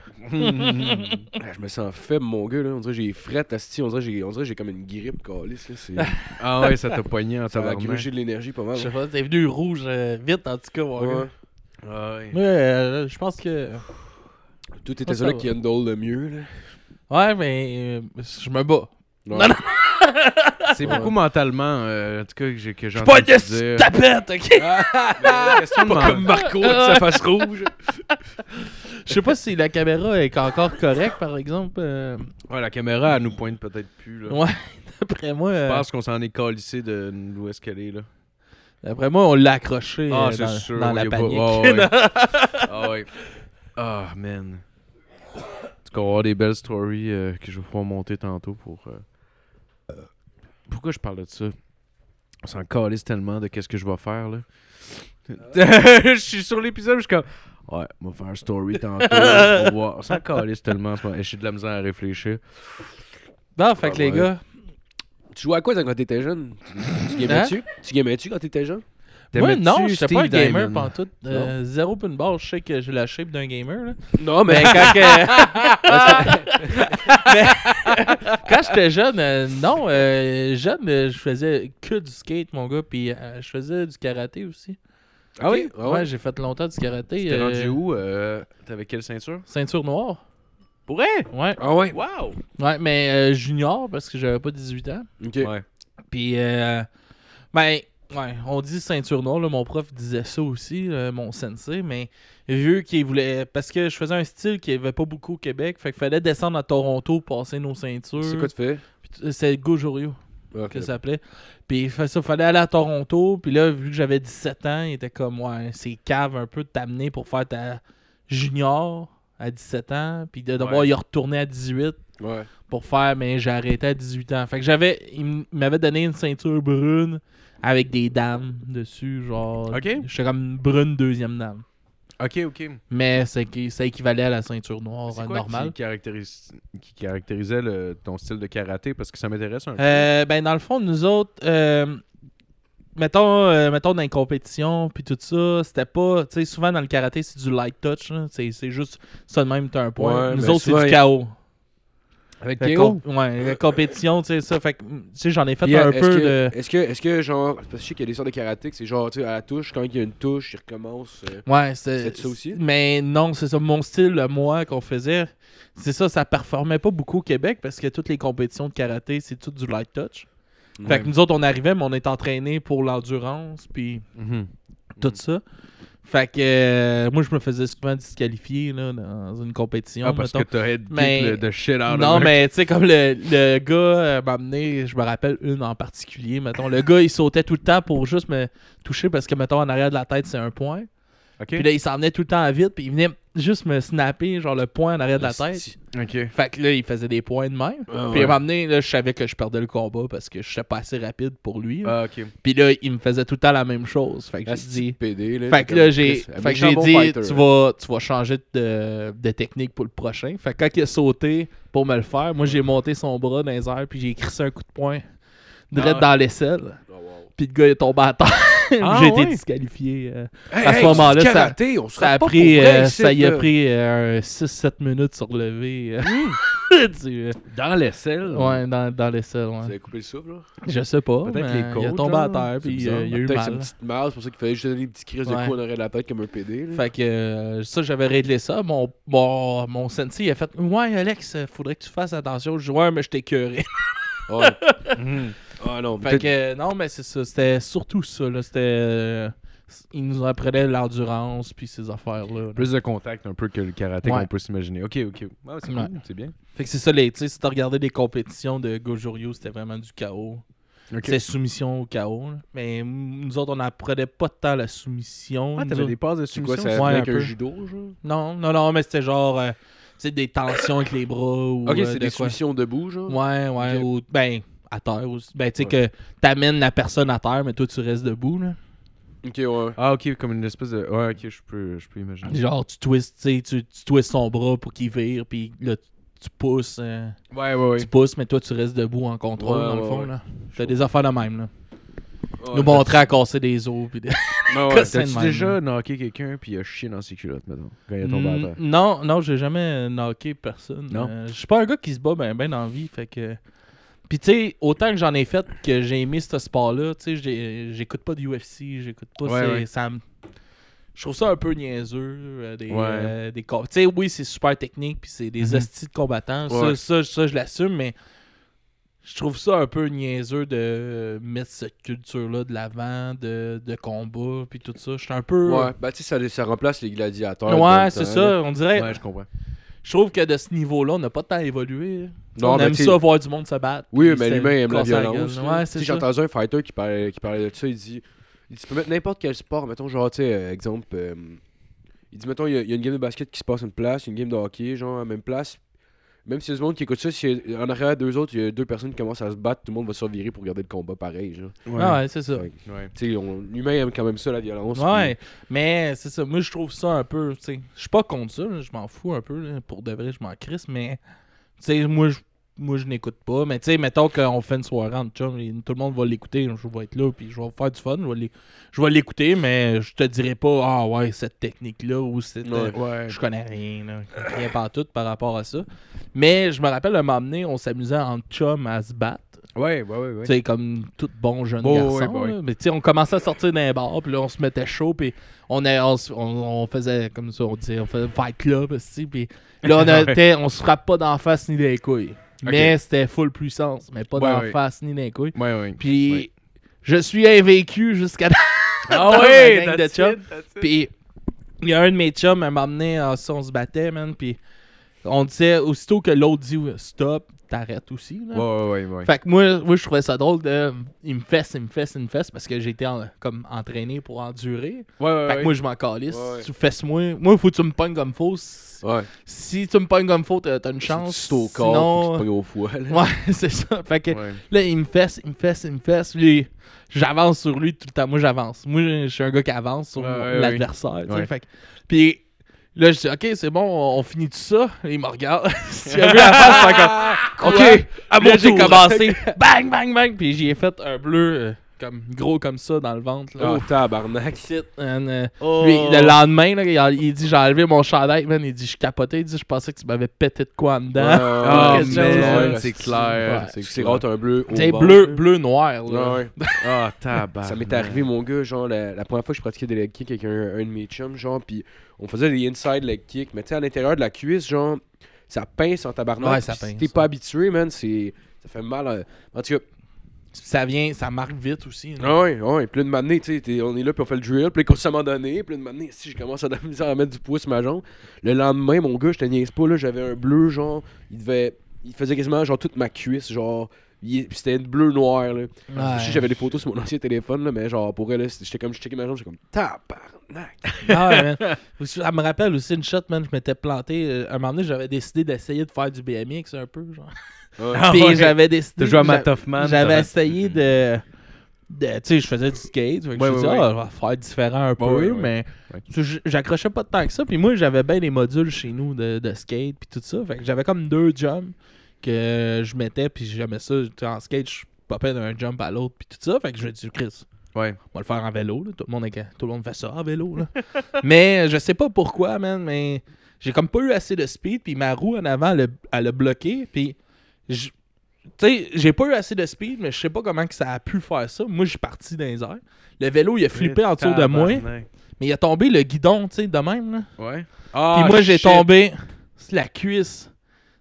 Speaker 3: Ah, je me sens faible, mon gars, là. On dirait que j'ai frette, asti. On dirait que j'ai, on dirait que j'ai comme une grippe, calice, là. C'est...
Speaker 4: Ah ouais, ça t'a poigné en
Speaker 3: Ça va
Speaker 4: tabarnak.
Speaker 3: accrocher de l'énergie pas mal.
Speaker 5: Je sais
Speaker 3: hein.
Speaker 5: pas, t'es venu rouge euh, vite, en tout cas, mon gars.
Speaker 3: Ouais.
Speaker 4: Ouais.
Speaker 5: Ouais, euh, je pense que.
Speaker 3: Tout
Speaker 5: Ah,
Speaker 3: était
Speaker 5: ça
Speaker 3: celui
Speaker 5: va.
Speaker 3: qui handle le mieux, là.
Speaker 5: Ouais, mais euh, je me bats.
Speaker 3: Non,
Speaker 4: C'est
Speaker 3: Ouais.
Speaker 4: beaucoup mentalement, euh, en tout cas, que j'ai que Ah. j'ai
Speaker 5: Pas
Speaker 4: entendu dire.
Speaker 5: de tapette, ok?
Speaker 4: Mais question de
Speaker 3: Pas
Speaker 4: men-
Speaker 3: comme Marco avec sa face rouge.
Speaker 5: Ah. Je sais pas si la caméra est encore correcte, par exemple. euh,
Speaker 4: Ouais, la caméra, elle nous pointe peut-être plus, là.
Speaker 5: Ouais, d'après moi,
Speaker 4: Je
Speaker 5: euh,
Speaker 4: pense qu'on s'en est calissé de d'où est-ce qu'elle est, là.
Speaker 5: d'après euh, moi, on l'a accroché
Speaker 4: Ah,
Speaker 5: euh,
Speaker 4: c'est
Speaker 5: dans,
Speaker 4: sûr.
Speaker 5: dans
Speaker 4: ouais,
Speaker 5: la
Speaker 4: y a pas-
Speaker 5: panique.
Speaker 4: Ah, ouais. Ah, ouais. Ah, man. En tout cas, on va avoir des belles stories euh, que je vais pouvoir monter tantôt pour... euh, Pourquoi je parle de ça? On s'en calisse tellement de qu'est-ce que je vais faire, là. je suis sur l'épisode, je suis comme... Ouais, on va faire un story tantôt. on va voir. On s'en calisse tellement. en ce moment. J'ai de la misère à réfléchir.
Speaker 5: Bon, fait que
Speaker 4: Ah
Speaker 5: les
Speaker 4: ouais.
Speaker 5: gars,
Speaker 3: Tu jouais à quoi quand t'étais jeune Tu- Tu
Speaker 5: Hein?
Speaker 3: gamais-tu Tu gamais-tu quand t'étais jeune
Speaker 5: moi,
Speaker 4: T'aimais-tu
Speaker 5: non, je suis pas un
Speaker 4: Steve
Speaker 5: gamer
Speaker 4: Diamond?
Speaker 5: pantoute. Euh, zéro pin barre, je sais que j'ai la shape d'un gamer. Là.
Speaker 3: Non, mais.
Speaker 5: Mais quand que- Mais- quand j'étais jeune, euh, non, euh, jeune, euh, je faisais que du skate, mon gars, puis euh, je faisais du karaté aussi.
Speaker 3: Ah oui Ah
Speaker 5: Ouais,
Speaker 3: ouais
Speaker 5: j'ai fait longtemps du karaté.
Speaker 4: T'es
Speaker 5: euh,
Speaker 4: rendu où? euh, T'avais quelle ceinture?
Speaker 5: Ceinture noire.
Speaker 4: Pour elle?
Speaker 5: Ouais,
Speaker 3: Ah ouais
Speaker 4: Wow!
Speaker 5: ouais, mais euh, junior parce que j'avais pas 18 ans.
Speaker 3: Ok.
Speaker 4: Ouais.
Speaker 5: Puis, euh, ben, ouais, on dit ceinture noire, là, mon prof disait ça aussi, là, mon sensei, mais vu qu'il voulait. Parce que je faisais un style qu'il n'y avait pas beaucoup au Québec, fait qu'il fallait descendre à Toronto, passer nos ceintures.
Speaker 3: C'est quoi tu fais
Speaker 5: Puis, euh, C'est Gojorio
Speaker 3: Ok.
Speaker 5: que ça s'appelait. Puis, fa- ça, fallait aller à Toronto, puis là, vu que j'avais 17 ans, il était comme, ouais, c'est cave un peu de t'amener pour faire ta junior à 17 ans, puis de devoir
Speaker 4: Ouais.
Speaker 5: y retourner à 18
Speaker 3: Ouais.
Speaker 5: pour faire, mais j'ai arrêté à 18 ans. Fait que j'avais. Il m- il m'avait donné une ceinture brune avec des dames dessus, genre.
Speaker 4: Ok.
Speaker 5: J'étais comme brune deuxième dame.
Speaker 4: Ok, ok.
Speaker 5: Mais c'est qui- ça équivalait à la ceinture noire
Speaker 4: C'est
Speaker 5: euh,
Speaker 4: quoi
Speaker 5: normale.
Speaker 4: Qui, caractérise- qui caractérisait le- ton style de karaté parce que ça m'intéresse un peu.
Speaker 5: Euh, ben, dans le fond, nous autres, euh, mettons, euh, mettons dans les compétitions, puis tout ça, c'était pas. Tu sais, souvent dans le karaté, c'est du light touch. là. C'est c'est juste ça de même, t'as un point.
Speaker 3: Ouais,
Speaker 5: nous
Speaker 3: mais
Speaker 5: autres, c'est
Speaker 3: souvent,
Speaker 5: du KO.
Speaker 3: Avec
Speaker 5: La
Speaker 3: Théo
Speaker 5: comp- ouais, la compétition, tu sais, ça. Fait que, tu sais, j'en ai fait
Speaker 3: Puis,
Speaker 5: un
Speaker 3: est-ce
Speaker 5: peu
Speaker 3: que-
Speaker 5: de.
Speaker 3: Est-ce que, est-ce que genre. Parce que je sais qu'il y a des sortes de karaté que c'est genre, tu sais, à la touche, quand il y a une touche, il recommence. euh,
Speaker 5: Ouais, c'est
Speaker 3: C'était ça aussi?
Speaker 5: Mais non, c'est ça. Mon style, le moi, qu'on faisait, c'est ça, ça performait pas beaucoup au Québec parce que toutes les compétitions de karaté, c'est tout du light touch. Fait que nous autres, on arrivait, mais on est entraînés pour l'endurance, puis
Speaker 4: Mhm.
Speaker 5: tout ça. Fait que euh, moi, je me faisais souvent disqualifier là, dans une compétition.
Speaker 4: Ah, parce
Speaker 5: mettons.
Speaker 4: que t'as head
Speaker 5: Mais-
Speaker 4: kick le- de shit out
Speaker 5: Non,
Speaker 4: of it.
Speaker 5: mais tu sais, comme le, le gars euh, m'a amené, je me rappelle une en particulier, mettons. Le gars, il sautait tout le temps pour juste me toucher parce que, mettons, en arrière de la tête, c'est un point.
Speaker 4: Ok.
Speaker 5: Puis là, il s'en venait tout le temps vite, puis il venait juste me snapper, genre le point en arrière de la tête.
Speaker 3: Asti.
Speaker 4: Ok.
Speaker 5: Fait que là, il faisait des points de même.
Speaker 3: Ah
Speaker 5: Puis
Speaker 3: ouais.
Speaker 5: il m'a amené, là, je savais que je perdais le combat parce que je n'étais pas assez rapide pour lui. là.
Speaker 4: Ah, ok.
Speaker 5: Puis là, il me faisait tout le temps la même chose. Fait que j'ai
Speaker 3: Asti
Speaker 5: dit.
Speaker 3: PD, là.
Speaker 5: Fait que
Speaker 3: comme
Speaker 5: là, j'ai
Speaker 3: Chris,
Speaker 5: fait que
Speaker 3: méchant
Speaker 5: j'ai
Speaker 3: bon
Speaker 5: dit,
Speaker 3: fighter,
Speaker 5: tu
Speaker 3: hein.
Speaker 5: vas, tu vas changer de, de technique pour le prochain. Fait que quand il a sauté pour me le faire, moi, j'ai monté son bras dans les airs, puis j'ai crissé un coup de poing
Speaker 4: Ah
Speaker 5: direct
Speaker 4: ouais.
Speaker 5: dans l'aisselle.
Speaker 3: Oh, wow.
Speaker 5: Puis le gars, il est tombé à terre.
Speaker 4: Ah
Speaker 5: j'ai été
Speaker 4: ouais?
Speaker 5: disqualifié. euh,
Speaker 3: Hey,
Speaker 5: à
Speaker 3: hey,
Speaker 5: ce moment-là,
Speaker 3: c'est du
Speaker 5: ça-
Speaker 3: karaté, on se
Speaker 5: ça
Speaker 3: rend
Speaker 5: a
Speaker 3: pas
Speaker 5: pris,
Speaker 3: pour vrai
Speaker 5: euh,
Speaker 3: ici,
Speaker 5: ça y a
Speaker 3: là.
Speaker 5: pris euh, 6-7 minutes sur lever.
Speaker 3: Hmm.
Speaker 5: du, euh,
Speaker 4: Dans l'aisselle.
Speaker 5: ouais, dans, dans les selles, ouais.
Speaker 3: Vous avez coupé le souffle, là.
Speaker 5: Je sais pas.
Speaker 4: Peut-être
Speaker 5: mais
Speaker 4: les
Speaker 5: Il a
Speaker 4: côtes,
Speaker 5: tombé
Speaker 4: là.
Speaker 5: à terre,
Speaker 4: C'est
Speaker 5: puis
Speaker 4: bizarre.
Speaker 5: euh, il a eu
Speaker 3: Peut-être que c'est
Speaker 5: mal.
Speaker 3: une petite marge, c'est pour ça qu'il fallait juste donner des petits crises de
Speaker 5: Ouais.
Speaker 3: coups en arrière de la tête comme un PD. là.
Speaker 5: Fait que euh, ça, j'avais réglé ça. Mon, mon, mon sensei, il a fait Ouais, Alex, euh, faudrait que tu fasses attention. Je dis Ouais, mais je t'ai curé.
Speaker 3: Ouais.
Speaker 4: Mhm.
Speaker 3: Ah non, mais
Speaker 5: fait
Speaker 3: peut-être-
Speaker 5: que euh, non, mais c'est ça. C'était surtout ça. là. C'était. euh, il nous apprenait l'endurance, puis ces affaires-là. là.
Speaker 4: Plus de contact un peu que le karaté
Speaker 5: Ouais.
Speaker 4: qu'on peut s'imaginer. Ok, ok. Ah, c'est
Speaker 5: Ouais.
Speaker 4: cool, c'est bien.
Speaker 5: Fait que c'est ça, les, tu sais, si t'as regardé les compétitions de Gojorio, c'était vraiment du chaos.
Speaker 4: Ok.
Speaker 5: C'est soumission au chaos. là. Mais mm, nous autres, on n'apprenait pas tant la soumission.
Speaker 4: Ah,
Speaker 5: Nous
Speaker 4: t'avais
Speaker 5: autres-
Speaker 4: des passes de
Speaker 3: c'est quoi,
Speaker 4: soumission.
Speaker 3: ça
Speaker 5: ouais,
Speaker 3: venait
Speaker 5: un
Speaker 3: avec un
Speaker 5: peu.
Speaker 3: judo, genre
Speaker 5: Non, non, non, mais c'était genre. euh, c'est des tensions avec les bras ou.
Speaker 3: Ok,
Speaker 5: euh,
Speaker 3: c'est
Speaker 5: de
Speaker 3: des
Speaker 5: quoi.
Speaker 3: soumissions debout, genre
Speaker 5: Ouais, ouais.
Speaker 3: Ok.
Speaker 5: Ou, ben, à terre aussi. Ben, tu sais que t'amènes la personne à terre, mais toi, tu restes debout. Là.
Speaker 3: Ok, ouais.
Speaker 4: Ah, ok, comme une espèce de. Ouais, ok, je peux, je peux imaginer.
Speaker 5: Genre, tu twists, tu, sais, tu tu twists son bras pour qu'il vire, puis là, tu- tu pousses. euh,
Speaker 4: Ouais, ouais,
Speaker 5: Tu pousses, mais toi, tu restes debout en contrôle,
Speaker 3: Ouais,
Speaker 5: dans le
Speaker 3: ouais,
Speaker 5: fond.
Speaker 3: ouais.
Speaker 5: là. T'as des affaires de même. Là.
Speaker 3: Ouais,
Speaker 5: Nous montrer à casser des os. Puis des-
Speaker 3: Ah ouais.
Speaker 5: Qu'est-ce c'est
Speaker 4: T'as-tu
Speaker 5: de même,
Speaker 4: déjà knocké quelqu'un puis il a chié dans ses culottes, mettons, quand il est tombé à terre?
Speaker 5: Mm, non, non, j'ai jamais euh, knocké personne.
Speaker 4: Non.
Speaker 5: Euh, je suis pas un gars qui se bat ben, ben dans la vie. Fait que... Puis tu sais, autant que j'en ai fait que j'ai aimé ce sport-là, tu sais, j'ai- j'écoute pas de UFC, j'écoute pas.
Speaker 4: Ouais,
Speaker 5: c'est-
Speaker 4: ouais.
Speaker 5: ça me- Je trouve ça un peu niaiseux. euh, des,
Speaker 4: Ouais.
Speaker 5: euh, des co- tu sais, oui, c'est super technique, puis c'est des
Speaker 4: Mhm.
Speaker 5: hosties de combattants. Ça-
Speaker 3: Ouais.
Speaker 5: Ça, ça, je l'assume, mais je trouve ça un peu niaiseux de mettre cette culture-là de l'avant, de, de combat, puis tout ça. Je suis un peu.
Speaker 3: Ouais, bah tu sais, ça, ça remplace les gladiateurs. dans
Speaker 5: Ouais,
Speaker 3: le
Speaker 5: c'est
Speaker 3: temps, là.
Speaker 5: ça. On dirait,
Speaker 4: Ouais, je comprends.
Speaker 5: je trouve que de ce niveau-là, on n'a pas tant évolué.
Speaker 3: Non,
Speaker 5: on
Speaker 3: mais
Speaker 5: aime
Speaker 3: tu sais-
Speaker 5: ça voir du monde se battre.
Speaker 3: Oui,
Speaker 5: puis
Speaker 3: mais
Speaker 5: se
Speaker 3: l'humain aime la
Speaker 5: casser gueule.
Speaker 3: violence. là.
Speaker 5: Ouais,
Speaker 3: Tu sais,
Speaker 5: c'est ça.
Speaker 3: J'entendais un fighter qui parlait, qui parlait de ça, il dit, il dit Tu peux mettre n'importe quel sport, mettons, genre, tu sais, euh, exemple, euh, il dit, mettons, il y, a- il y a une game de basket qui se passe à une place, une game de hockey, genre, à la même place. Même s'il y a du monde qui écoute ça, si en arrière deux autres, il y a deux personnes qui commencent à se battre, tout le monde va se revirer pour garder le combat pareil. genre.
Speaker 5: Ah ouais, c'est ça.
Speaker 3: Ouais. Tu sais, on- l'humain aime quand même ça, la violence.
Speaker 5: Ouais, mais c'est ça. Moi, je trouve ça un peu. tu sais, Je suis pas contre ça. là, Je m'en fous un peu. là, Pour de vrai, je m'en crisse. Mais, tu sais, moi, je. Moi, je n'écoute pas, mais tu sais, mettons qu'on fait une soirée entre chums, et tout le monde va l'écouter, je vais être là, puis je vais faire du fun, je vais l'é- je vais l'écouter, mais je te dirai pas, ah ouais, cette technique-là, ou cette, euh,
Speaker 3: Ouais.
Speaker 4: Ouais.
Speaker 5: je connais rien, là. Je connais rien pas tout par rapport à ça. Mais je me rappelle un moment donné, on s'amusait en chum à se battre.
Speaker 4: Ouais, ouais, ouais. ouais.
Speaker 5: Tu sais, comme tout bon jeune
Speaker 4: Oh,
Speaker 5: garçon.
Speaker 4: ouais, bah
Speaker 5: là.
Speaker 4: ouais.
Speaker 5: Mais tu sais, on commençait à sortir d'un bar, puis là, on se mettait chaud, puis on, a- on, s- on, on faisait comme ça, on disait, on faisait fight club, aussi, puis là, on, était, on se frappe pas d'en face ni des couilles.
Speaker 4: Ok.
Speaker 5: Mais c'était full puissance, mais pas
Speaker 4: Ouais,
Speaker 5: d'en
Speaker 4: ouais.
Speaker 5: face ni des couilles.
Speaker 4: Ouais, ouais.
Speaker 5: Puis
Speaker 4: Ouais.
Speaker 5: je suis invaincu jusqu'à
Speaker 4: Ah
Speaker 5: dans
Speaker 4: ouais,
Speaker 5: ma gang de
Speaker 4: that's
Speaker 5: chums.
Speaker 4: it, that's it.
Speaker 5: Puis, il y a un de mes chums, elle m'a amené, euh, ça, on se battait, man. Puis, on disait, aussitôt que l'autre dit stop, t'arrêtes aussi. Là.
Speaker 4: Ouais, ouais, ouais, ouais.
Speaker 5: Fait que moi, moi, je trouvais ça drôle de. euh, Il me fesse, il me fesse, il me fesse, parce que j'étais en- comme entraîné pour endurer.
Speaker 4: Ouais, ouais,
Speaker 5: fait que
Speaker 4: ouais.
Speaker 5: moi, je m'en calisse.
Speaker 3: Ouais, ouais.
Speaker 5: Tu fesses moi. Moi, faut que tu me pognes comme faux. Si-
Speaker 3: Ouais.
Speaker 5: Si tu me pognes comme faux, t'as t'as une chance.
Speaker 3: C'est au corps, faut que tu te
Speaker 5: sinon... euh,
Speaker 3: pognes au foie. là.
Speaker 5: Ouais, c'est ça. Fait que.
Speaker 4: Ouais.
Speaker 5: Là, il me fesse, il me fesse, il me fesse. Lui, j'avance sur lui tout le temps. Moi, j'avance. Moi, je je suis un gars qui avance sur
Speaker 4: Ouais,
Speaker 5: mon-
Speaker 4: ouais,
Speaker 5: l'adversaire. tu sais.
Speaker 4: Ouais.
Speaker 5: Fait que- Puis là, je dis, OK, c'est bon, on, on finit tout ça. Et il me regarde. Si a vu la face, c'est
Speaker 3: Ah,
Speaker 5: comme, OK,
Speaker 3: Ouais,
Speaker 5: à
Speaker 3: mon
Speaker 5: j'ai
Speaker 3: tour.
Speaker 5: commencé. bang, bang, bang. Puis j'y ai fait un bleu, euh, comme gros comme ça, dans le ventre. Là.
Speaker 3: Oh, tabarnak.
Speaker 5: Shit, man, euh,
Speaker 4: Oh.
Speaker 5: lui, le lendemain, là, il, a- il dit J'ai enlevé mon chandail, man. Il dit Je capotais. Il dit Je pensais que tu m'avais pété de quoi en dedans.
Speaker 4: Oh,
Speaker 5: hein. Quelque chose, hein.
Speaker 4: man,
Speaker 5: là.
Speaker 4: c'est clair.
Speaker 3: C'est
Speaker 4: clair.
Speaker 3: rare, t'as un bleu. au
Speaker 5: Tu sais,
Speaker 3: bord.
Speaker 5: bleu, bleu, noir. Là.
Speaker 3: Oh, Ouais, ouais.
Speaker 4: Ah, tabarnak.
Speaker 3: Ben, Ça m'est arrivé, mon gars, genre, la, la première fois que je pratiquais des leg kicks avec un, un de mes chums, genre, puis on faisait des inside leg kicks, mais tu sais, à l'intérieur de la cuisse, genre, ça pince en tabarnak.
Speaker 5: Ouais,
Speaker 3: puis
Speaker 5: ça
Speaker 3: Si
Speaker 5: pince,
Speaker 3: t'es
Speaker 5: ouais.
Speaker 3: pas habitué, man, c'est. Ça fait mal. euh, En tout cas,
Speaker 5: Ça vient, ça marque vite aussi. là.
Speaker 3: ah ouais, ah ouais. Puis là, de m'amener, tu sais, t'es- on est là, puis on fait le drill, puis là, constamment donné, puis là, de m'amener, si je commence à avoir de la misère à mettre du poids sur ma jambe. Le lendemain, mon gars, je te niaise pas, là, j'avais un bleu, genre, il devait. Il faisait quasiment, genre, toute ma cuisse, genre. il- puis C'était bleu noir, là.
Speaker 5: Ouais.
Speaker 3: Je sais, j'avais des photos sur mon ancien téléphone, là, mais genre, pour elle, là, j'étais comme, je checkais ma jambe, j'étais comme, tabarnak.
Speaker 5: Ah ouais, man. Aussi, Ça me rappelle aussi une shot, man. Je m'étais planté. euh, Un moment donné, j'avais décidé d'essayer de faire du BMX un peu. Genre.
Speaker 4: Ah
Speaker 5: Puis
Speaker 4: ouais.
Speaker 5: j'avais décidé.
Speaker 4: T'as joué à
Speaker 5: j'a-
Speaker 4: Matt Hoffman.
Speaker 5: J'avais
Speaker 4: t'as-
Speaker 5: essayé de. de- tu sais, je faisais du skate. fait que
Speaker 4: Ouais,
Speaker 5: je me disais,
Speaker 4: ouais,
Speaker 5: ah, je vais faire différent un peu.
Speaker 4: ouais, ouais.
Speaker 5: Mais
Speaker 4: Ouais.
Speaker 5: tu sais, j- j'accrochais pas tant que ça. Puis moi, j'avais bien les modules chez nous de, de skate. Puis tout ça. Fait que j'avais comme deux jumps que je mettais. Puis j'aimais ça. Tu sais, En skate, je popais d'un jump à l'autre. Puis tout ça. Fait que je me dis, Chris,
Speaker 4: Ouais.
Speaker 5: on va le faire en vélo. là. Tout, le monde est ca- tout le monde fait ça en vélo. là. mais euh, je sais pas pourquoi, man, mais j'ai comme pas eu assez de speed. Puis ma roue en avant, elle, a- elle a bloqué. Puis, je- tu sais, j'ai pas eu assez de speed, mais je sais pas comment que ça a pu faire ça. Moi, je suis parti dans les airs. Le vélo, il a flippé en dessous de moi, mais
Speaker 4: Tabarnak.
Speaker 5: il a tombé le guidon, tu sais, de même. là.
Speaker 4: Ouais.
Speaker 5: Puis
Speaker 4: Ah,
Speaker 5: moi, j'ai
Speaker 4: shit.
Speaker 5: tombé la cuisse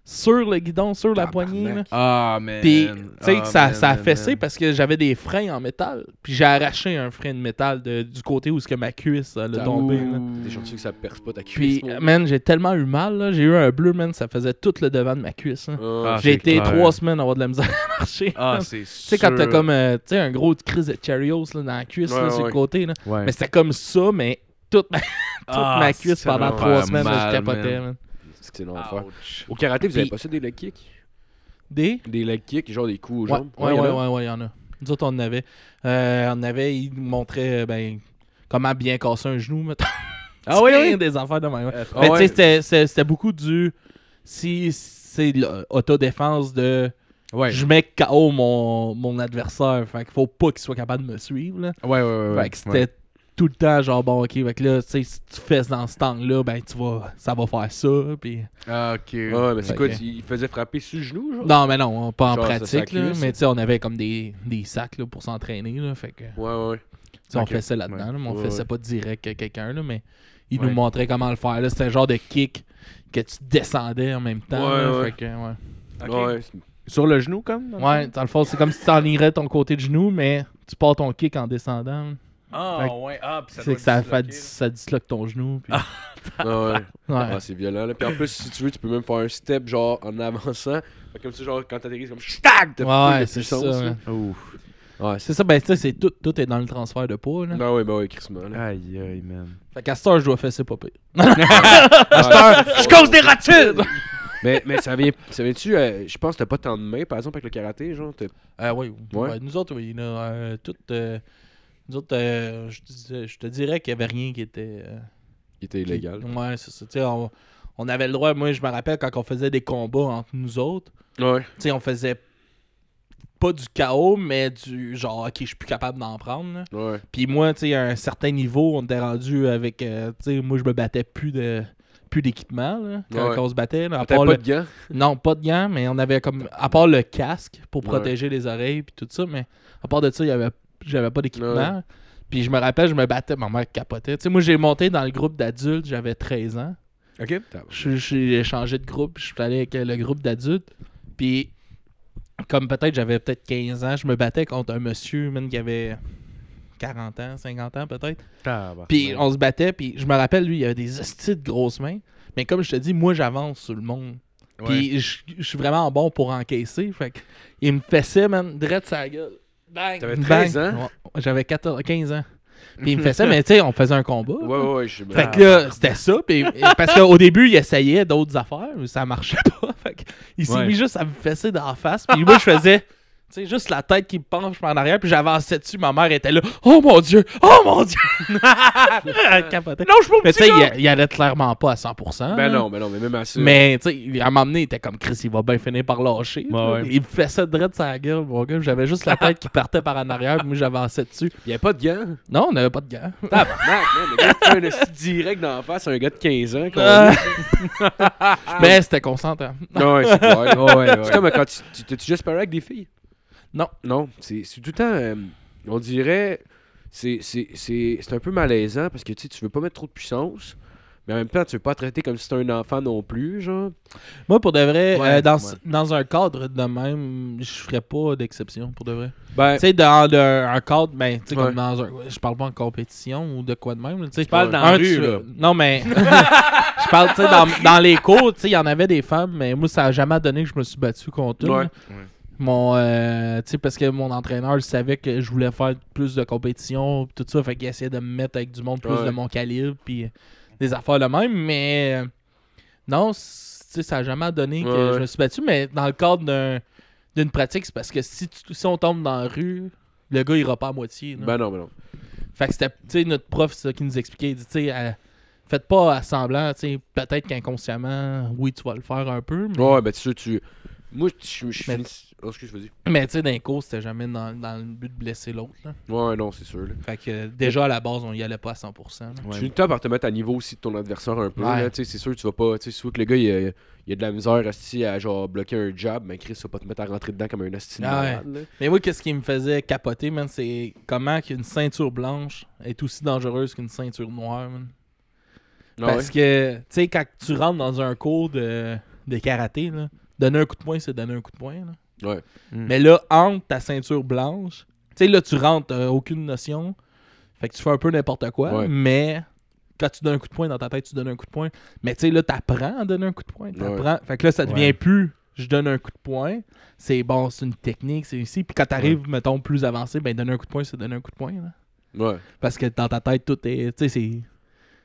Speaker 5: sur le guidon, sur la poignée. là.
Speaker 4: Ah, man.
Speaker 5: Puis, tu sais,
Speaker 4: Ah,
Speaker 5: ça,
Speaker 4: man,
Speaker 5: ça a
Speaker 4: man,
Speaker 5: fessé
Speaker 4: man.
Speaker 5: parce que j'avais des freins en métal. Puis j'ai arraché un frein de métal de- du côté où ce que ma cuisse elle a
Speaker 3: T'as-
Speaker 5: tombé. là.
Speaker 3: T'es gentil que ça perce pas ta cuisse.
Speaker 5: Puis,
Speaker 3: mon gars.
Speaker 5: man, j'ai tellement eu mal. là. J'ai eu un bleu, man. Ça faisait tout le devant de ma cuisse. hein.
Speaker 3: Ah,
Speaker 4: Ah,
Speaker 5: j'ai
Speaker 4: c'est
Speaker 5: été
Speaker 4: clair.
Speaker 5: trois semaines à avoir de la misère à marcher.
Speaker 4: Ah,
Speaker 5: man. tu
Speaker 4: c'est Tu
Speaker 5: sais, quand t'as comme euh, tu sais, un gros crise de Cheerios là, dans la cuisse, là,
Speaker 3: Ouais,
Speaker 5: sur
Speaker 3: ouais.
Speaker 5: le côté. là.
Speaker 4: Ouais.
Speaker 5: Mais c'était comme ça, mais toute ma, toute
Speaker 4: Ah,
Speaker 5: ma cuisse
Speaker 4: ça
Speaker 5: pendant
Speaker 4: doit
Speaker 5: trois
Speaker 4: faire
Speaker 5: semaines. là,
Speaker 4: mal,
Speaker 5: je capotais, Ah,
Speaker 4: man.
Speaker 5: man.
Speaker 3: c'est que c'est l'enfer.
Speaker 4: Ouch.
Speaker 3: Au karaté, vous avez
Speaker 5: Puis-
Speaker 3: pas ça des leg kicks
Speaker 5: Des
Speaker 3: Des leg kicks, genre des coups aux
Speaker 5: Ouais,
Speaker 3: jambes.
Speaker 5: ouais, ouais,
Speaker 3: y'en
Speaker 5: ouais,
Speaker 3: a.
Speaker 5: ouais, il y en a. Nous autres, on en avait. Euh, on en avait, ils nous montraient euh, ben, comment bien casser un genou, mettons.
Speaker 4: Ah oui, oui.
Speaker 5: Des affaires de même. ouais.
Speaker 4: Ah,
Speaker 5: Mais tu sais,
Speaker 4: ouais.
Speaker 5: c'était- c'était- c'était beaucoup du. Si c'est de l'autodéfense de.
Speaker 4: Ouais.
Speaker 5: Je mets KO mon, mon adversaire. Fait qu'il faut pas qu'il soit capable de me suivre. Là.
Speaker 4: Ouais, ouais, ouais. ouais.
Speaker 5: fait que c'était
Speaker 4: Ouais.
Speaker 5: tout le temps genre, bon, ok, fait que là, tu sais, si tu fesses dans ce temps-là, ben, tu vas. Ça va faire ça. Puis.
Speaker 4: Ah, ok.
Speaker 3: Ouais, mais c'est
Speaker 5: Ok.
Speaker 3: quoi tu- Il faisait frapper sur le genou, genre
Speaker 5: Non, mais non, pas en
Speaker 3: Genre, ça, ça
Speaker 5: pratique, là,
Speaker 3: cuisse.
Speaker 5: mais tu sais, on avait comme des, des sacs là, pour s'entraîner, là, fait que...
Speaker 3: Ouais, ouais.
Speaker 5: Tu sais,
Speaker 4: Ok.
Speaker 5: On faisait là-dedans,
Speaker 4: Ouais.
Speaker 5: là, mais on
Speaker 3: Ouais,
Speaker 5: faisait
Speaker 3: ouais.
Speaker 5: pas direct à quelqu'un, là, mais il
Speaker 4: Ouais.
Speaker 5: nous montrait comment le faire. là. C'était un genre de kick que tu descendais en même temps.
Speaker 3: Ouais,
Speaker 5: là,
Speaker 3: ouais.
Speaker 5: Fait que, ouais.
Speaker 4: Ok.
Speaker 3: Ouais, c'est-
Speaker 4: Sur le genou, comme dans le
Speaker 5: Ouais, dans le fond, c'est comme si tu en irais ton côté de genou, mais tu pars ton kick en descendant. là.
Speaker 4: Ah,
Speaker 5: Fait que-
Speaker 4: ouais. Ah, puis ça
Speaker 5: C'est
Speaker 4: doit
Speaker 5: que ça,
Speaker 4: disloquer,
Speaker 5: fait, dis- ça disloque ton genou. puis-
Speaker 3: Ah, ouais.
Speaker 5: Ouais.
Speaker 3: Ah, c'est violent, là. Puis en plus, si tu veux, tu peux même faire un step, genre, en avançant. Fait comme ça, genre, quand t'atterris, c'est comme ch'tac
Speaker 5: Ouais,
Speaker 3: T'as
Speaker 5: ouais,
Speaker 3: plus de
Speaker 5: c'est ça.
Speaker 3: puissance,
Speaker 5: ouais.
Speaker 3: là.
Speaker 4: là. Ouf.
Speaker 3: Ouais, c'est
Speaker 5: C'est ça, ben, tu sais, c'est tout, tout est dans le transfert de poids. Là.
Speaker 3: Ben ouais, ben ouais, crissement, là.
Speaker 4: Aïe, aïe, man.
Speaker 5: Fait qu'à cette heure, je dois faire c'est pas pire.
Speaker 3: Ah, ouais.
Speaker 5: Je cause des ratides!
Speaker 3: mais, mais ça vient, ça vient-tu, euh, je pense que t'as pas tant de mains, par exemple, avec le karaté, genre, t'as-
Speaker 5: Ah oui, oui.
Speaker 3: Ouais.
Speaker 5: Ouais, nous autres, oui. là, euh, tout, euh, nous autres, euh, je, te disais- je te dirais qu'il n'y avait rien qui était. euh,
Speaker 3: il était
Speaker 5: qui-
Speaker 3: illégal.
Speaker 5: Ouais, c'est ça. Tu sais, On, on avait le droit. Moi, je me rappelle quand on faisait des combats entre nous autres.
Speaker 3: Ouais.
Speaker 5: Tu sais, on faisait pas du chaos, mais du genre, ok, je suis plus capable d'en prendre. là.
Speaker 3: Ouais.
Speaker 5: Puis moi, tu sais, à un certain niveau, on était rendu avec. euh, tu sais, moi, je me battais plus de plus d'équipement là, quand
Speaker 3: Ouais.
Speaker 5: on se battait. là, à
Speaker 3: T'as
Speaker 5: part
Speaker 3: pas
Speaker 5: le-
Speaker 3: de gants?
Speaker 5: Non, pas de gants, mais on avait comme. À part le casque pour
Speaker 3: Ouais.
Speaker 5: protéger les oreilles puis tout ça, mais à part de ça, il y avait... j'avais pas d'équipement. Puis je me rappelle, je me battais, ma mère capotait. Tu sais, moi, j'ai monté dans le groupe d'adultes, j'avais 13 ans.
Speaker 3: Ok.
Speaker 5: Je- je- J'ai changé de groupe, je suis allé avec le groupe d'adultes. Puis, comme peut-être j'avais peut-être 15 ans, je me battais contre un monsieur man, qui avait 40 ans, 50 ans peut-être. Puis on se battait, puis je me rappelle, lui, il avait des hosties de grosses mains. Mais comme je te dis, moi, j'avance sur le monde. Puis je je suis vraiment bon pour encaisser. Fait que il me fessait, man, direct sa gueule. Bang!
Speaker 3: T'avais
Speaker 5: bang.
Speaker 3: 13 ans?
Speaker 5: Ouais, J'avais 14, 15 ans. Puis il me fessait, mais tu sais, on faisait un combat.
Speaker 3: Ouais, ouais, ouais, je sais bien.
Speaker 5: Fait que
Speaker 4: Ah,
Speaker 5: là, c'était ça. Puis, parce qu'au début, il essayait d'autres affaires, mais ça marchait pas. Fait que, il s'est
Speaker 4: Ouais.
Speaker 5: mis juste à me fesser dans la face. Puis moi, je faisais, tu sais, juste la tête qui me penche en arrière. Puis j'avançais dessus. Ma mère était là. Oh mon Dieu! Oh mon Dieu! Elle capotait.
Speaker 4: Non, je suis pas
Speaker 5: Mais tu sais, il, il allait clairement pas à 100%.
Speaker 3: Ben
Speaker 5: là.
Speaker 3: non, ben non, mais même à ça.
Speaker 5: Mais tu sais, à un moment donné, il était comme Chris, il va bien finir par lâcher.
Speaker 4: Ouais, ouais.
Speaker 5: Il me fessait direct sa gueule, mon gars. J'avais juste la tête qui partait par en arrière. Puis moi, j'avançais dessus.
Speaker 3: Il y a pas de gants?
Speaker 5: Non, on n'avait pas de gars.
Speaker 3: Tabarnak, man, le gars, tu un hostie direct dans la face à un gars de 15 ans. qu'on-
Speaker 4: Ah.
Speaker 5: Mais c'était consentant.
Speaker 3: Non, ouais, c'est clair.
Speaker 4: Ouais, ouais, ouais.
Speaker 3: C'est comme quand tu, tu t'es-tu juste paré avec des filles?
Speaker 5: Non.
Speaker 3: Non, c'est c'est tout le temps. euh, on dirait. C'est c'est- c'est- c'est un peu malaisant parce que tu sais, tu veux pas mettre trop de puissance, mais en même temps, tu veux pas traiter comme si c'était un enfant non plus, genre.
Speaker 5: Moi, pour de vrai,
Speaker 4: Ouais,
Speaker 5: euh, dans,
Speaker 4: ouais.
Speaker 5: dans un cadre de même, je ferais pas d'exception, pour de vrai.
Speaker 3: Ben,
Speaker 5: Tu sais, dans le- un cadre, ben, tu sais,
Speaker 3: Ouais.
Speaker 5: comme dans un. Je parle pas en compétition ou de quoi de même. là, Tu sais, je
Speaker 3: parles dans
Speaker 4: la rue, là.
Speaker 5: Non, mais. je parle, tu sais, dans, dans les cours, tu sais, il y en avait des femmes, mais moi, ça a jamais donné que je me suis battu contre une.
Speaker 3: Ouais.
Speaker 5: là.
Speaker 4: Ouais.
Speaker 5: Mon. euh, tu sais, parce que mon entraîneur, il savait que je voulais faire plus de compétition, pis tout ça, fait qu'il essayait de me mettre avec du monde plus
Speaker 3: Ouais.
Speaker 5: de mon calibre, puis euh, des affaires de même, mais. euh, Non, c'est- tu sais, ça a jamais donné que
Speaker 3: Ouais.
Speaker 5: je me suis battu, mais dans le cadre d'un d'une pratique, c'est parce que si, tu- si on tombe dans la rue, le gars, il pas à moitié. là.
Speaker 3: ben non, ben non.
Speaker 5: Fait que c'était, tu sais, notre prof, c'est ça qui nous expliquait, il dit, tu sais, euh, faites pas à semblant, tu sais, peut-être qu'inconsciemment, oui, tu vas le faire un peu, mais,
Speaker 3: Ouais, ben tu sais, tu. Moi, je je- je
Speaker 5: Mais-
Speaker 3: finis- Oh, excuse, vas-y.
Speaker 5: mais, tu sais, d'un coup, c'était jamais dans, dans le but de blesser l'autre, là.
Speaker 3: Ouais, non, c'est sûr. là.
Speaker 5: Fait que euh, déjà, à la base, on y allait pas à 100%. là.
Speaker 3: Tu finis le temps par te mettre à niveau aussi de ton adversaire un peu.
Speaker 5: Ouais.
Speaker 3: là, tu sais, C'est sûr que tu vas pas. Tu sais, souvent que le gars, il a, il a de la misère asti, à genre bloquer un jab, mais Chris va pas te mettre à rentrer dedans comme un asti de
Speaker 5: Ouais.
Speaker 3: malade, là.
Speaker 5: Mais moi, qu'est-ce qui me faisait capoter, man, c'est comment qu'une ceinture blanche est aussi dangereuse qu'une ceinture noire, man.
Speaker 3: Ah
Speaker 5: Parce
Speaker 3: ouais?
Speaker 5: que, tu sais, quand tu rentres dans un cours de, de karaté, là, donner un coup de poing, c'est donner un coup de poing. là.
Speaker 3: Ouais.
Speaker 4: Mm.
Speaker 5: Mais là, entre ta ceinture blanche, tu sais, là, tu rentres, t'as aucune notion. Fait que tu fais un peu n'importe quoi.
Speaker 3: Ouais.
Speaker 5: Mais quand tu donnes un coup de poing dans ta tête, tu donnes un coup de poing. Mais tu sais, là, t'apprends à donner un coup de poing. t'apprends. Fait que là, ça devient
Speaker 4: Ouais.
Speaker 5: plus je donne un coup de poing. C'est bon, c'est une technique, c'est ici. Puis quand t'arrives, mettons, plus avancé, ben donner un coup de poing, c'est donner un coup de poing. là.
Speaker 3: Ouais.
Speaker 5: Parce que dans ta tête, tout est. Tu sais, c'est.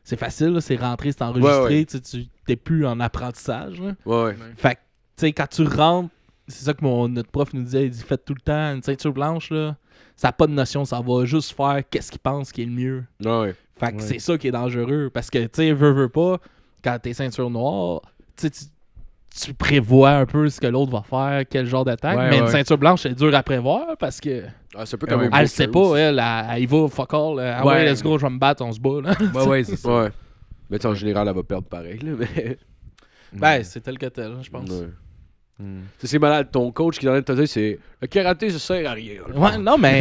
Speaker 5: C'est facile, là, c'est rentré, c'est enregistré,
Speaker 3: Ouais, ouais.
Speaker 5: tu sais, tu t'es plus en apprentissage. là.
Speaker 3: Ouais, ouais.
Speaker 5: Fait que, tu sais, quand tu rentres, c'est ça que mon, notre prof nous disait, il dit faites tout le temps une ceinture blanche, là, ça n'a pas de notion, ça va juste faire qu'est-ce qu'il pense qui est le mieux.
Speaker 3: Ouais, ouais.
Speaker 5: Fait que
Speaker 4: Ouais.
Speaker 5: c'est ça qui est dangereux, parce que, tu sais, veux, veux pas, quand t'es ceinture noire, tu sais, tu tu prévois un peu ce que l'autre va faire, quel genre d'attaque,
Speaker 4: Ouais,
Speaker 5: mais une
Speaker 4: ouais.
Speaker 5: ceinture blanche, c'est dur à prévoir parce que
Speaker 3: Ah, c'est un peu
Speaker 4: Ah
Speaker 3: comme
Speaker 4: ouais.
Speaker 3: un
Speaker 5: elle
Speaker 3: poker
Speaker 5: sait
Speaker 3: aussi.
Speaker 5: pas, elle, elle, elle y va, fuck all, là. ah ouais,
Speaker 4: Ouais.
Speaker 5: let's go, je vais me battre, on se bat, là.
Speaker 4: Ouais, ouais, c'est ça.
Speaker 3: Ouais. Mais tu sais, en général, elle va perdre pareil, là, mais...
Speaker 5: ben, c'est tel que tel, je pense.
Speaker 3: Ouais.
Speaker 4: Mm.
Speaker 3: Tu sais, C'est malade, ton coach qui est en train de te dire, c'est... Le karaté, ça sert à rien. là.
Speaker 5: Ouais, non, mais,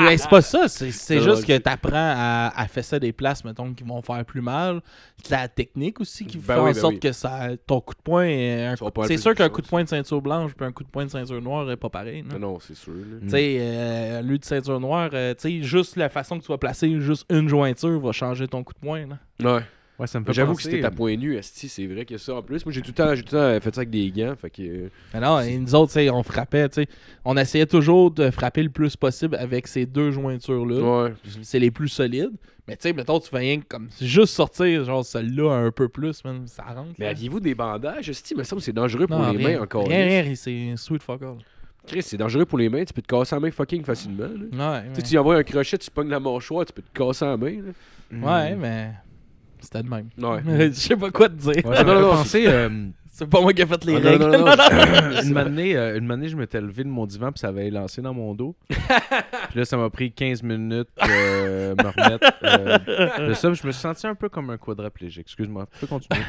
Speaker 5: mais c'est pas ça. C'est, c'est
Speaker 3: Non,
Speaker 5: juste
Speaker 3: je
Speaker 5: que t'apprends à, à fesser des places, mettons, qui vont faire plus mal. La technique aussi qui
Speaker 3: Ben
Speaker 5: fait
Speaker 3: oui,
Speaker 5: en
Speaker 3: ben
Speaker 5: sorte
Speaker 3: oui.
Speaker 5: que ça, ton coup de poing. est
Speaker 3: Ça
Speaker 5: un
Speaker 3: Mm.
Speaker 5: coup-
Speaker 3: va pas
Speaker 5: c'est
Speaker 3: être
Speaker 5: sûr
Speaker 3: plus
Speaker 5: qu'un
Speaker 3: puissant,
Speaker 5: coup de poing de ceinture blanche puis un coup de poing de ceinture noire est pas pareil. non?
Speaker 3: Non, non, c'est sûr, là.
Speaker 5: Tu sais, euh, lui de ceinture noire, euh, tu sais, juste la façon que tu vas placer juste une jointure va changer ton coup de poing. non?
Speaker 3: Ouais.
Speaker 4: Ouais, ça me fait
Speaker 3: J'avoue que
Speaker 4: penser- euh,
Speaker 3: c'était
Speaker 5: euh.
Speaker 3: à point nu, esti, c'est vrai qu'il y a ça en plus. Moi, j'ai tout le temps, j'ai tout le temps fait ça avec des gants, fait que... euh,
Speaker 5: Mais non, et nous autres, tu sais, on frappait, tu sais. On essayait toujours de frapper le plus possible avec ces deux jointures-là.
Speaker 3: Ouais.
Speaker 5: C'est les plus solides. Mais tu sais, mettons, tu fais rien que comme juste sortir, genre celle-là un peu plus, man, ça rentre.
Speaker 3: Mais
Speaker 5: là.
Speaker 3: aviez-vous des bandages, esti? Il me semble que c'est dangereux pour
Speaker 5: Non,
Speaker 3: les
Speaker 5: rien,
Speaker 3: mains encore.
Speaker 5: Rien, rien, rien, c'est sweet fuck all.
Speaker 3: Chris, c'est dangereux pour les mains, tu peux te casser la main fucking facilement, là.
Speaker 5: Ouais,
Speaker 3: Tu
Speaker 5: mais,
Speaker 3: sais, tu y envoies un crochet, tu pognes la mâchoire, tu peux te casser la main, là.
Speaker 4: mm.
Speaker 5: ouais, mais c'était de même.
Speaker 3: Ouais.
Speaker 5: Je sais pas quoi te dire.
Speaker 4: Ouais, ça
Speaker 3: Non,
Speaker 4: me
Speaker 3: non, non,
Speaker 4: fait penser, euh,
Speaker 5: C'est pas moi qui ai fait les
Speaker 3: Ah, non, non,
Speaker 5: règles.
Speaker 3: non,
Speaker 4: une manée, euh, une manée, je m'étais levé de mon divan puis ça avait lancé dans mon dos. puis là, ça m'a pris 15 minutes euh, me remettre euh, de ça. puis Je me suis senti un peu comme un quadriplégique. Excuse-moi, tu peux continuer.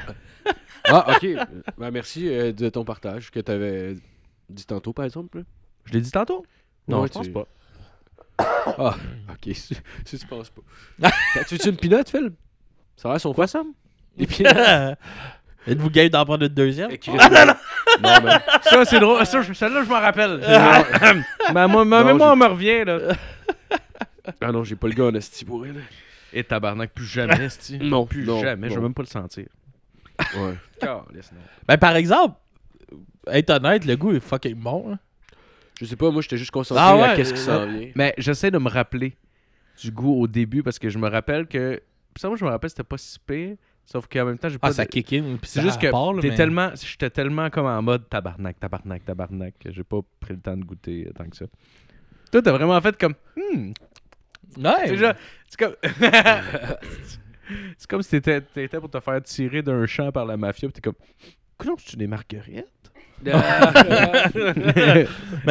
Speaker 3: Ah, ok. Euh, ben, merci euh, de ton partage que t'avais dit tantôt, par exemple. là.
Speaker 4: Je l'ai dit tantôt. Non,
Speaker 3: Ouais,
Speaker 4: je pense
Speaker 3: tu-
Speaker 4: pas.
Speaker 3: Ah, ok. Si si tu penses pas. Ben, tu veux-tu une pinotte, Phil? Ça a l'air son quoi, Sam? Des pinottes?
Speaker 5: Êtes-vous gay d'en prendre une deuxième?
Speaker 3: Eh, Chris, non, non, mais- Ah,
Speaker 4: Ça, c'est drôle. Ça, je- Celle-là, je m'en rappelle. ma ma- ma
Speaker 3: Non,
Speaker 4: mémoire me revient, là.
Speaker 3: Ah non, j'ai pas le gars en esti pour elle.
Speaker 4: Et tabarnak, plus jamais, esti.
Speaker 3: Non,
Speaker 4: plus
Speaker 3: non,
Speaker 4: jamais. Je
Speaker 3: non.
Speaker 4: vais même pas le sentir.
Speaker 3: Ouais.
Speaker 4: Calisse, non.
Speaker 5: Ben, par exemple, être honnête, le goût est fucking bon. hein.
Speaker 3: Je sais pas, moi j'étais juste concentré
Speaker 5: Ah ouais,
Speaker 3: à qu'est-ce qui
Speaker 5: euh,
Speaker 3: s'en vient.
Speaker 4: Mais j'essaie de me rappeler du goût au début parce que je me rappelle que. Ça, moi, je me rappelle, c'était pas si pire. Sauf qu'en même temps, j'ai pas.
Speaker 5: Ah, ça
Speaker 4: de-
Speaker 5: kick in. puis
Speaker 4: C'est
Speaker 5: ça
Speaker 4: juste que
Speaker 5: part, là,
Speaker 4: t'es
Speaker 5: mais-
Speaker 4: tellement, j'étais tellement comme en mode tabarnak, tabarnak, tabarnak que j'ai pas pris le temps de goûter euh, tant que ça. Toi, t'as vraiment fait comme. Hmm.
Speaker 5: Ouais.
Speaker 4: C'est genre- c'est comme. c'est comme si t'étais, t'étais pour te faire tirer d'un champ par la mafia, pis t'es comme. Coulon, c'est-tu des marguerites?
Speaker 5: mais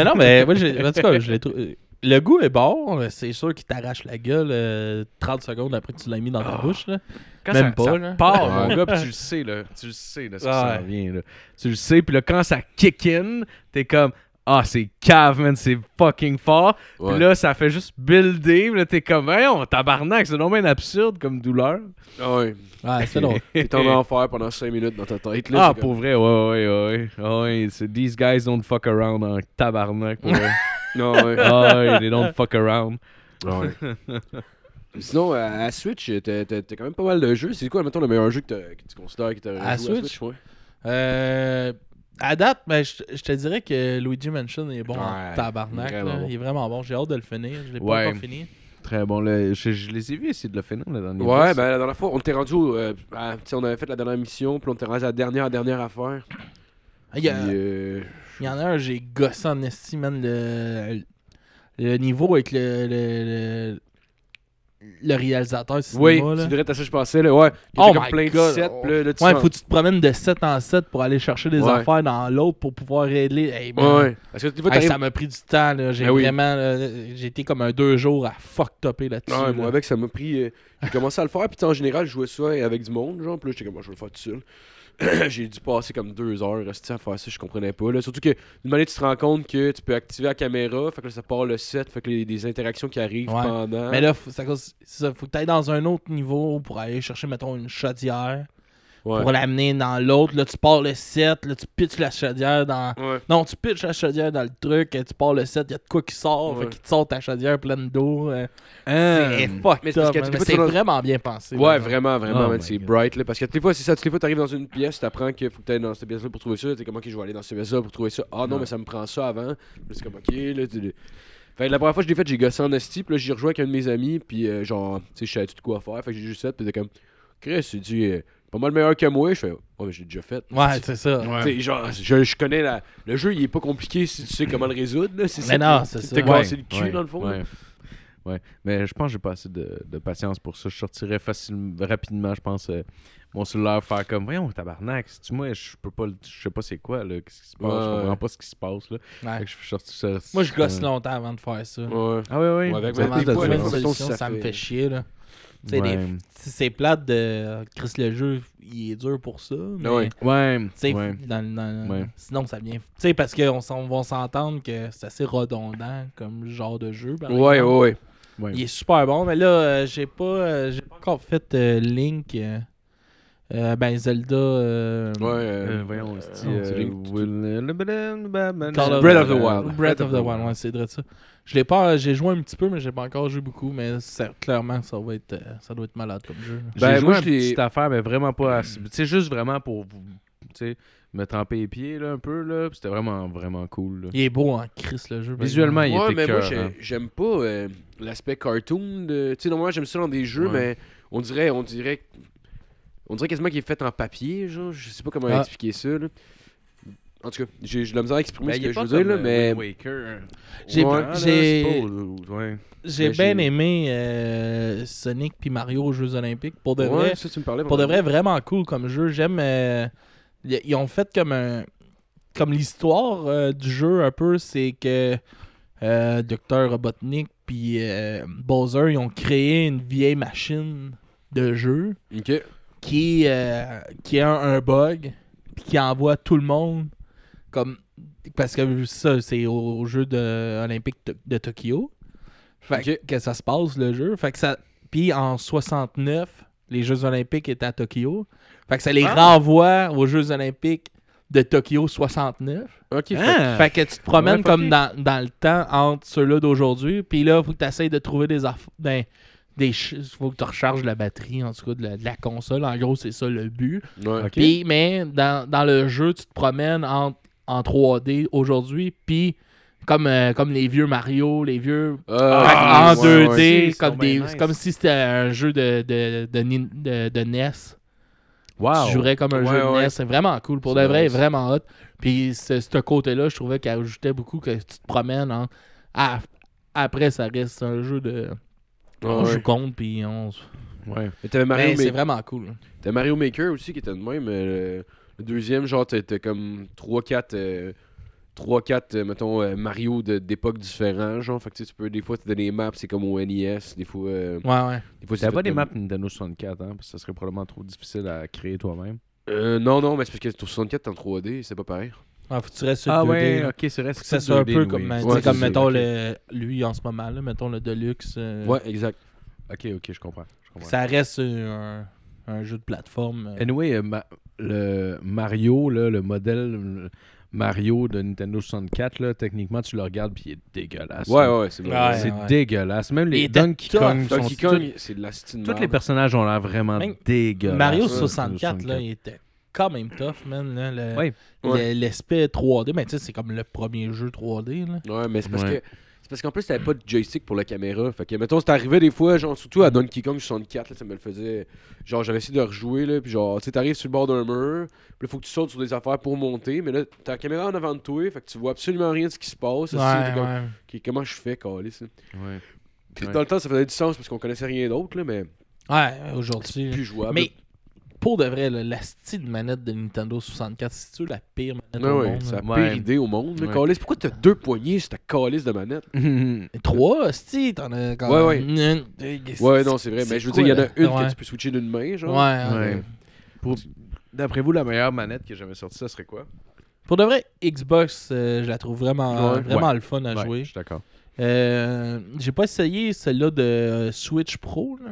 Speaker 5: non, mais moi, j'ai- en tout cas, je l'ai trouvé. Le goût est bon, c'est sûr qu'il t'arrache la gueule euh, 30 secondes après que tu l'as mis dans ta
Speaker 3: Ah.
Speaker 5: bouche. Là.
Speaker 4: Quand
Speaker 5: Même
Speaker 4: ça,
Speaker 5: pas,
Speaker 4: ça
Speaker 5: là.
Speaker 4: part,
Speaker 3: Ouais.
Speaker 4: mon gars, pis tu le sais, là. Tu le sais, là, ce qui
Speaker 5: Ouais.
Speaker 4: s'en vient, là. Tu le sais, pis là, quand ça kick in, t'es comme. Ah, c'est cave, man, c'est fucking fort. Puis
Speaker 3: Ouais.
Speaker 4: là, ça fait juste builder. Puis là, t'es comme, hey, on tabarnak, c'est non bien absurde comme douleur.
Speaker 3: Ah ouais.
Speaker 5: Ouais, c'est drôle.
Speaker 3: T'es en enfer pendant 5 minutes dans ta tête. Là,
Speaker 4: ah,
Speaker 3: c'est
Speaker 4: pour vrai, ouais, ouais, ouais. ouais. ouais c'est- these guys don't fuck around en tabarnak, pour vrai.
Speaker 3: comme- Non, ouais.
Speaker 4: Ah, ouais, they don't fuck around.
Speaker 3: Ah ouais. Sinon, à, à Switch, t'as t'as- t'as quand même pas mal de jeux. C'est quoi, mettons, le meilleur jeu que, t'as- que tu considères que t'as joué
Speaker 5: À
Speaker 3: à
Speaker 5: Switch?
Speaker 3: Switch? Ouais.
Speaker 5: Euh, à date, ben, je, je te dirais que Luigi Mansion est bon en
Speaker 3: Ouais,
Speaker 5: tabarnak.
Speaker 3: vraiment
Speaker 5: là.
Speaker 3: bon.
Speaker 5: Il est vraiment bon. J'ai hâte de le finir. Je l'ai
Speaker 4: Ouais.
Speaker 5: pas encore fini.
Speaker 4: Très bon, là, je, je les ai vus essayer de le finir, là, dans les
Speaker 3: Ouais,
Speaker 4: boss.
Speaker 3: ben la dernière fois, on t'est rendu. au, Euh, à- tu sais, on avait fait la dernière mission, puis on t'est rendu à la dernière, dernière affaire.
Speaker 5: Il y, a-
Speaker 3: Puis, euh,
Speaker 5: il y en a un, j'ai gossé en esti, man. Le, le niveau avec le, le, le, le réalisateur. du
Speaker 3: oui,
Speaker 5: cinéma, là.
Speaker 3: tu dirais, t'as ça, je pensais. Là, ouais. Il y
Speaker 5: Oh
Speaker 3: avait comme
Speaker 5: my
Speaker 3: plein
Speaker 5: God.
Speaker 3: de sets. puis là, là, tu
Speaker 5: Ouais,
Speaker 3: sens-
Speaker 5: faut que tu te promènes de 7 en 7 pour aller chercher des
Speaker 3: Ouais.
Speaker 5: affaires dans l'autre pour pouvoir régler. Hey, man.
Speaker 3: Ouais, ouais. Parce que des fois,
Speaker 5: Hey,
Speaker 3: t'arrives-
Speaker 5: ça m'a pris du temps, là. J'ai
Speaker 3: Ben oui.
Speaker 5: vraiment. là, J'ai été comme un deux jours à fuck topper là-dessus.
Speaker 3: Ouais,
Speaker 5: là.
Speaker 3: moi avec ça m'a pris. euh, j'ai commencé à le faire, puis tu sais, en général, je jouais ça avec du monde, genre, puis là, j'étais comme, Ah, je vais le faire tout seul. j'ai dû passer comme deux heures rester à faire ça, je comprenais pas. Là. Surtout que d'une manière, tu te rends compte que tu peux activer la caméra, fait que là, ça part le set, fait que les, des interactions qui arrivent
Speaker 5: Ouais.
Speaker 3: pendant.
Speaker 5: Mais là, faut, c'est à cause- c'est ça, faut que tu dans un autre niveau pour aller chercher, mettons, une chaudière.
Speaker 3: ouais.
Speaker 5: Pour l'amener dans l'autre. Là, tu pars le set. Là, tu pitches la chaudière dans.
Speaker 3: Ouais.
Speaker 5: Non, tu pitches la chaudière dans le truc. et Tu pars le set. Il y a de quoi qui sort.
Speaker 3: Ouais.
Speaker 5: Fait qu'il te sort ta chaudière pleine d'eau. euh,
Speaker 4: Hein.
Speaker 5: C'est fucked
Speaker 3: Mais c'est parce
Speaker 5: up,
Speaker 3: que
Speaker 5: man,
Speaker 3: tu
Speaker 5: mais
Speaker 3: peux
Speaker 5: c'est
Speaker 3: toujours-
Speaker 5: vraiment bien pensé.
Speaker 3: Ouais,
Speaker 5: par exemple.
Speaker 3: vraiment, vraiment,
Speaker 4: Oh
Speaker 3: man,
Speaker 4: my
Speaker 3: c'est
Speaker 4: God.
Speaker 3: bright, là. Parce que toutes les fois, c'est ça. Toutes les fois, t'arrives dans une pièce, t'apprends qu'il faut que t'ailles dans cette pièce-là pour trouver ça. T'es comme, ok, je vais aller dans cette pièce-là pour trouver ça. Ah non,
Speaker 4: Ouais.
Speaker 3: mais ça me prend ça avant. Là, c'est comme, ok, là. tu- Fait que la première fois que je l'ai fait, j'ai gossé en esti, puis là, j'ai rejoint avec un de mes amis, puis euh, genre, tu sais, je savais tout de quoi faire. Fait que j'ai juste fait, puis t'es comme, Chris, c'est du. euh, pas mal meilleur que moi. Je fais, ouais, mais j'ai déjà fait.
Speaker 5: Ouais, c'est ça.
Speaker 3: Tu sais, genre, je, je connais la. Le jeu, il est pas compliqué si tu sais comment le résoudre, là. C'est
Speaker 5: Mais
Speaker 3: ça qui-
Speaker 5: non, c'est
Speaker 3: qui
Speaker 5: ça.
Speaker 3: Te
Speaker 5: Ouais,
Speaker 3: cassé le cul,
Speaker 4: Ouais,
Speaker 3: dans le fond.
Speaker 4: Ouais.
Speaker 3: là.
Speaker 4: Ouais. mais je pense que j'ai pas assez de, de patience pour ça. Je sortirais facilement, rapidement, je pense, euh, mon cellulaire, faire comme, voyons, tabarnak, c'est-tu moi, je peux pas, le- je sais pas c'est quoi, là, qu'est-ce qui se passe, je
Speaker 3: Ouais.
Speaker 4: comprends pas ce qui se passe, là.
Speaker 5: Ouais.
Speaker 4: Fait que je suis sorti ça.
Speaker 5: Ah. Moi, je gosse
Speaker 4: euh,
Speaker 5: longtemps avant de faire ça.
Speaker 3: Ouais.
Speaker 4: Ah oui, oui.
Speaker 3: Ouais, avec
Speaker 4: Ça
Speaker 3: ma-
Speaker 5: Avant
Speaker 4: marche
Speaker 5: de
Speaker 3: des fois,
Speaker 5: trouver
Speaker 4: de
Speaker 3: même
Speaker 5: une
Speaker 4: ça.
Speaker 3: façon,
Speaker 5: solution,
Speaker 3: ça
Speaker 5: ça me
Speaker 3: fait-
Speaker 5: fait chier, là. Tu sais, des-
Speaker 4: Ouais.
Speaker 5: Si c'est plate de. Chris, le jeu, il est dur pour ça. Mais,
Speaker 3: Ouais.
Speaker 5: tu
Speaker 4: Ouais.
Speaker 5: sais,
Speaker 4: ouais.
Speaker 5: dans- dans-
Speaker 4: Ouais.
Speaker 5: Sinon, ça vient. Tu sais, parce qu'on s'en- va s'entendre que c'est assez redondant comme genre de jeu. par
Speaker 3: Ouais, ouais,
Speaker 5: exemple.
Speaker 3: ouais.
Speaker 4: ouais.
Speaker 5: Il est super bon, mais là, euh, j'ai pas, euh, j'ai pas encore fait euh, Link. euh, Euh, ben, Zelda. euh,
Speaker 3: Ouais,
Speaker 4: Euh,
Speaker 3: euh,
Speaker 4: voyons, c'est
Speaker 3: euh,
Speaker 4: Breath
Speaker 3: Breath of the Wild.
Speaker 5: Euh, Breath of the Wild, ouais, c'est vrai ça. Je l'ai pas, j'ai joué un petit peu, mais j'ai pas encore joué beaucoup. Mais ça- clairement, ça va être, euh, ça doit être malade comme jeu. là.
Speaker 4: J'ai
Speaker 3: Ben,
Speaker 4: joué
Speaker 3: moi,
Speaker 4: à
Speaker 3: je l'ai-
Speaker 4: petite affaire, mais vraiment pas. assez- Tu sais, juste vraiment pour vous- tu sais, me tremper les pieds là, un peu. là puis C'était vraiment, vraiment cool. là.
Speaker 5: Il est beau en Chris le jeu. par
Speaker 4: Visuellement,
Speaker 5: exemple.
Speaker 4: il
Speaker 3: Ouais,
Speaker 4: était
Speaker 3: mais moi,
Speaker 4: cœur,
Speaker 3: j'ai-
Speaker 4: hein.
Speaker 3: j'aime pas euh, l'aspect cartoon. De... Tu sais, normalement, j'aime ça dans des jeux,
Speaker 4: Ouais.
Speaker 3: mais on dirait, on dirait, on dirait quasiment qu'il est fait en papier, genre. Je sais pas comment
Speaker 5: Ah.
Speaker 3: expliquer ça, là. En tout cas, j'ai j'ai de la misère à exprimer
Speaker 4: Ben,
Speaker 3: ce
Speaker 4: il
Speaker 3: que
Speaker 4: est
Speaker 3: je
Speaker 4: pas
Speaker 3: veux dire, là,
Speaker 4: comme,
Speaker 3: mais...
Speaker 4: euh, Wind Waker.
Speaker 5: J'ai-
Speaker 4: Ouais, là,
Speaker 5: j'ai-
Speaker 4: c'est pas- ouais.
Speaker 5: J'ai
Speaker 3: mais
Speaker 5: bien
Speaker 3: j'ai-
Speaker 5: aimé euh, Sonic puis Mario aux Jeux Olympiques. Pour de
Speaker 3: Ouais,
Speaker 5: vrai,
Speaker 3: ça, tu me parlais.
Speaker 5: pour de
Speaker 3: pendant-
Speaker 5: vrai, vraiment cool comme jeu. J'aime. euh, y- ils ont fait comme un. Comme l'histoire euh, du jeu, un peu, c'est que euh, Dr. Robotnik puis euh, Bowser, ils ont créé une vieille machine de jeu
Speaker 3: Ok.
Speaker 5: qui, euh, qui a un, un bug, puis qui envoie tout le monde. comme Parce que ça, c'est au, au jeu de, olympique to- de Tokyo. Fait que-
Speaker 3: Ok.
Speaker 5: que ça se passe, le jeu. Fait que ça... Puis en 69, les Jeux olympiques étaient à Tokyo. Fait que ça les renvoie aux Jeux olympiques de Tokyo 69.
Speaker 3: Ok,
Speaker 4: Ah!
Speaker 5: Fait que tu te promènes
Speaker 4: Ouais, fuck
Speaker 5: comme
Speaker 4: it.
Speaker 5: dans, dans le temps entre ceux-là d'aujourd'hui. Puis là, faut que tu essayes de trouver des aff- ben, des ch- faut que tu recharges la batterie, en tout cas, de la, de la console. En gros, c'est ça le but.
Speaker 3: fait- ouais.
Speaker 4: Ok.
Speaker 5: Puis, mais dans, dans le jeu, tu te promènes en, en 3D aujourd'hui. Puis, comme, euh, comme les vieux Mario, les vieux.
Speaker 3: Ah,
Speaker 5: en
Speaker 3: ouais, ouais.
Speaker 5: 2D,
Speaker 4: ouais.
Speaker 5: comme,
Speaker 4: C'est
Speaker 5: des,
Speaker 4: bien nice.
Speaker 5: comme si c'était un jeu de, de, de, nin- de- E de NES.
Speaker 4: Wow.
Speaker 5: Tu jouerais comme un
Speaker 3: Ouais,
Speaker 5: jeu de
Speaker 3: ouais.
Speaker 5: NES. C'est vraiment cool. Pour de
Speaker 3: C'est
Speaker 5: vrai,
Speaker 3: nice.
Speaker 5: vraiment hot. Puis ce, ce côté-là, je trouvais qu'elle ajoutait beaucoup que tu te promènes. en- à- après, ça reste un jeu de.
Speaker 3: Ouais,
Speaker 5: on
Speaker 3: ouais.
Speaker 5: joue contre, puis on. se-
Speaker 4: Ouais.
Speaker 3: Mais T'avais Mario,
Speaker 5: Mais c'est
Speaker 3: Ma-
Speaker 5: vraiment cool.
Speaker 3: t'avais Mario Maker aussi qui était de même. euh, le deuxième, genre, t'as t'as comme 3-4, euh, 3-4, euh, mettons, euh, Mario de- d'époques différentes, genre. Fait que tu sais, tu peux, des fois, t'as des maps, c'est comme au NES. Des fois, euh,
Speaker 5: Ouais, ouais.
Speaker 3: des fois c'est fait
Speaker 4: T'avais pas des
Speaker 3: comme-
Speaker 4: maps Nintendo 64, hein, parce que ça serait probablement trop difficile à créer toi-même.
Speaker 3: Euh, non, non, mais c'est parce que sur 64, t'es en 3D, c'est pas pareil.
Speaker 5: Ah, faut que tu restes sur
Speaker 4: Ah
Speaker 5: 2D,
Speaker 4: ouais,
Speaker 5: là.
Speaker 3: euh,
Speaker 4: ok, c'est resté
Speaker 5: Faut que ça soit un peu comme, euh, tu sais,
Speaker 3: Ouais,
Speaker 5: comme
Speaker 3: c'est-
Speaker 5: mettons,
Speaker 3: ok.
Speaker 5: le, lui en ce moment, là, mettons le Deluxe. euh,
Speaker 3: Ouais, exact.
Speaker 4: Ok, ok, je comprends. Je comprends.
Speaker 5: Ça reste euh, un, un jeu de plateforme. euh.
Speaker 4: Anyway, euh, ma- le Mario, là, le modèle euh, Mario de Nintendo 64, là, techniquement, tu le regardes puis il est dégueulasse.
Speaker 3: Ouais,
Speaker 4: là.
Speaker 3: ouais, c'est bon.
Speaker 5: Ouais.
Speaker 4: C'est dégueulasse. Même
Speaker 5: Il
Speaker 4: les
Speaker 5: était
Speaker 4: Donkey
Speaker 5: tough.
Speaker 4: Kong sont
Speaker 3: Donkey Kong, c'est de la style
Speaker 4: Tous les personnages ont l'air vraiment
Speaker 5: Même
Speaker 4: dégueulasses.
Speaker 5: Mario
Speaker 4: là,
Speaker 5: 64, là, il était quand même tough, man. là, le-
Speaker 4: Ouais.
Speaker 5: le-
Speaker 3: Ouais.
Speaker 5: L'aspect 3D, mais tu sais, c'est comme le premier jeu 3D. Là.
Speaker 3: Ouais, mais c'est parce
Speaker 4: Ouais.
Speaker 3: que. C'est parce qu'en plus, t'avais pas de joystick pour la caméra. Fait que, mettons, c'est arrivé des fois, genre, surtout à Donkey Kong 64, là, ça me le faisait. Genre, j'avais essayé de rejouer, là, puis genre, tu sais, t'arrives sur le bord d'un mur, puis là, faut que tu sautes sur des affaires pour monter, mais là, t'as la caméra en avant de toi, fait que tu vois absolument rien de ce qui se passe. aussi, t'es comme, Ok, comment je fais, calice? là?
Speaker 4: Ouais.
Speaker 3: Puis
Speaker 4: Ouais.
Speaker 3: dans le temps, ça faisait du sens parce qu'on connaissait rien d'autre, là, mais
Speaker 5: Ouais, aujourd'hui.
Speaker 3: plus jouable.
Speaker 5: Mm. Mais pour de vrai, là, la style manette de Nintendo 64, c'est tu la pire manette
Speaker 3: Ouais,
Speaker 5: au
Speaker 3: ouais,
Speaker 5: monde.
Speaker 3: c'est
Speaker 5: là.
Speaker 3: la pire
Speaker 4: Ouais.
Speaker 3: idée au monde, là,
Speaker 4: Ouais.
Speaker 3: calice. Pourquoi t'as deux poignées sur ta calice de manette?
Speaker 5: Trois, style, t'en as quand
Speaker 3: Ouais, ouais.
Speaker 5: même. Ouais,
Speaker 3: Ouais, non, c'est vrai,
Speaker 5: c'est
Speaker 3: mais je veux
Speaker 5: quoi,
Speaker 3: dire, il y en a
Speaker 5: là?
Speaker 3: une
Speaker 5: Ouais.
Speaker 3: que tu peux switcher d'une main, genre.
Speaker 5: Ouais, ouais.
Speaker 4: Ouais. Pour- D'après vous, la meilleure manette qui est jamais sortie, ça serait quoi
Speaker 5: Pour de vrai, Xbox, euh, je la trouve vraiment,
Speaker 3: Ouais.
Speaker 5: vraiment le fun à
Speaker 4: Ouais,
Speaker 5: jouer.
Speaker 4: Je suis d'accord.
Speaker 5: Euh, j'ai pas essayé celle-là de euh, Switch Pro. là.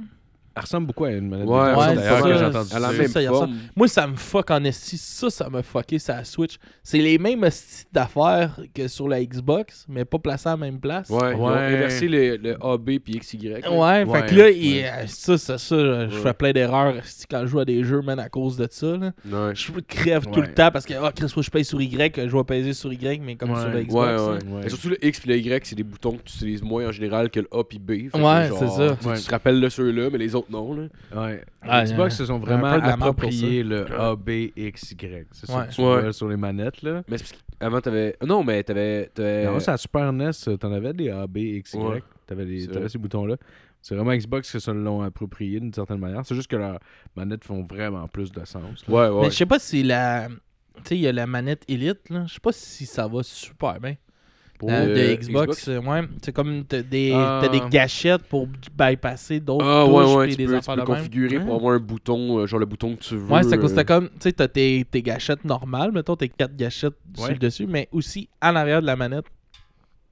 Speaker 4: Elle ressemble beaucoup à une manette
Speaker 3: Ouais,
Speaker 4: de
Speaker 5: ouais,
Speaker 4: Nintendo, d'ailleurs,
Speaker 5: c'est
Speaker 4: que
Speaker 5: ça,
Speaker 4: j'ai entendu
Speaker 3: À la
Speaker 4: dire.
Speaker 3: même
Speaker 5: ça, il ressemble.
Speaker 3: forme.
Speaker 5: Moi, ça me fuck en esti. Ça, ça m'a fucké sur la Switch. C'est les mêmes esti d'affaires que sur la Xbox, mais pas placées à la même place.
Speaker 3: Ouais, ils ont
Speaker 4: Ouais.
Speaker 3: inversé le, le AB puis XY. là.
Speaker 5: Ouais,
Speaker 4: Ouais,
Speaker 5: fait que là,
Speaker 4: ouais.
Speaker 5: il- euh, ça, ça, ça, euh, je
Speaker 3: Ouais.
Speaker 5: fais plein d'erreurs esti, quand je joue à des jeux, man, à cause de ça. là.
Speaker 3: Ouais.
Speaker 5: Je crève tout
Speaker 4: Ouais.
Speaker 5: le temps parce que, ah, Chris, faut que je paye sur Y, euh, je vais payer sur Y, mais comme
Speaker 4: Ouais.
Speaker 5: sur la
Speaker 3: Ouais,
Speaker 5: Xbox.
Speaker 3: ouais.
Speaker 4: hein.
Speaker 3: Et surtout le X puis le Y, c'est des boutons que tu utilises moins en général que le A puis B. Fait que
Speaker 5: Ouais,
Speaker 3: genre,
Speaker 5: c'est ça.
Speaker 3: Tu, tu
Speaker 4: Ouais.
Speaker 3: te rappelles de ceux-là, mais les autres non. Là.
Speaker 4: Ouais.
Speaker 5: Ah,
Speaker 4: Les
Speaker 5: euh,
Speaker 4: Xbox se sont vraiment
Speaker 5: peu de la merde pour
Speaker 4: approprié le A, B, X, Y. C'est ça
Speaker 5: Ouais.
Speaker 4: que tu
Speaker 3: Ouais.
Speaker 4: vois sur les manettes, là.
Speaker 3: Mais c'est parce qu'avant, t'avais. ah Non, mais t'avais. t'avais-
Speaker 4: Non, c'est la Super NES, euh, t'en avais des A, B, X, Y.
Speaker 3: Ouais.
Speaker 4: T'avais, des-
Speaker 3: C'est
Speaker 4: t'avais
Speaker 3: vrai.
Speaker 4: ces boutons-là. C'est vraiment Xbox que ça l'ont approprié d'une certaine manière. C'est juste que leurs manettes font vraiment plus de sens. là.
Speaker 3: Ouais, ouais.
Speaker 5: Mais je sais pas si la. Tu sais, il y a la manette Elite, là. Je sais pas si ça va super bien.
Speaker 4: Pour-
Speaker 5: La- de
Speaker 3: euh,
Speaker 5: Xbox,
Speaker 3: Xbox?
Speaker 5: euh, ouais. C'est comme t'as des,
Speaker 4: Ah.
Speaker 5: t'as des gâchettes pour bypasser d'autres
Speaker 3: Ah,
Speaker 5: touches
Speaker 3: ouais, ouais. Tu
Speaker 5: puis des
Speaker 3: peux, tu
Speaker 5: affaires
Speaker 3: peux
Speaker 5: de même.
Speaker 3: configurer pour
Speaker 5: Ouais.
Speaker 3: avoir un bouton, euh, genre le bouton que tu veux.
Speaker 5: Ouais, c'est à cause
Speaker 3: euh,
Speaker 5: de comme. Tu sais, t'as tes, tes gâchettes normales, mettons, tes quatre gâchettes sur
Speaker 4: Ouais.
Speaker 5: le dessus, mais aussi à l'arrière de la manette.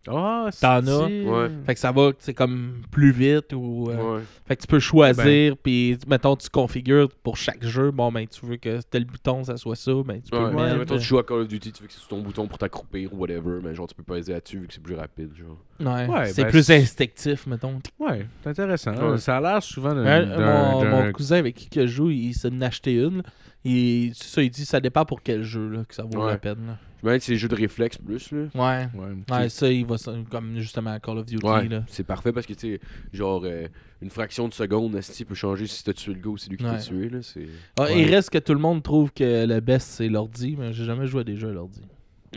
Speaker 4: Ah,
Speaker 5: T'en
Speaker 4: c'est-
Speaker 5: as.
Speaker 3: Ouais.
Speaker 5: Fait que ça va, c'est comme plus vite ou. euh,
Speaker 3: Ouais.
Speaker 5: Fait que tu peux choisir, puis mettons, tu configures pour chaque jeu. Bon, ben, tu veux que tel bouton, ça soit ça, ben, tu peux
Speaker 3: Ouais,
Speaker 5: le
Speaker 3: mais
Speaker 5: mettre.
Speaker 3: mettons, tu joues à Call of Duty, tu veux que c'est sur ton bouton pour t'accroupir ou whatever, mais genre, tu peux peser là-dessus vu que c'est plus rapide, genre.
Speaker 5: Ouais,
Speaker 4: Ouais,
Speaker 5: c'est
Speaker 4: ben,
Speaker 5: plus
Speaker 4: c'est-
Speaker 5: instinctif, mettons.
Speaker 4: Ouais, c'est intéressant.
Speaker 3: Ouais.
Speaker 4: Ça a l'air souvent d'un.
Speaker 5: Ouais,
Speaker 4: Euh, d'un-
Speaker 5: mon,
Speaker 4: d'un-
Speaker 5: mon cousin avec qui que je joue, il s'en a acheté une. Et c'est ça, il dit ça dépend pour quel jeu là, que ça vaut
Speaker 3: Ouais.
Speaker 5: la peine. là.
Speaker 3: Je me demande si c'est les jeux de réflexe plus, là.
Speaker 5: Ouais.
Speaker 4: Ouais.
Speaker 5: Ouais, ça, il va s- comme justement Call of Duty.
Speaker 3: Ouais,
Speaker 5: Là.
Speaker 3: c'est parfait parce que, tu sais, genre, euh, une fraction de seconde, Asti peut changer si t'as tué le gars ou c'est lui qui
Speaker 5: Ouais.
Speaker 3: t'a tué, là. C'est...
Speaker 5: Ah,
Speaker 4: Ouais.
Speaker 5: Il reste que tout le monde trouve que le best c'est l'ordi, mais j'ai jamais joué à des jeux à l'ordi.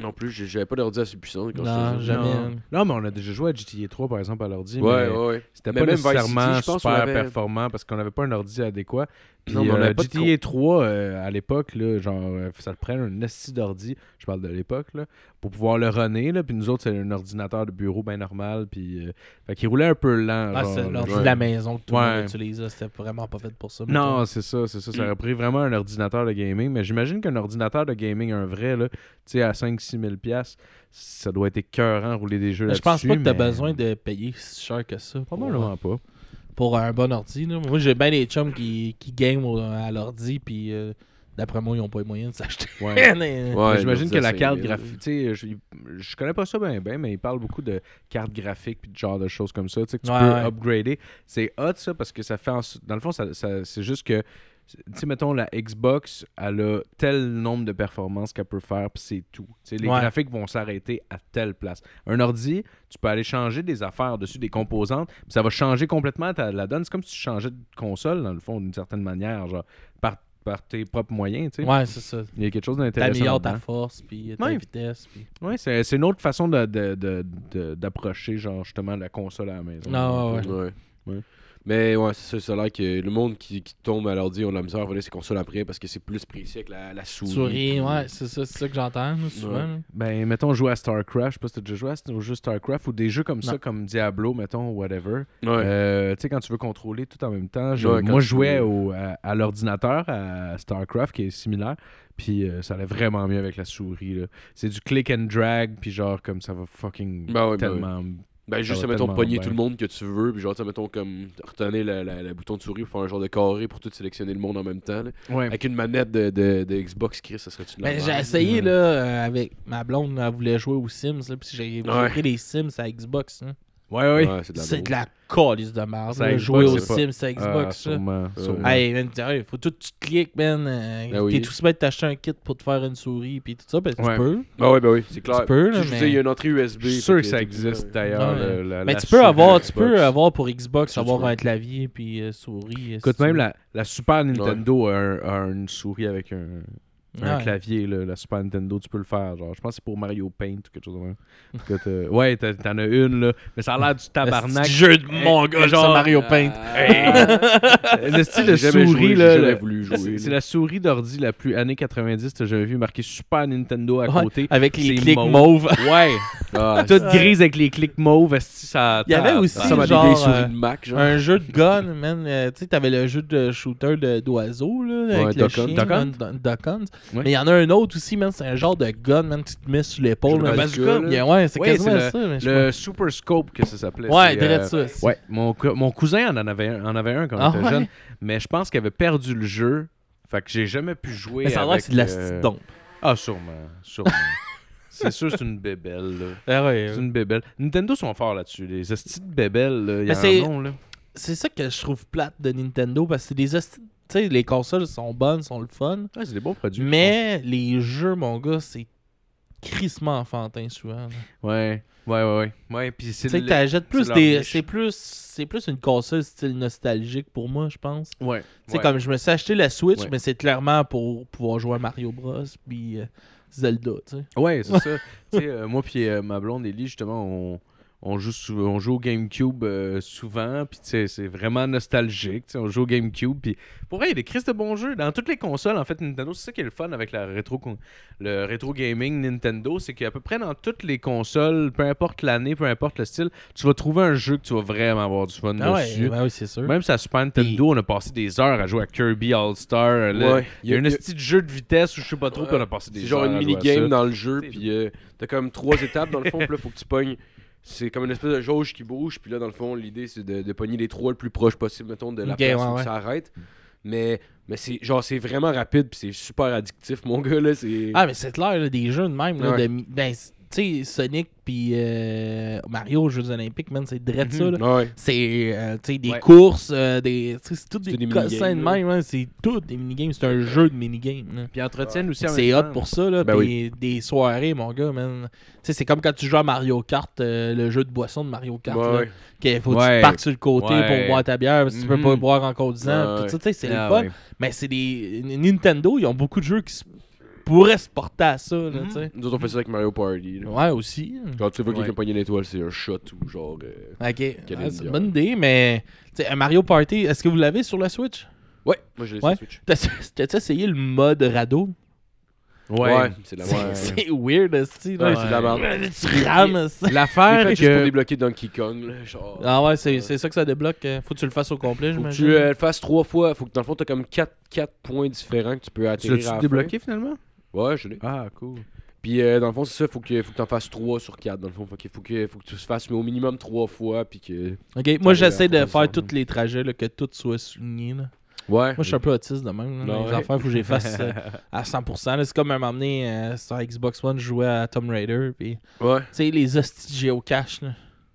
Speaker 3: Non plus, j'ai- j'avais pas d'ordi assez puissant quand
Speaker 5: Non,
Speaker 3: j'étais jeune.
Speaker 5: jamais.
Speaker 4: Non. Non, mais on a déjà joué à GTA 3 par exemple à l'ordi.
Speaker 3: Ouais,
Speaker 4: mais
Speaker 3: ouais, ouais.
Speaker 4: C'était
Speaker 3: Mais
Speaker 4: pas
Speaker 3: même Vice
Speaker 4: nécessairement
Speaker 3: City, je pense qu'on
Speaker 4: super
Speaker 3: avait-
Speaker 4: performant parce qu'on n'avait pas un ordi adéquat. Puis
Speaker 3: Non, mais on
Speaker 4: euh,
Speaker 3: avait pas de
Speaker 4: GTA 3 euh, à l'époque, là, genre euh, ça te prenait un esti d'ordi, je parle de l'époque, là, pour pouvoir le runner. Là, puis nous autres, c'est un ordinateur de bureau bien normal. Puis, euh, fait qu'il roulait un peu lent.
Speaker 5: Ah,
Speaker 4: genre,
Speaker 5: c'est
Speaker 4: là.
Speaker 5: l'ordi
Speaker 3: ouais.
Speaker 5: de la maison que tout le
Speaker 4: Ouais.
Speaker 5: monde utilise, là, c'était vraiment pas fait pour ça. mettons.
Speaker 4: Non, c'est ça, c'est ça. Ça aurait pris vraiment un ordinateur de gaming. Mais j'imagine qu'un ordinateur de gaming, un vrai, là, tu sais, à 5-6 000 piastres, ça doit être écœurant rouler des jeux
Speaker 5: Mais
Speaker 4: là-dessus.
Speaker 5: je pense pas que t'as
Speaker 4: mais-
Speaker 5: besoin de payer si cher que ça. pour-
Speaker 4: Probablement pas.
Speaker 5: pour un bon ordi. là. Moi, j'ai bien des chums qui, qui game au- à l'ordi, puis euh, d'après moi, ils n'ont pas les moyens de s'acheter.
Speaker 4: Ouais.
Speaker 5: Mais-
Speaker 3: Ouais,
Speaker 4: Mais J'imagine
Speaker 3: l'ordi
Speaker 4: que
Speaker 3: à
Speaker 4: la
Speaker 3: 5
Speaker 4: carte
Speaker 3: 000.
Speaker 4: graphique, tu sais, je, je connais pas ça bien, ben, mais il parle beaucoup de carte graphique puis de genre de choses comme ça, tu sais, que tu
Speaker 5: Ouais,
Speaker 4: peux
Speaker 5: ouais.
Speaker 4: upgrader. C'est hot ça parce que ça fait, en s- dans le fond, ça, ça- c'est juste que, tu sais, mettons la Xbox, elle a tel nombre de performances qu'elle peut faire puis c'est tout. Tu sais, les
Speaker 5: Ouais.
Speaker 4: graphiques vont s'arrêter à telle place. Un ordi, tu peux aller changer des affaires dessus, des composantes, puis ça va changer complètement ta, la donne. C'est comme si tu changeais de console dans le fond d'une certaine manière, genre par, par tes propres moyens, tu sais.
Speaker 5: Ouais, c'est ça.
Speaker 4: Il y a quelque chose d'intéressant.
Speaker 5: T'améliores ta
Speaker 4: là-dedans.
Speaker 5: force, puis ta
Speaker 4: Ouais.
Speaker 5: vitesse. Puis...
Speaker 4: Oui, c'est c'est une autre façon de- de- de- de- d'approcher, genre, justement, la console à la maison.
Speaker 5: Non, Ah, ouais, ouais.
Speaker 3: Ouais.
Speaker 4: Ouais.
Speaker 3: Mais ouais, c'est ça, ça a l'air que le monde qui, qui tombe à l'ordi, on a la misère à voler ses consoles après parce que c'est plus précis avec la, la souris.
Speaker 5: Souris, ouais, c'est ça, c'est ça que j'entends là, souvent. là.
Speaker 4: Ben, mettons, jouer à StarCraft, je sais pas si t'as déjà joué à- au jeu StarCraft, ou des jeux comme ça,
Speaker 5: Non.
Speaker 4: comme Diablo, mettons, whatever.
Speaker 3: Ben, Ouais.
Speaker 4: Euh, tu sais, quand tu veux contrôler tout en même temps. je-
Speaker 3: Ouais, quand
Speaker 4: moi,
Speaker 3: tu
Speaker 4: je jouais
Speaker 3: veux.
Speaker 4: au- à, à l'ordinateur, à StarCraft, qui est similaire, puis euh, ça allait vraiment mieux avec la souris, là. C'est du click and drag, puis genre, comme ça va fucking
Speaker 3: Ben ouais, ben ouais.
Speaker 4: tellement...
Speaker 3: Ben juste,
Speaker 4: va
Speaker 3: mettons,
Speaker 4: tellement
Speaker 3: pogner
Speaker 4: bien.
Speaker 3: tout le monde que tu veux, puis genre, tu sais, mettons, comme, retenir la, la, la bouton de souris pour faire un genre de carré pour tout sélectionner le monde en même temps. là.
Speaker 4: Ouais.
Speaker 3: Avec une manette de, de, de Xbox, Chris, ça serait-tu de la
Speaker 5: Ben, j'ai
Speaker 3: merde?
Speaker 5: essayé là, euh, avec ma blonde, elle voulait jouer aux Sims, là, puis j'ai j'ai
Speaker 3: Ouais.
Speaker 5: pris les Sims à Xbox. hein.
Speaker 4: Ouais, ouais.
Speaker 3: Ouais, c'est de la
Speaker 5: C'est de
Speaker 3: merde.
Speaker 5: la calice de merde.
Speaker 4: Ça,
Speaker 5: là,
Speaker 4: Xbox,
Speaker 5: Jouer aux
Speaker 4: c'est pas-
Speaker 5: Sims à
Speaker 4: Ah,
Speaker 5: Xbox. là.
Speaker 3: Euh,
Speaker 4: sûrement, sûrement.
Speaker 5: Hey, man, t'as- hey, faut tout que tu te cliques, man. Euh,
Speaker 3: Ben oui.
Speaker 5: T'es tout se bête t'acheter un kit pour te faire une souris puis tout ça, ben,
Speaker 4: Ouais.
Speaker 5: tu peux.
Speaker 3: Ah ouais, ben oui, c'est clair.
Speaker 5: Tu peux, là,
Speaker 3: Je
Speaker 5: mais-
Speaker 3: disais, il y a une entrée USB.
Speaker 4: Je suis sûr
Speaker 3: fait
Speaker 4: que ça existe d'ailleurs.
Speaker 5: Ouais.
Speaker 4: le- la-
Speaker 5: Mais
Speaker 4: la
Speaker 5: tu peux
Speaker 4: souris
Speaker 5: avoir, tu
Speaker 4: Xbox.
Speaker 5: peux avoir pour Xbox
Speaker 3: Ça, tu
Speaker 5: avoir
Speaker 3: peux.
Speaker 5: un clavier puis euh, souris. euh, si
Speaker 4: Écoute,
Speaker 5: tu
Speaker 4: même
Speaker 5: veux.
Speaker 4: la, la Super Nintendo a, un- a une souris avec un, un
Speaker 5: Ouais.
Speaker 4: clavier. là. La Super Nintendo, tu peux le faire. Genre, je pense que c'est pour Mario Paint ou quelque chose comme même. Écoute, euh, ouais, t'as- t'en as une, là. Mais ça a l'air du
Speaker 5: Le
Speaker 4: tabarnak. Eh,
Speaker 5: petit jeu de mon gars,
Speaker 4: genre,
Speaker 5: genre euh, Mario Paint.
Speaker 4: le style de
Speaker 3: J'ai Ah. jamais
Speaker 4: souris,
Speaker 3: joué,
Speaker 4: là.
Speaker 3: J'ai jamais
Speaker 4: le-
Speaker 3: voulu
Speaker 4: c'est-
Speaker 3: jouer.
Speaker 4: C'est
Speaker 3: là.
Speaker 4: la souris d'ordi la plus années 90 que j'avais vu marqué Super Nintendo à
Speaker 5: Ouais,
Speaker 4: côté.
Speaker 5: avec les
Speaker 4: c'est
Speaker 5: clics
Speaker 4: mauve.
Speaker 5: mauves.
Speaker 4: Ouais,
Speaker 3: Ah,
Speaker 4: toute grise avec les clics mauves. esti, ça
Speaker 5: Il y avait
Speaker 4: tape.
Speaker 5: aussi,
Speaker 3: Ça m'a des
Speaker 5: genre,
Speaker 3: vieilles
Speaker 5: euh,
Speaker 3: souris de Mac, genre.
Speaker 5: un jeu de gun, man. euh, tu sais, t'avais le jeu de shooter de- d'oiseau, là, avec
Speaker 3: Ouais,
Speaker 5: le
Speaker 3: Duck
Speaker 5: chien.
Speaker 3: Hunt.
Speaker 4: Duck Hunt.
Speaker 5: man, Dun- Duck Hunt.
Speaker 4: Ouais.
Speaker 5: Mais il y en a un autre aussi, man. C'est un genre de gun, man. Tu te mets sur l'épaule.
Speaker 3: Je
Speaker 5: man.
Speaker 3: le bazooka, là.
Speaker 5: Bien, Ouais, c'est
Speaker 4: Ouais,
Speaker 5: quasiment
Speaker 4: c'est
Speaker 5: ça. mais je
Speaker 4: Le Super Scope que ça s'appelait.
Speaker 5: pense- Ouais,
Speaker 4: c'est, euh,
Speaker 5: direct ça. c'est-
Speaker 4: Ouais, mon, co- mon cousin en avait un, en avait un quand
Speaker 5: Ah
Speaker 4: il était
Speaker 5: ouais?
Speaker 4: jeune, mais je pense qu'il avait perdu le jeu. Fait que j'ai jamais pu jouer.
Speaker 5: Mais ça a l'air
Speaker 4: avec,
Speaker 5: que c'est de la
Speaker 4: euh,
Speaker 5: petite dompe.
Speaker 4: Ah, sûrement. Sûrement. c'est sûr, c'est une bébelle, là.
Speaker 5: Ah ouais,
Speaker 4: C'est une bébelle. Nintendo sont forts là-dessus. Les hosties de bébelles, là. Il
Speaker 5: Mais
Speaker 4: y
Speaker 5: c'est-
Speaker 4: en a, là.
Speaker 5: c'est ça que je trouve plate de Nintendo parce que c'est des hosties- tu sais les consoles sont bonnes, sont le fun,
Speaker 4: Ouais, c'est des bons produits.
Speaker 5: mais les jeux mon gars, c'est crissement enfantin souvent. là.
Speaker 4: Ouais. Ouais, ouais, ouais. Ouais, puis c'est.
Speaker 5: Tu sais
Speaker 4: le-
Speaker 5: t'achètes plus
Speaker 4: leur
Speaker 5: des
Speaker 4: niche.
Speaker 5: c'est plus c'est plus une console style nostalgique pour moi, je pense.
Speaker 4: Ouais.
Speaker 5: Tu sais
Speaker 4: ouais.
Speaker 5: comme je me suis acheté la Switch,
Speaker 4: Ouais.
Speaker 5: mais c'est clairement pour pouvoir jouer à Mario Bros puis euh, Zelda, tu sais.
Speaker 4: Ouais, c'est ça. Tu sais, euh, moi puis euh, ma blonde Ellie, justement, on, on joue, sou- on joue au GameCube euh, souvent, puis tu sais, c'est vraiment nostalgique. tu sais, on joue au GameCube, puis pour vrai, il y a des crises de bons jeux. Dans toutes les consoles, en fait, Nintendo, c'est ça qui est le fun avec la rétro, con- le rétro gaming Nintendo, c'est qu'à peu près dans toutes les consoles, peu importe l'année, peu importe le style, tu vas trouver un jeu que tu vas vraiment avoir du fun
Speaker 5: Ah
Speaker 4: dessus.
Speaker 5: ouais, ben oui, c'est sûr.
Speaker 4: Même sur la Super Nintendo, on a passé des heures à jouer à Kirby All-Star. euh, là.
Speaker 3: Ouais.
Speaker 4: Il y a un petit jeu de vitesse ou je sais pas trop,
Speaker 3: Ouais.
Speaker 4: puis on a passé des
Speaker 3: C'est genre
Speaker 4: heures
Speaker 3: une
Speaker 4: à jouer à ça.
Speaker 3: mini-game dans le jeu,
Speaker 4: C'est-
Speaker 3: puis euh, t'as comme trois étapes dans le fond, puis là, faut que tu pognes c'est comme une espèce de jauge qui bouge, puis là, dans le fond, l'idée, c'est de, de pogner les trois le plus proche possible, mettons, de la
Speaker 5: Ok,
Speaker 3: place
Speaker 5: ouais,
Speaker 3: où
Speaker 5: ouais.
Speaker 3: ça arrête. Mais, mais c'est genre, c'est vraiment rapide, puis c'est super addictif, mon gars, là. C'est...
Speaker 5: Ah, mais c'est clair, là, des jeux de même. Là,
Speaker 3: Ouais.
Speaker 5: de mi- ben, c- tu sais, Sonic puis euh, Mario aux Jeux Olympiques, man, c'est direct ça. là.
Speaker 3: Ouais.
Speaker 5: C'est euh, tu sais, des
Speaker 4: Mhm. Ouais.
Speaker 5: courses, euh, des, tu sais, c'est tout
Speaker 3: C'est
Speaker 5: des,
Speaker 3: des
Speaker 5: cossins
Speaker 3: minigames,
Speaker 5: de
Speaker 3: là.
Speaker 5: même. hein, c'est tout des minigames. C'est un jeu de minigames. là.
Speaker 4: Puis entretiennent aussi en
Speaker 5: C'est
Speaker 4: même
Speaker 5: hot
Speaker 4: temps.
Speaker 5: pour ça, là.
Speaker 3: Ben
Speaker 5: puis des soirées, mon gars, man. Tu sais, c'est comme quand tu joues à Mario Kart, euh, le jeu de boisson de Mario Kart.
Speaker 3: Ouais,
Speaker 5: là,
Speaker 3: ouais.
Speaker 5: qu'il faut que tu
Speaker 4: Ouais.
Speaker 5: te parques sur le côté
Speaker 4: Ouais.
Speaker 5: pour boire ta bière parce que tu peux pas
Speaker 4: Mhm.
Speaker 5: boire en conduisant.
Speaker 3: Ouais,
Speaker 5: pis tout ça, tu sais, c'est
Speaker 4: Ah,
Speaker 5: le fun.
Speaker 4: ouais.
Speaker 5: Mais c'est des. N- Nintendo, ils ont beaucoup de jeux qui se- pourraient se porter à ça, là, tu sais.
Speaker 3: Nous autres, on fait ça avec Mario Party. là.
Speaker 5: Ouais, aussi.
Speaker 3: Quand tu vois quelqu'un
Speaker 4: Ouais.
Speaker 3: pogner l'étoile, c'est un shot ou genre. euh,
Speaker 5: Ok, Ah,
Speaker 3: idée.
Speaker 5: c'est une bonne idée, mais. tu sais, un Mario Party, est-ce que vous l'avez sur la Switch
Speaker 3: Ouais, moi je l'ai
Speaker 5: Ouais.
Speaker 3: sur Switch.
Speaker 5: T'as- T'as-tu essayé le mode radeau
Speaker 4: Ouais.
Speaker 3: c'est de la
Speaker 5: C'est-
Speaker 3: merde. Ouais,
Speaker 5: C'est weird, aussi, là.
Speaker 3: c'est de la merde.
Speaker 5: Tu rames ça.
Speaker 3: J'ai
Speaker 4: L'affaire
Speaker 3: fait
Speaker 4: que...
Speaker 3: juste pour débloquer Donkey Kong, là, genre.
Speaker 5: Ah ouais, c'est c'est ça que ça débloque. euh, Faut que tu le fasses au complet,
Speaker 3: Faut que
Speaker 5: j'imagine.
Speaker 3: tu euh, le fasses trois fois. Faut que dans le fond, t'as comme 4, points différents que tu peux
Speaker 4: Tu
Speaker 3: atterrir. à
Speaker 4: l'as-tu
Speaker 3: la
Speaker 4: débloqué finalement?
Speaker 3: fin. Ouais, je l'ai.
Speaker 4: Ah, cool.
Speaker 3: Puis euh, dans le fond, c'est ça. Faut que, faut que t'en fasses 3 sur 4. Dans le fond, faut que, faut que, faut que tu se fasses mais au minimum 3 fois. Puis que.
Speaker 5: Ok, moi
Speaker 3: Ça va,
Speaker 5: j'essaie de
Speaker 3: ça va.
Speaker 5: faire tous les trajets, là, que tout soit souligné, là.
Speaker 3: Ouais.
Speaker 5: Moi, je suis un peu autiste de même. Là,
Speaker 3: Ah
Speaker 5: les
Speaker 3: ouais.
Speaker 5: affaires, faut que j'efface euh, à 100%. là. C'est comme un moment donné, euh, sur Xbox One, je jouais à Tomb Raider. Puis, tu
Speaker 3: Ouais.
Speaker 5: sais, les hosties de géocache. Là.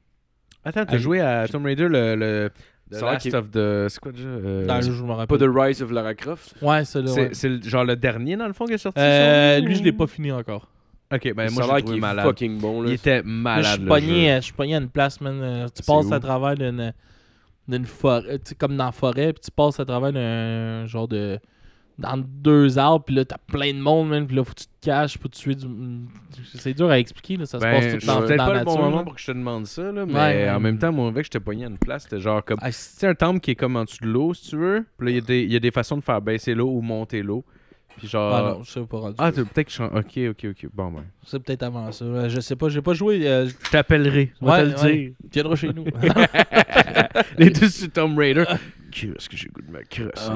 Speaker 4: Attends,
Speaker 5: Ah,
Speaker 4: t'as joué à Tomb Raider le... le... The
Speaker 3: C'est vrai
Speaker 4: Last
Speaker 3: qu'il-
Speaker 4: of the... C'est quoi déjà? Euh,
Speaker 5: Dans le jeu, je me
Speaker 3: Pas
Speaker 5: rappelle.
Speaker 3: de Rise of Lara Croft.
Speaker 5: Ouais, ça, là.
Speaker 4: c'est-
Speaker 5: ouais.
Speaker 4: C'est le- genre le dernier dans le fond qui est sorti?
Speaker 5: Euh,
Speaker 4: sûrement,
Speaker 5: lui,
Speaker 4: ou-
Speaker 5: je l'ai pas fini encore.
Speaker 4: Ok, ben moi
Speaker 3: ça
Speaker 4: je
Speaker 3: a
Speaker 4: l'ai
Speaker 3: l'air qu'il
Speaker 4: trouvé
Speaker 3: est
Speaker 4: malade.
Speaker 3: fucking bon. Là.
Speaker 4: Il était
Speaker 5: Là, je
Speaker 4: malade.
Speaker 5: suis
Speaker 4: le
Speaker 5: pogné,
Speaker 4: jeu.
Speaker 5: euh, je suis pogné à une place, man. euh, Tu
Speaker 4: C'est
Speaker 5: passes
Speaker 4: où?
Speaker 5: à travers d'une. d'une forêt. Tu sais, comme dans la forêt, puis tu passes à travers d'un genre de. Dans deux arbres, puis là, t'as plein de monde, man. Puis là, faut que tu te caches, faut que tu tuer du. C'est dur à expliquer, là. Ça
Speaker 4: Ben,
Speaker 5: se passe
Speaker 4: je
Speaker 5: tout dans,
Speaker 4: suis peut-être
Speaker 5: dans
Speaker 4: pas
Speaker 5: la
Speaker 4: le bon
Speaker 5: nature.
Speaker 4: moment
Speaker 5: là.
Speaker 4: pour que je te demande ça, là, mais
Speaker 5: Ouais, ouais.
Speaker 4: en même temps, moi, avec, j'étais pogné à une place, c'était genre comme.
Speaker 5: Ah,
Speaker 4: Tu sais, un temple qui est comme en dessous de l'eau, si tu veux. Puis là, il y a des- il y, a des façons de faire baisser l'eau ou monter l'eau. Puis genre.
Speaker 5: Ah non, je sais pas rendu.
Speaker 4: Ah, t'as- peut-être que je suis en- Ok, ok, ok. Bon, ben.
Speaker 5: C'est peut-être avant ça. ouais, Je sais pas, j'ai pas joué. euh,
Speaker 4: Je t'appellerai.
Speaker 5: on va te le dire. tu viendras chez nous.
Speaker 4: Les deux sur Tomb Raider.
Speaker 3: Ah.
Speaker 4: Qu'est-ce que j'ai le goût de ma crosse.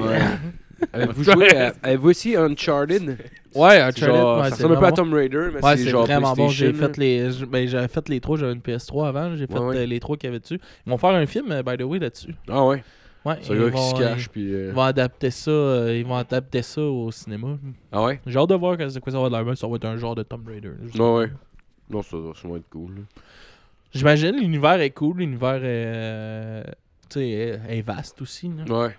Speaker 3: Avez-vous joué à- Avez-vous aussi euh, Uncharted
Speaker 5: ouais,
Speaker 3: C'est genre, Ça ressemble un peu à Tomb Raider, mais
Speaker 5: Ouais,
Speaker 3: c'est
Speaker 5: c'est
Speaker 3: genre.
Speaker 5: vraiment bon. J'ai
Speaker 3: PlayStation,
Speaker 5: fait les, j- ben, j'avais fait les trois. J'avais une PS3 avant. J'ai fait
Speaker 3: Ouais, ouais.
Speaker 5: euh, les trois qu'il y avait dessus. Ils vont faire un film, euh, by the way, là-dessus.
Speaker 3: là. Ah ouais.
Speaker 5: Ouais.
Speaker 3: C'est
Speaker 5: ils
Speaker 3: un gars qui
Speaker 5: vont,
Speaker 3: se
Speaker 5: euh,
Speaker 3: cache. Puis. euh,
Speaker 5: Ils vont adapter ça. euh, ils vont adapter ça au cinéma.
Speaker 3: Ah ouais.
Speaker 5: J'ai hâte de voir que- de quoi ça va de l'air. mais Ça va être un genre de Tomb Raider. je sais
Speaker 3: Ouais,
Speaker 5: pas.
Speaker 3: ouais. Non, ça doit sûrement être cool. là.
Speaker 5: J'imagine l'univers est cool. L'univers est, euh, tu sais, est est vaste aussi. là.
Speaker 3: Ouais.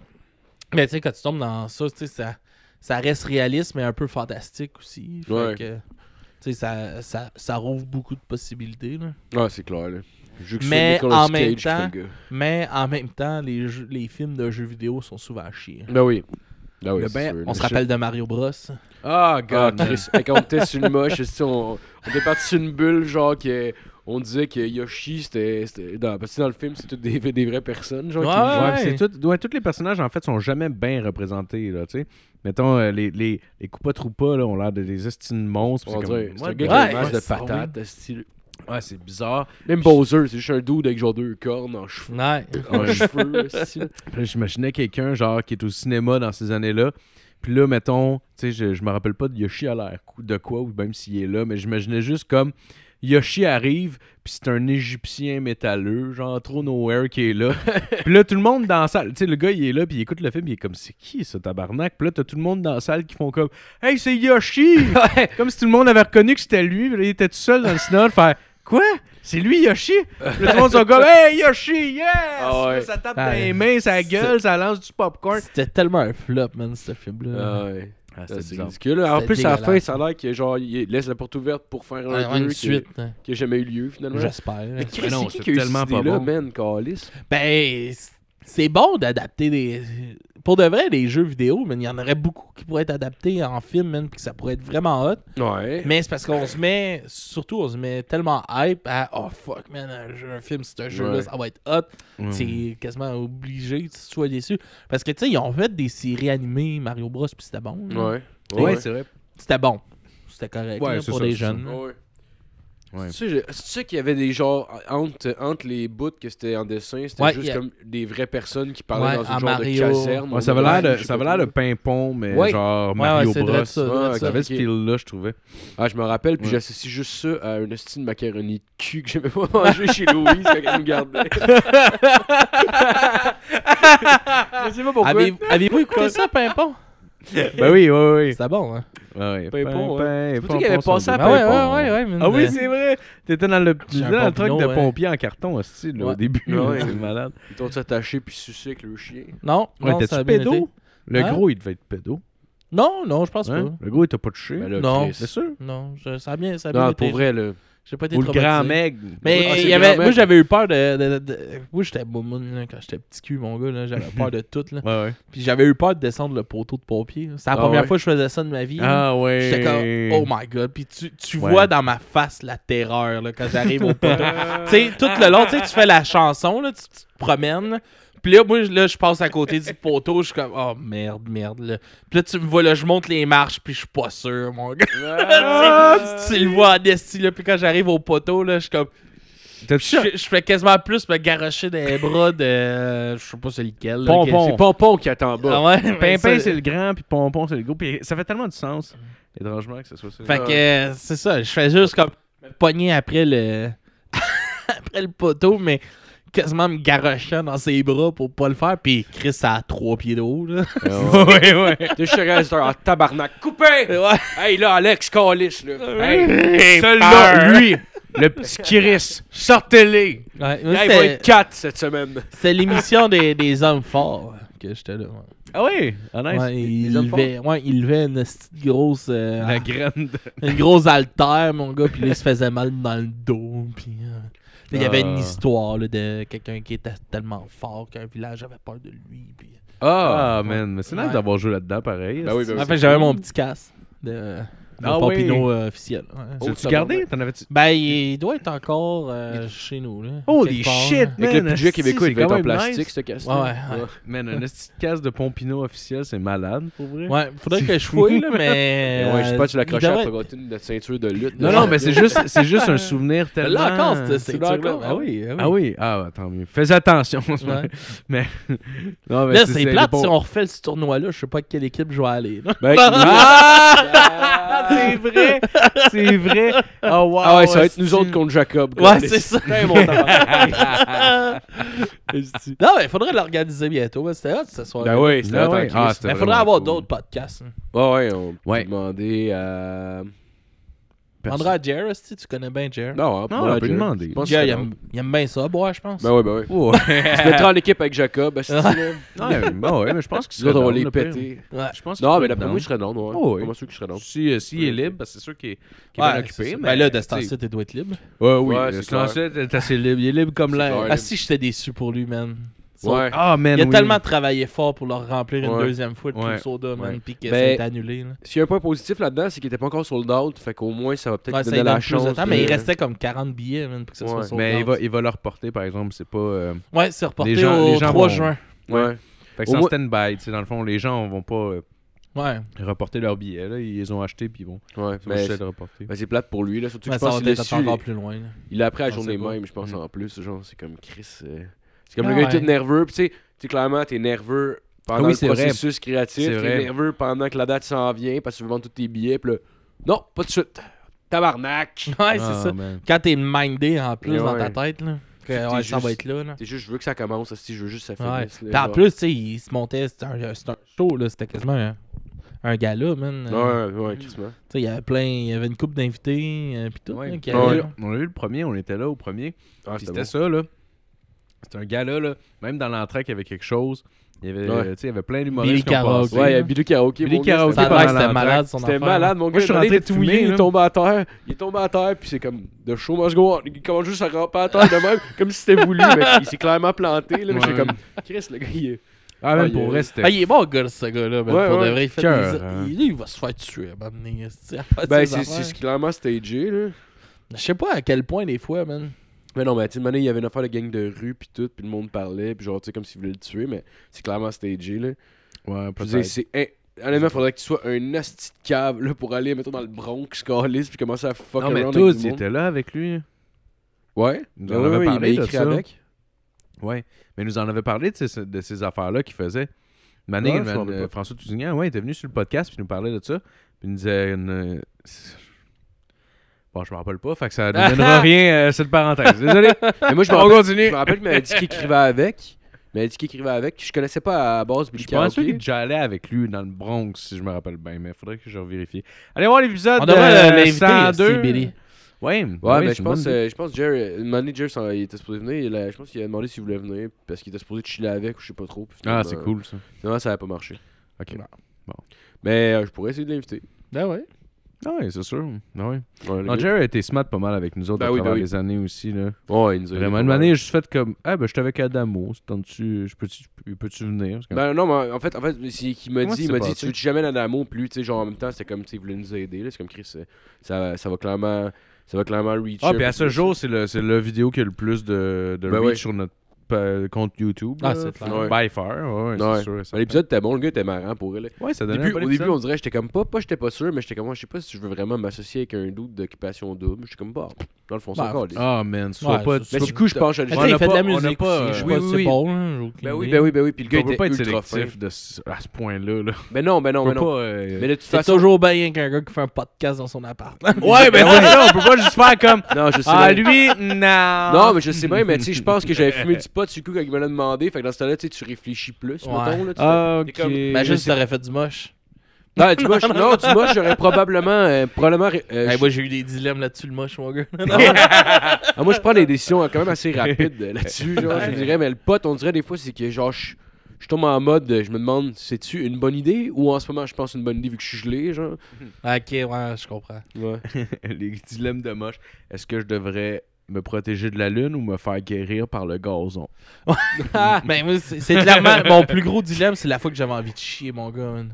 Speaker 5: Mais tu sais, quand tu tombes dans ça, tu sais, ça, ça reste réaliste, mais un peu fantastique aussi. Fait
Speaker 3: Ouais.
Speaker 5: que, tu sais, ça, ça, ça rouvre beaucoup de possibilités. là.
Speaker 3: Ah, c'est clair, là. Vu que c'est
Speaker 5: Mais
Speaker 3: Nicolas
Speaker 5: en
Speaker 3: Cage
Speaker 5: même
Speaker 3: qui fait
Speaker 5: temps-
Speaker 3: le gars.
Speaker 5: Mais en même temps, les, jeux- les films de jeux vidéo sont souvent à chier.
Speaker 3: Ben oui. Ben oui,
Speaker 4: Le
Speaker 3: c'est
Speaker 4: ben,
Speaker 3: sûr,
Speaker 5: On
Speaker 3: là.
Speaker 5: se rappelle de Mario Bros.
Speaker 4: Ah,
Speaker 3: Ah,
Speaker 4: God.
Speaker 3: Chris. Hey, quand on était sur une moche, esti, on, on était parti sur une bulle, genre, que, on disait que Yoshi, c'était. c'était- dans- Parce que dans le film, c'est toutes des, des vraies personnes, genre. qui-
Speaker 5: Ouais.
Speaker 4: Ouais, puis c'est tout- ouais, tous les personnages, en fait, sont jamais bien représentés, là, tu sais. Mettons, euh, les, les, les Koopa Troopa, là, ont l'air de des estines monstres. puis
Speaker 3: On
Speaker 4: c'est
Speaker 3: dirait,
Speaker 4: comme,
Speaker 3: c'est
Speaker 4: what
Speaker 3: un gars
Speaker 4: the-
Speaker 3: qui a une
Speaker 5: Ouais,
Speaker 3: masse de
Speaker 5: c'est ça,
Speaker 3: patates, esti, là.
Speaker 4: Ouais, c'est bizarre.
Speaker 3: Même Bowser, c'est juste un dude avec genre deux cornes en cheveux.
Speaker 5: Ouais.
Speaker 3: En cheveux, esti, là.
Speaker 4: Puis là, j'imaginais quelqu'un, genre, qui est au cinéma dans ces années-là. Puis là, mettons, tu sais, je, je me rappelle pas de Yoshi à l'air cou- de quoi, ou même s'il est là, mais j'imaginais juste comme Yoshi arrive, puis c'est un Égyptien métalleux, genre trop nowhere qui est là. puis là, tout le monde dans la salle, tu sais, le gars, il est là, puis il écoute le film, il est comme, c'est qui ce tabarnak? Puis là, t'as tout le monde dans la salle qui font comme, hey, c'est Yoshi! Comme si tout le monde avait reconnu que c'était lui, puis là, il était tout seul dans le cinéma, de faire, quoi? C'est lui, Yoshi? Puis là, tout le monde sont comme, hey, Yoshi, yes!
Speaker 3: Ah ouais.
Speaker 4: Puis là, ça tape dans
Speaker 5: Ah,
Speaker 4: les mains, ça
Speaker 5: c'est-
Speaker 4: gueule, ça lance du popcorn.
Speaker 5: C'était tellement un flop, man, ce film-là.
Speaker 3: Ah ouais.
Speaker 4: Ah,
Speaker 3: Ah, C'est
Speaker 4: bizarre.
Speaker 3: ridicule. là. En
Speaker 5: C'est
Speaker 3: plus, à la fin,
Speaker 5: dégueulasse.
Speaker 3: ça a l'air que genre, il laisse la porte ouverte pour faire un
Speaker 5: Ouais,
Speaker 3: jeu
Speaker 5: une
Speaker 3: qui-
Speaker 5: suite, hein.
Speaker 3: qui a jamais eu lieu finalement.
Speaker 5: j'espère.
Speaker 4: Mais non,
Speaker 3: qui
Speaker 4: c'est
Speaker 3: qui a eu cette
Speaker 4: tellement pas
Speaker 3: idée-là,
Speaker 4: bon.
Speaker 3: man, câlisse?
Speaker 5: Ben, c- c'est bon d'adapter des. Pour de vrai, des jeux vidéo, mais il y en aurait beaucoup qui pourraient être adaptés en film, man, puis que ça pourrait être vraiment hot.
Speaker 3: Ouais.
Speaker 5: Mais c'est parce qu'on se met, surtout, on se met tellement hype à Oh fuck, man, un, jeu- un film, c'est un jeu-là,
Speaker 3: Ouais.
Speaker 5: ça va être hot.
Speaker 4: Ouais.
Speaker 5: C'est quasiment obligé que tu sois déçu. Parce que, tu sais, ils ont fait des séries animées, Mario Bros, puis c'était bon. là.
Speaker 3: Ouais.
Speaker 4: Ouais, c'est vrai.
Speaker 5: C'était bon. C'était correct
Speaker 4: Ouais,
Speaker 5: là,
Speaker 4: c'est
Speaker 5: pour
Speaker 4: ça,
Speaker 5: les
Speaker 4: c'est ça.
Speaker 5: jeunes. là.
Speaker 3: Ouais.
Speaker 4: Ouais.
Speaker 3: C'est ça, je- c'est ça qu'il y avait des genres entre, entre les bouts que c'était en dessin, c'était
Speaker 5: Ouais,
Speaker 3: juste
Speaker 5: il y a-
Speaker 3: comme des vraies personnes qui parlaient
Speaker 5: Ouais,
Speaker 3: dans
Speaker 5: en
Speaker 3: une genre
Speaker 5: Mario.
Speaker 3: de caserne.
Speaker 4: Ouais, ça avait
Speaker 3: Ouais,
Speaker 4: l'air
Speaker 3: je
Speaker 4: de,
Speaker 3: sais
Speaker 4: ça avait
Speaker 3: pas
Speaker 4: l'air de
Speaker 3: trop.
Speaker 4: ping-pong, mais
Speaker 5: Ouais.
Speaker 4: genre
Speaker 5: Ouais,
Speaker 4: Mario
Speaker 5: ouais, c'est
Speaker 4: Bros.
Speaker 5: vrai de ça,
Speaker 3: Ouais,
Speaker 5: vrai de
Speaker 3: ok.
Speaker 4: Ça
Speaker 5: ça.
Speaker 4: avait ce feel-là, je trouvais.
Speaker 3: Ah, je me rappelle, puis
Speaker 4: Ouais.
Speaker 3: j'associe juste ça à un hostie de macaroni de cul que j'aimais pas manger chez Louise quand elle nous gardait. je sais pas pourquoi.
Speaker 5: Avez- Avez-vous écouté ça, Pimpon?
Speaker 4: ben oui, ouais, ouais. Ah
Speaker 5: C'était bon, hein?
Speaker 4: Ouais,
Speaker 3: Pimpon, ouais.
Speaker 4: ouais.
Speaker 3: C'est pour ça qu'il avait passé à
Speaker 5: Ah ouais,
Speaker 3: Pimpon.
Speaker 5: ouais, ouais, ouais. mais-
Speaker 4: Ah oui, c'est vrai. T'étais dans le,
Speaker 5: J'ai un
Speaker 4: dans le truc
Speaker 5: pompino,
Speaker 4: de
Speaker 5: ouais.
Speaker 4: pompier en carton aussi, là, au
Speaker 3: Ouais.
Speaker 4: début.
Speaker 3: Ouais.
Speaker 4: là, C'est malade.
Speaker 3: Ils t'ont attaché puis sucé avec le chien.
Speaker 5: Non,
Speaker 4: Ouais,
Speaker 5: non, ça a
Speaker 4: t'étais-tu
Speaker 5: bien été.
Speaker 4: pédo? Le
Speaker 5: Hein?
Speaker 4: gros, il devait être pédo.
Speaker 5: Non, non, je pense
Speaker 4: Hein?
Speaker 5: pas.
Speaker 4: Le gros, il t'a pas touché.
Speaker 3: Ben là,
Speaker 5: Non,
Speaker 3: Chris.
Speaker 4: C'est sûr.
Speaker 5: Non, je- ça a bien, ça a bien
Speaker 3: Non,
Speaker 5: été.
Speaker 3: pour vrai, là.
Speaker 5: J'ai pas été
Speaker 4: Ou le grand
Speaker 5: traumatisé.
Speaker 4: maigre.
Speaker 5: Mais
Speaker 3: Ah, c'est
Speaker 5: il y avait,
Speaker 3: grand-mère.
Speaker 5: moi, j'avais eu peur de. de, de, de- moi, j'étais moumoune là, quand j'étais petit cul, mon gars. là, J'avais peur de tout. Là.
Speaker 4: Ouais, ouais.
Speaker 5: Puis j'avais eu peur de descendre le poteau de pompier. là. C'est la
Speaker 3: Ah
Speaker 5: première
Speaker 3: ouais.
Speaker 5: fois que je faisais ça de ma vie. là.
Speaker 4: Ah ouais.
Speaker 5: J'étais comme, oh my god. Puis tu, tu
Speaker 4: Ouais.
Speaker 5: vois dans ma face la terreur là, quand j'arrive au poteau. tu sais, tout le long, tu sais, tu fais la chanson, là, tu, tu te promènes. Puis là, moi, je- là, je passe à côté du poteau. Je suis comme, oh merde, merde. Là. Puis là, tu me vois, là, je monte les marches. Puis je suis pas sûr, mon gars.
Speaker 4: Ah!
Speaker 3: Ah,
Speaker 5: tu le vois en esti, là. Puis quand j'arrive au poteau, là, je suis comme.
Speaker 4: T'as
Speaker 5: Je, fais- je fais quasiment plus me garrocher dans les bras de. euh, Je sais pas c'est lequel. là,
Speaker 4: Pompon.
Speaker 5: que-
Speaker 3: C'est Pompon qui attend en
Speaker 5: Ah
Speaker 3: bas.
Speaker 5: ouais, mais
Speaker 4: Ben, Pimpin,
Speaker 5: ça-
Speaker 4: c'est le grand, puis Pompon, c'est le gros. Puis ça fait tellement du sens. Étrangement que ce soit ça.
Speaker 5: Fait que euh, c'est ça, je fais juste comme me pogner après le. après le poteau, mais quasiment me garrochant dans ses bras pour pas le faire. Puis Chris, ça a trois pieds de haut, là.
Speaker 4: ouais, ouais.
Speaker 3: T'es chez le réalisateur en tabarnak. Coupé!
Speaker 5: Ouais.
Speaker 3: Hey là, Alex Callis, là. Hey,
Speaker 5: J'ai
Speaker 3: celui-là,
Speaker 5: peur.
Speaker 3: lui, le petit Chris, sortez-les!
Speaker 5: Ouais, moi,
Speaker 3: Hey, il va
Speaker 5: c'était-
Speaker 3: être 4 cette semaine.
Speaker 5: c'était l'émission des, des hommes forts que j'étais là. ouais.
Speaker 4: Ah ouais. Ah nice.
Speaker 5: Ouais, il,
Speaker 3: les hommes
Speaker 5: levait, ouais, il levait une petite grosse. euh,
Speaker 4: La grande.
Speaker 5: une grosse altère, mon gars, puis là, il se faisait mal dans le dos, puis... euh, là, Il y avait
Speaker 4: Ah.
Speaker 5: une histoire là, de quelqu'un qui était tellement fort qu'un village avait peur de lui. Puis...
Speaker 4: Ah, man. Mais c'est nice
Speaker 5: Ouais.
Speaker 4: d'avoir joué là-dedans, pareil.
Speaker 3: Ben oui, ben oui.
Speaker 5: En fait, j'avais mon petit casque de, de
Speaker 4: Ah
Speaker 5: Papineau
Speaker 4: oui.
Speaker 5: euh, officiel. ouais.
Speaker 4: Tu l'as-tu
Speaker 3: Oh,
Speaker 4: gardé? T'en avais-tu?
Speaker 5: Ben, il doit être encore euh, chez nous. Là,
Speaker 4: Holy
Speaker 5: quelque part,
Speaker 4: shit,
Speaker 5: là.
Speaker 4: man.
Speaker 3: Avec le budget québécois, il
Speaker 4: va
Speaker 3: devait être en plastique, ce casse
Speaker 5: Ouais, ouais,
Speaker 4: Man, un petit casse de Pompino officiel, c'est malade, pour vrai.
Speaker 5: Ouais, faudrait que je fouille, là, mais.
Speaker 3: Ouais, je sais pas, tu
Speaker 5: euh,
Speaker 3: l'as
Speaker 5: il
Speaker 3: accroché à
Speaker 5: devrait-
Speaker 3: la poitrine de la ceinture de lutte.
Speaker 4: Non, non, mais c'est juste, c'est juste un souvenir
Speaker 5: Elle
Speaker 4: tellement...
Speaker 5: l'a encore, cette
Speaker 4: C'est
Speaker 5: ceinture-là.
Speaker 4: encore-
Speaker 5: Ah oui, ah oui.
Speaker 4: Ah oui, ah, bah, tant mieux. Fais attention. en ce moment.
Speaker 5: Ouais.
Speaker 4: Mais... Non, mais
Speaker 5: Là, c'est plate.
Speaker 4: bon.
Speaker 5: Si on refait ce tournoi-là, je sais pas à quelle équipe je vais aller. là.
Speaker 3: Ben,
Speaker 4: Ah! c'est vrai! C'est vrai! Ah, wow,
Speaker 3: ah ouais, ça va être
Speaker 4: hostie.
Speaker 3: nous autres contre Jacob.
Speaker 5: Ouais,
Speaker 3: Callis.
Speaker 5: c'est ça.
Speaker 3: Putain, mon tabarnak.
Speaker 5: non, mais faudrait l'organiser bientôt. ouais, C'était hot ce soir.
Speaker 3: Ben oui, c'était
Speaker 4: Ah
Speaker 3: hot en
Speaker 4: ouais, Hmm.
Speaker 3: Chris.
Speaker 4: ah, c'était
Speaker 5: Mais
Speaker 4: vraiment
Speaker 5: faudrait avoir
Speaker 4: cool.
Speaker 5: d'autres podcasts. hein.
Speaker 3: Ouais, ouais, on peut
Speaker 4: Ouais.
Speaker 3: demander à...
Speaker 4: Personne.
Speaker 5: Demandera à Jer, si tu connais bien Jer.
Speaker 3: Non, hein,
Speaker 4: Non, on peut demander.
Speaker 5: Jer, il aime, il aime bien ça, boire, je pense.
Speaker 3: Ben ouais, ben ouais.
Speaker 4: Ouais.
Speaker 3: Tu mettras en équipe avec Jacob, est-ce que tu veux?
Speaker 4: Ouais, bon, ouais, mais je pense que
Speaker 3: Nous autres, on va les péter.
Speaker 5: Ouais.
Speaker 4: Je pense
Speaker 3: Non, mais d'après moi, je serais non, ouais.
Speaker 4: Oh, oui.
Speaker 3: Moi, sûr que je serais non.
Speaker 4: Si, euh, s'il est libre, parce que c'est sûr qu'il est, qu'il est
Speaker 5: Ouais,
Speaker 4: bien
Speaker 5: c'est
Speaker 4: occupé.
Speaker 5: ça.
Speaker 4: Mais
Speaker 5: Ben là, de ce
Speaker 4: tu sais.
Speaker 5: temps-ci, t'es doit être libre.
Speaker 4: Ouais, oui,
Speaker 3: Ouais,
Speaker 4: le
Speaker 3: c'est clair.
Speaker 4: Sunset est assez libre. Il est libre comme
Speaker 3: C'est
Speaker 4: l'air.
Speaker 3: clair.
Speaker 5: Ah si, j'étais déçu pour lui, man. Son-
Speaker 3: Ouais.
Speaker 4: Ah, man.
Speaker 5: Il a
Speaker 4: oui.
Speaker 5: tellement travaillé fort pour leur remplir une
Speaker 3: Ouais.
Speaker 5: deuxième fois de tout
Speaker 4: Ouais.
Speaker 5: le soda,
Speaker 4: Ouais.
Speaker 5: man, pis que ça a
Speaker 3: Ben,
Speaker 5: été annulé. là.
Speaker 3: S'il y a un point positif là-dedans, c'est qu'il était pas encore sold out, fait qu'au moins, ça va peut-être
Speaker 5: Ouais,
Speaker 3: lui
Speaker 5: ça
Speaker 3: donner
Speaker 5: lui
Speaker 3: la
Speaker 5: donne plus
Speaker 3: chance.
Speaker 5: de temps, mais il
Speaker 3: de-
Speaker 5: restait comme 40 billets, man, pour que ça
Speaker 3: Ouais,
Speaker 5: soit sold
Speaker 4: Mais il
Speaker 5: out.
Speaker 4: va, ben, il va le reporter, par exemple. C'est pas. euh,
Speaker 5: Ouais, c'est reporté
Speaker 4: Les gens-
Speaker 5: au
Speaker 4: les gens
Speaker 5: 3
Speaker 4: vont-
Speaker 5: juin.
Speaker 3: Ouais.
Speaker 4: Fait que
Speaker 3: Au
Speaker 4: c'est en
Speaker 3: moins-
Speaker 4: stand-by. tu sais, Dans le fond, les gens vont pas euh,
Speaker 5: Ouais.
Speaker 4: reporter leurs billets. Là. Ils les ont achetés, puis bon.
Speaker 3: Ouais,
Speaker 4: Ils vont
Speaker 3: mais
Speaker 4: juste le reporter.
Speaker 3: ben, c'est plate pour lui, là. Surtout que
Speaker 5: Mais
Speaker 3: je
Speaker 5: ça
Speaker 3: pense
Speaker 5: va
Speaker 3: qu'il a
Speaker 5: être
Speaker 3: su.
Speaker 5: encore plus loin. là.
Speaker 3: Il l'a appris la
Speaker 4: On
Speaker 3: journée
Speaker 4: sait pas.
Speaker 3: même, je pense,
Speaker 4: Mhm.
Speaker 3: en plus. Genre, c'est comme Chris. euh, C'est comme
Speaker 5: Ah
Speaker 3: le gars il est
Speaker 5: ouais.
Speaker 3: tout nerveux, pis tu sais, tu sais, clairement, t'es nerveux pendant
Speaker 4: Ah oui,
Speaker 3: le
Speaker 4: c'est vrai.
Speaker 3: processus créatif,
Speaker 4: C'est
Speaker 3: t'es
Speaker 4: vrai.
Speaker 3: nerveux pendant que la date s'en vient, parce que tu veux vendre tous tes billets, pis là, non, pas de suite. Tabarnak!
Speaker 5: Ouais,
Speaker 4: Ah,
Speaker 5: c'est ça.
Speaker 4: man.
Speaker 5: Um, Quand t'es mindé en plus
Speaker 3: Ouais,
Speaker 5: dans ta
Speaker 3: ouais.
Speaker 5: tête, là. que,
Speaker 3: T'es
Speaker 5: ouais, ça va
Speaker 3: juste-
Speaker 5: être là, là.
Speaker 3: T'es juste, je veux que ça commence, si je veux juste que ça
Speaker 5: Ouais.
Speaker 3: finisse.
Speaker 5: Puis
Speaker 3: là,
Speaker 5: en
Speaker 3: genre.
Speaker 5: plus, tu sais, il se montait, c'était un, c'était un show, là. C'était quasiment un, un gala, man. Euh,
Speaker 3: Ouais, ouais, Chris, man.
Speaker 5: Tu sais, il y avait plein, il y avait une couple d'invités, euh, pis tout.
Speaker 4: Ouais.
Speaker 5: là, qui
Speaker 4: On a
Speaker 5: allaient,
Speaker 4: eu-
Speaker 5: là.
Speaker 4: On a eu le premier, on était là au premier.
Speaker 3: Ah,
Speaker 4: Puis
Speaker 3: c'était
Speaker 4: c'était ça, là. C'était un gars-là, là. Même dans l'entraque, il y avait quelque chose. Il y avait,
Speaker 3: Ouais.
Speaker 4: euh, tu sais, il y avait plein d'humoristes.
Speaker 5: Billy
Speaker 4: qui ont passé.
Speaker 5: Karaoke.
Speaker 3: bon. Ouais, il y a Billy Karaoke.
Speaker 4: Billy
Speaker 3: mon gars,
Speaker 4: Karaoke
Speaker 5: Ça a
Speaker 3: c'était
Speaker 5: l'air que
Speaker 4: pendant
Speaker 5: c'était
Speaker 4: l'entraque.
Speaker 5: malade, son
Speaker 3: C'était
Speaker 5: affaire.
Speaker 3: malade, mon
Speaker 4: Moi,
Speaker 3: gars.
Speaker 4: je suis
Speaker 3: j'allais
Speaker 4: rentré
Speaker 3: le fouiller,
Speaker 4: fouiller,
Speaker 3: il
Speaker 4: là.
Speaker 3: tombe à terre. Il tombe à terre, puis c'est comme The show must go on. Il commence juste à ramper à terre de même, comme si c'était voulu. Mais il s'est clairement planté. Là, mais j'étais
Speaker 4: Ouais.
Speaker 3: comme Chris, le gars, il est.
Speaker 4: Ah, même
Speaker 3: Ah, il
Speaker 4: pour
Speaker 3: est-
Speaker 4: vrai, c'était.
Speaker 5: Ah, il est bon, le gars, ce gars-là. man.
Speaker 3: Ouais,
Speaker 5: pour
Speaker 3: ouais.
Speaker 5: de vrai, il fait
Speaker 4: Cœur,
Speaker 5: des...
Speaker 4: hein.
Speaker 5: il, il va se faire tuer à un moment donné, esti, à faire
Speaker 3: Ben,
Speaker 5: ses
Speaker 3: c'est
Speaker 5: affaires.
Speaker 3: c'est clairement stagé, là.
Speaker 5: Je sais pas à quel point, des fois, man.
Speaker 3: Mais non, mais tu sais, une année, il y avait une affaire de gang de rue, puis tout, puis le monde parlait, puis genre, tu sais, comme s'il voulait le tuer, mais c'est clairement stagé, là.
Speaker 4: Ouais,
Speaker 3: Je veux dire,
Speaker 4: peut-être.
Speaker 3: c'est. hein, Honnêtement, faudrait que tu sois un asti de cave là, pour aller, mettons, dans le Bronx, Calis, puis commencer à fuck
Speaker 4: non, mais
Speaker 3: around avec
Speaker 4: tous,
Speaker 3: du
Speaker 4: ils
Speaker 3: monde.
Speaker 4: étaient là avec lui. hein.
Speaker 3: Ouais,
Speaker 4: Nous
Speaker 3: Ouais,
Speaker 4: en
Speaker 3: ouais,
Speaker 4: avait
Speaker 3: ouais,
Speaker 4: parlé
Speaker 3: il m'a
Speaker 4: de
Speaker 3: écrit
Speaker 4: ça.
Speaker 3: avec.
Speaker 4: Ouais. Mais il nous en avait parlé de ces, de ces affaires-là qu'il faisait. Mané,
Speaker 3: Ouais, je m'en rappelle pas.
Speaker 4: François Tousignan, ouais, il était venu sur le podcast, puis il nous parlait de ça. Puis il nous disait. une- Bon, je m'en rappelle pas, fait que ça ne donnera rien, euh, cette parenthèse. Désolé.
Speaker 3: Mais moi, je me
Speaker 4: On
Speaker 3: rappelle,
Speaker 4: continue.
Speaker 3: je me rappelle qu'il m'avait dit qu'il écrivait avec. Il m'avait dit qu'il écrivait avec. puis Je connaissais pas à base Billy
Speaker 4: Je pense
Speaker 3: Karaoke.
Speaker 4: qu'il est déjà allé avec lui dans le Bronx, si je me rappelle bien, mais faudrait que je vérifie. Allez voir l'épisode
Speaker 5: On devrait
Speaker 4: euh,
Speaker 5: l'inviter,
Speaker 4: 102.
Speaker 5: c'est Billy.
Speaker 4: Ouais,
Speaker 3: hein, Ouais,
Speaker 4: Ah oui,
Speaker 3: mais
Speaker 4: c'est
Speaker 3: je
Speaker 4: une
Speaker 3: pense,
Speaker 4: bonne idée.
Speaker 3: euh, je pense que Jerry, le manager, ça, il était supposé venir. il a- je pense qu'il a demandé s'il voulait venir parce qu'il était supposé chiller avec ou je sais pas trop. puis finalement,
Speaker 4: Ah, c'est cool, ça.
Speaker 3: Finalement, ça n'a pas marché.
Speaker 4: OK.
Speaker 3: Mais euh, je pourrais essayer de l'inviter.
Speaker 5: Ben ouais.
Speaker 4: Ah ouais, c'est sûr. Ah ouais.
Speaker 3: Ouais, le
Speaker 4: Non,
Speaker 3: gars-
Speaker 4: Jerry a été smart pas mal avec nous autres
Speaker 3: Ben
Speaker 4: à
Speaker 3: oui, ben
Speaker 4: travers
Speaker 3: oui.
Speaker 4: les années aussi, là.
Speaker 3: Ouais, il nous a
Speaker 4: Vraiment,
Speaker 3: dit
Speaker 4: une
Speaker 3: pas mal.
Speaker 4: année, j'ai juste fait comme « Ah, ben, j'étais avec Adamo. c'est Tentes-tu... je Peux-tu peux venir? » Parce que-
Speaker 3: Ben non, mais en fait, en fait c'est qu'il m'a
Speaker 4: Comment
Speaker 3: dit,
Speaker 4: ça
Speaker 3: il m'a
Speaker 4: s'est
Speaker 3: dit,
Speaker 4: passé?
Speaker 3: tu veux jamais aller à l'amour, puis lui, tu sais, genre en même temps, c'était comme, tu sais, il voulait nous aider, là, c'est comme Chris, euh, ça, ça va clairement, ça va clairement reach.
Speaker 4: Ah,
Speaker 3: un
Speaker 4: puis à
Speaker 3: peu
Speaker 4: ce
Speaker 3: plus.
Speaker 4: jour, c'est le, c'est le vidéo qui a le plus de, de
Speaker 3: Ben
Speaker 4: reach
Speaker 3: ouais.
Speaker 4: sur notre euh, compte YouTube. là.
Speaker 5: Ah, c'est clair.
Speaker 3: Ouais.
Speaker 4: By far, ouais, ouais,
Speaker 3: Ouais.
Speaker 4: c'est sûr. et certain.
Speaker 3: Ben, L'épisode était bon, le gars était marrant pour elle.
Speaker 4: Ouais, ça
Speaker 3: Au
Speaker 4: donnait
Speaker 3: début,
Speaker 4: un bon
Speaker 3: au début,
Speaker 4: épisode.
Speaker 3: on dirait, j'étais comme pas, pas j'étais pas sûr, mais j'étais comme, ouais, je sais pas si je veux vraiment m'associer avec un doute d'occupation double. J'étais comme, bah, dans le fond,
Speaker 5: Bah,
Speaker 3: ça colle.
Speaker 4: Ah, man, sois
Speaker 5: Ouais,
Speaker 4: pas...
Speaker 5: ça,
Speaker 3: Mais
Speaker 5: tu
Speaker 3: du coup, je pense que
Speaker 5: Mais
Speaker 4: On
Speaker 5: Ben, tu
Speaker 4: a
Speaker 5: sais, il fait de
Speaker 4: pas-
Speaker 5: la
Speaker 4: on a
Speaker 5: musique
Speaker 4: pas,
Speaker 5: aussi,
Speaker 4: euh,
Speaker 5: je sais
Speaker 4: oui,
Speaker 5: pas
Speaker 4: oui,
Speaker 5: si c'est
Speaker 4: oui.
Speaker 5: bon, hein, j'ai aucune
Speaker 3: Ben oui,
Speaker 5: idée.
Speaker 3: ben oui, ben oui, puis le gars
Speaker 4: on peut
Speaker 3: était
Speaker 4: pas être
Speaker 3: ultra fin.
Speaker 4: sélectif de ce- à ce point-là. Là.
Speaker 3: Mais non, mais non,
Speaker 4: on
Speaker 3: mais
Speaker 4: peut
Speaker 3: non.
Speaker 4: pas. euh,
Speaker 3: Mais de toute
Speaker 5: C'est
Speaker 3: façon,
Speaker 5: toujours bien qu'un gars qui fait un podcast dans son appart.
Speaker 4: Ouais, ben, mais c'est ça, on peut pas juste faire comme.
Speaker 3: non, je sais
Speaker 4: Ah,
Speaker 3: bien.
Speaker 4: lui, ah. non.
Speaker 3: Non, mais je sais bien, mais tu sais, je pense que j'avais fumé du pot du coup quand il me l'a demandé. Fait que dans ce temps-là, tu sais, tu réfléchis plus,
Speaker 5: Ouais.
Speaker 3: mettons. Là, tu
Speaker 4: Ah,
Speaker 3: t'es
Speaker 4: ok.
Speaker 3: comme-
Speaker 5: Imagine si t'aurais fait du moche.
Speaker 3: Non, du moche, non, du moche, j'aurais probablement. euh, probablement ré- euh,
Speaker 5: Hey,
Speaker 4: Ben,
Speaker 3: je-
Speaker 5: moi, j'ai eu des dilemmes là-dessus, le moche, mon gars.
Speaker 3: ah, moi, je prends des décisions euh, quand même assez rapides euh, là-dessus, genre, je dirais, mais le pote, on dirait des fois, c'est que genre, je, je tombe en mode, euh, je me demande, c'est-tu une bonne idée ou en ce moment, je pense une bonne idée vu que je suis gelé, genre.
Speaker 5: ok, ouais, je comprends.
Speaker 3: Ouais.
Speaker 4: Les dilemmes de moche. Est-ce que je devrais me protéger de la lune ou me faire guérir par le gazon
Speaker 5: Mais Ben, moi, c'est c'est clairement. Mon plus gros dilemme, c'est la fois que j'avais envie de chier, mon gars, man.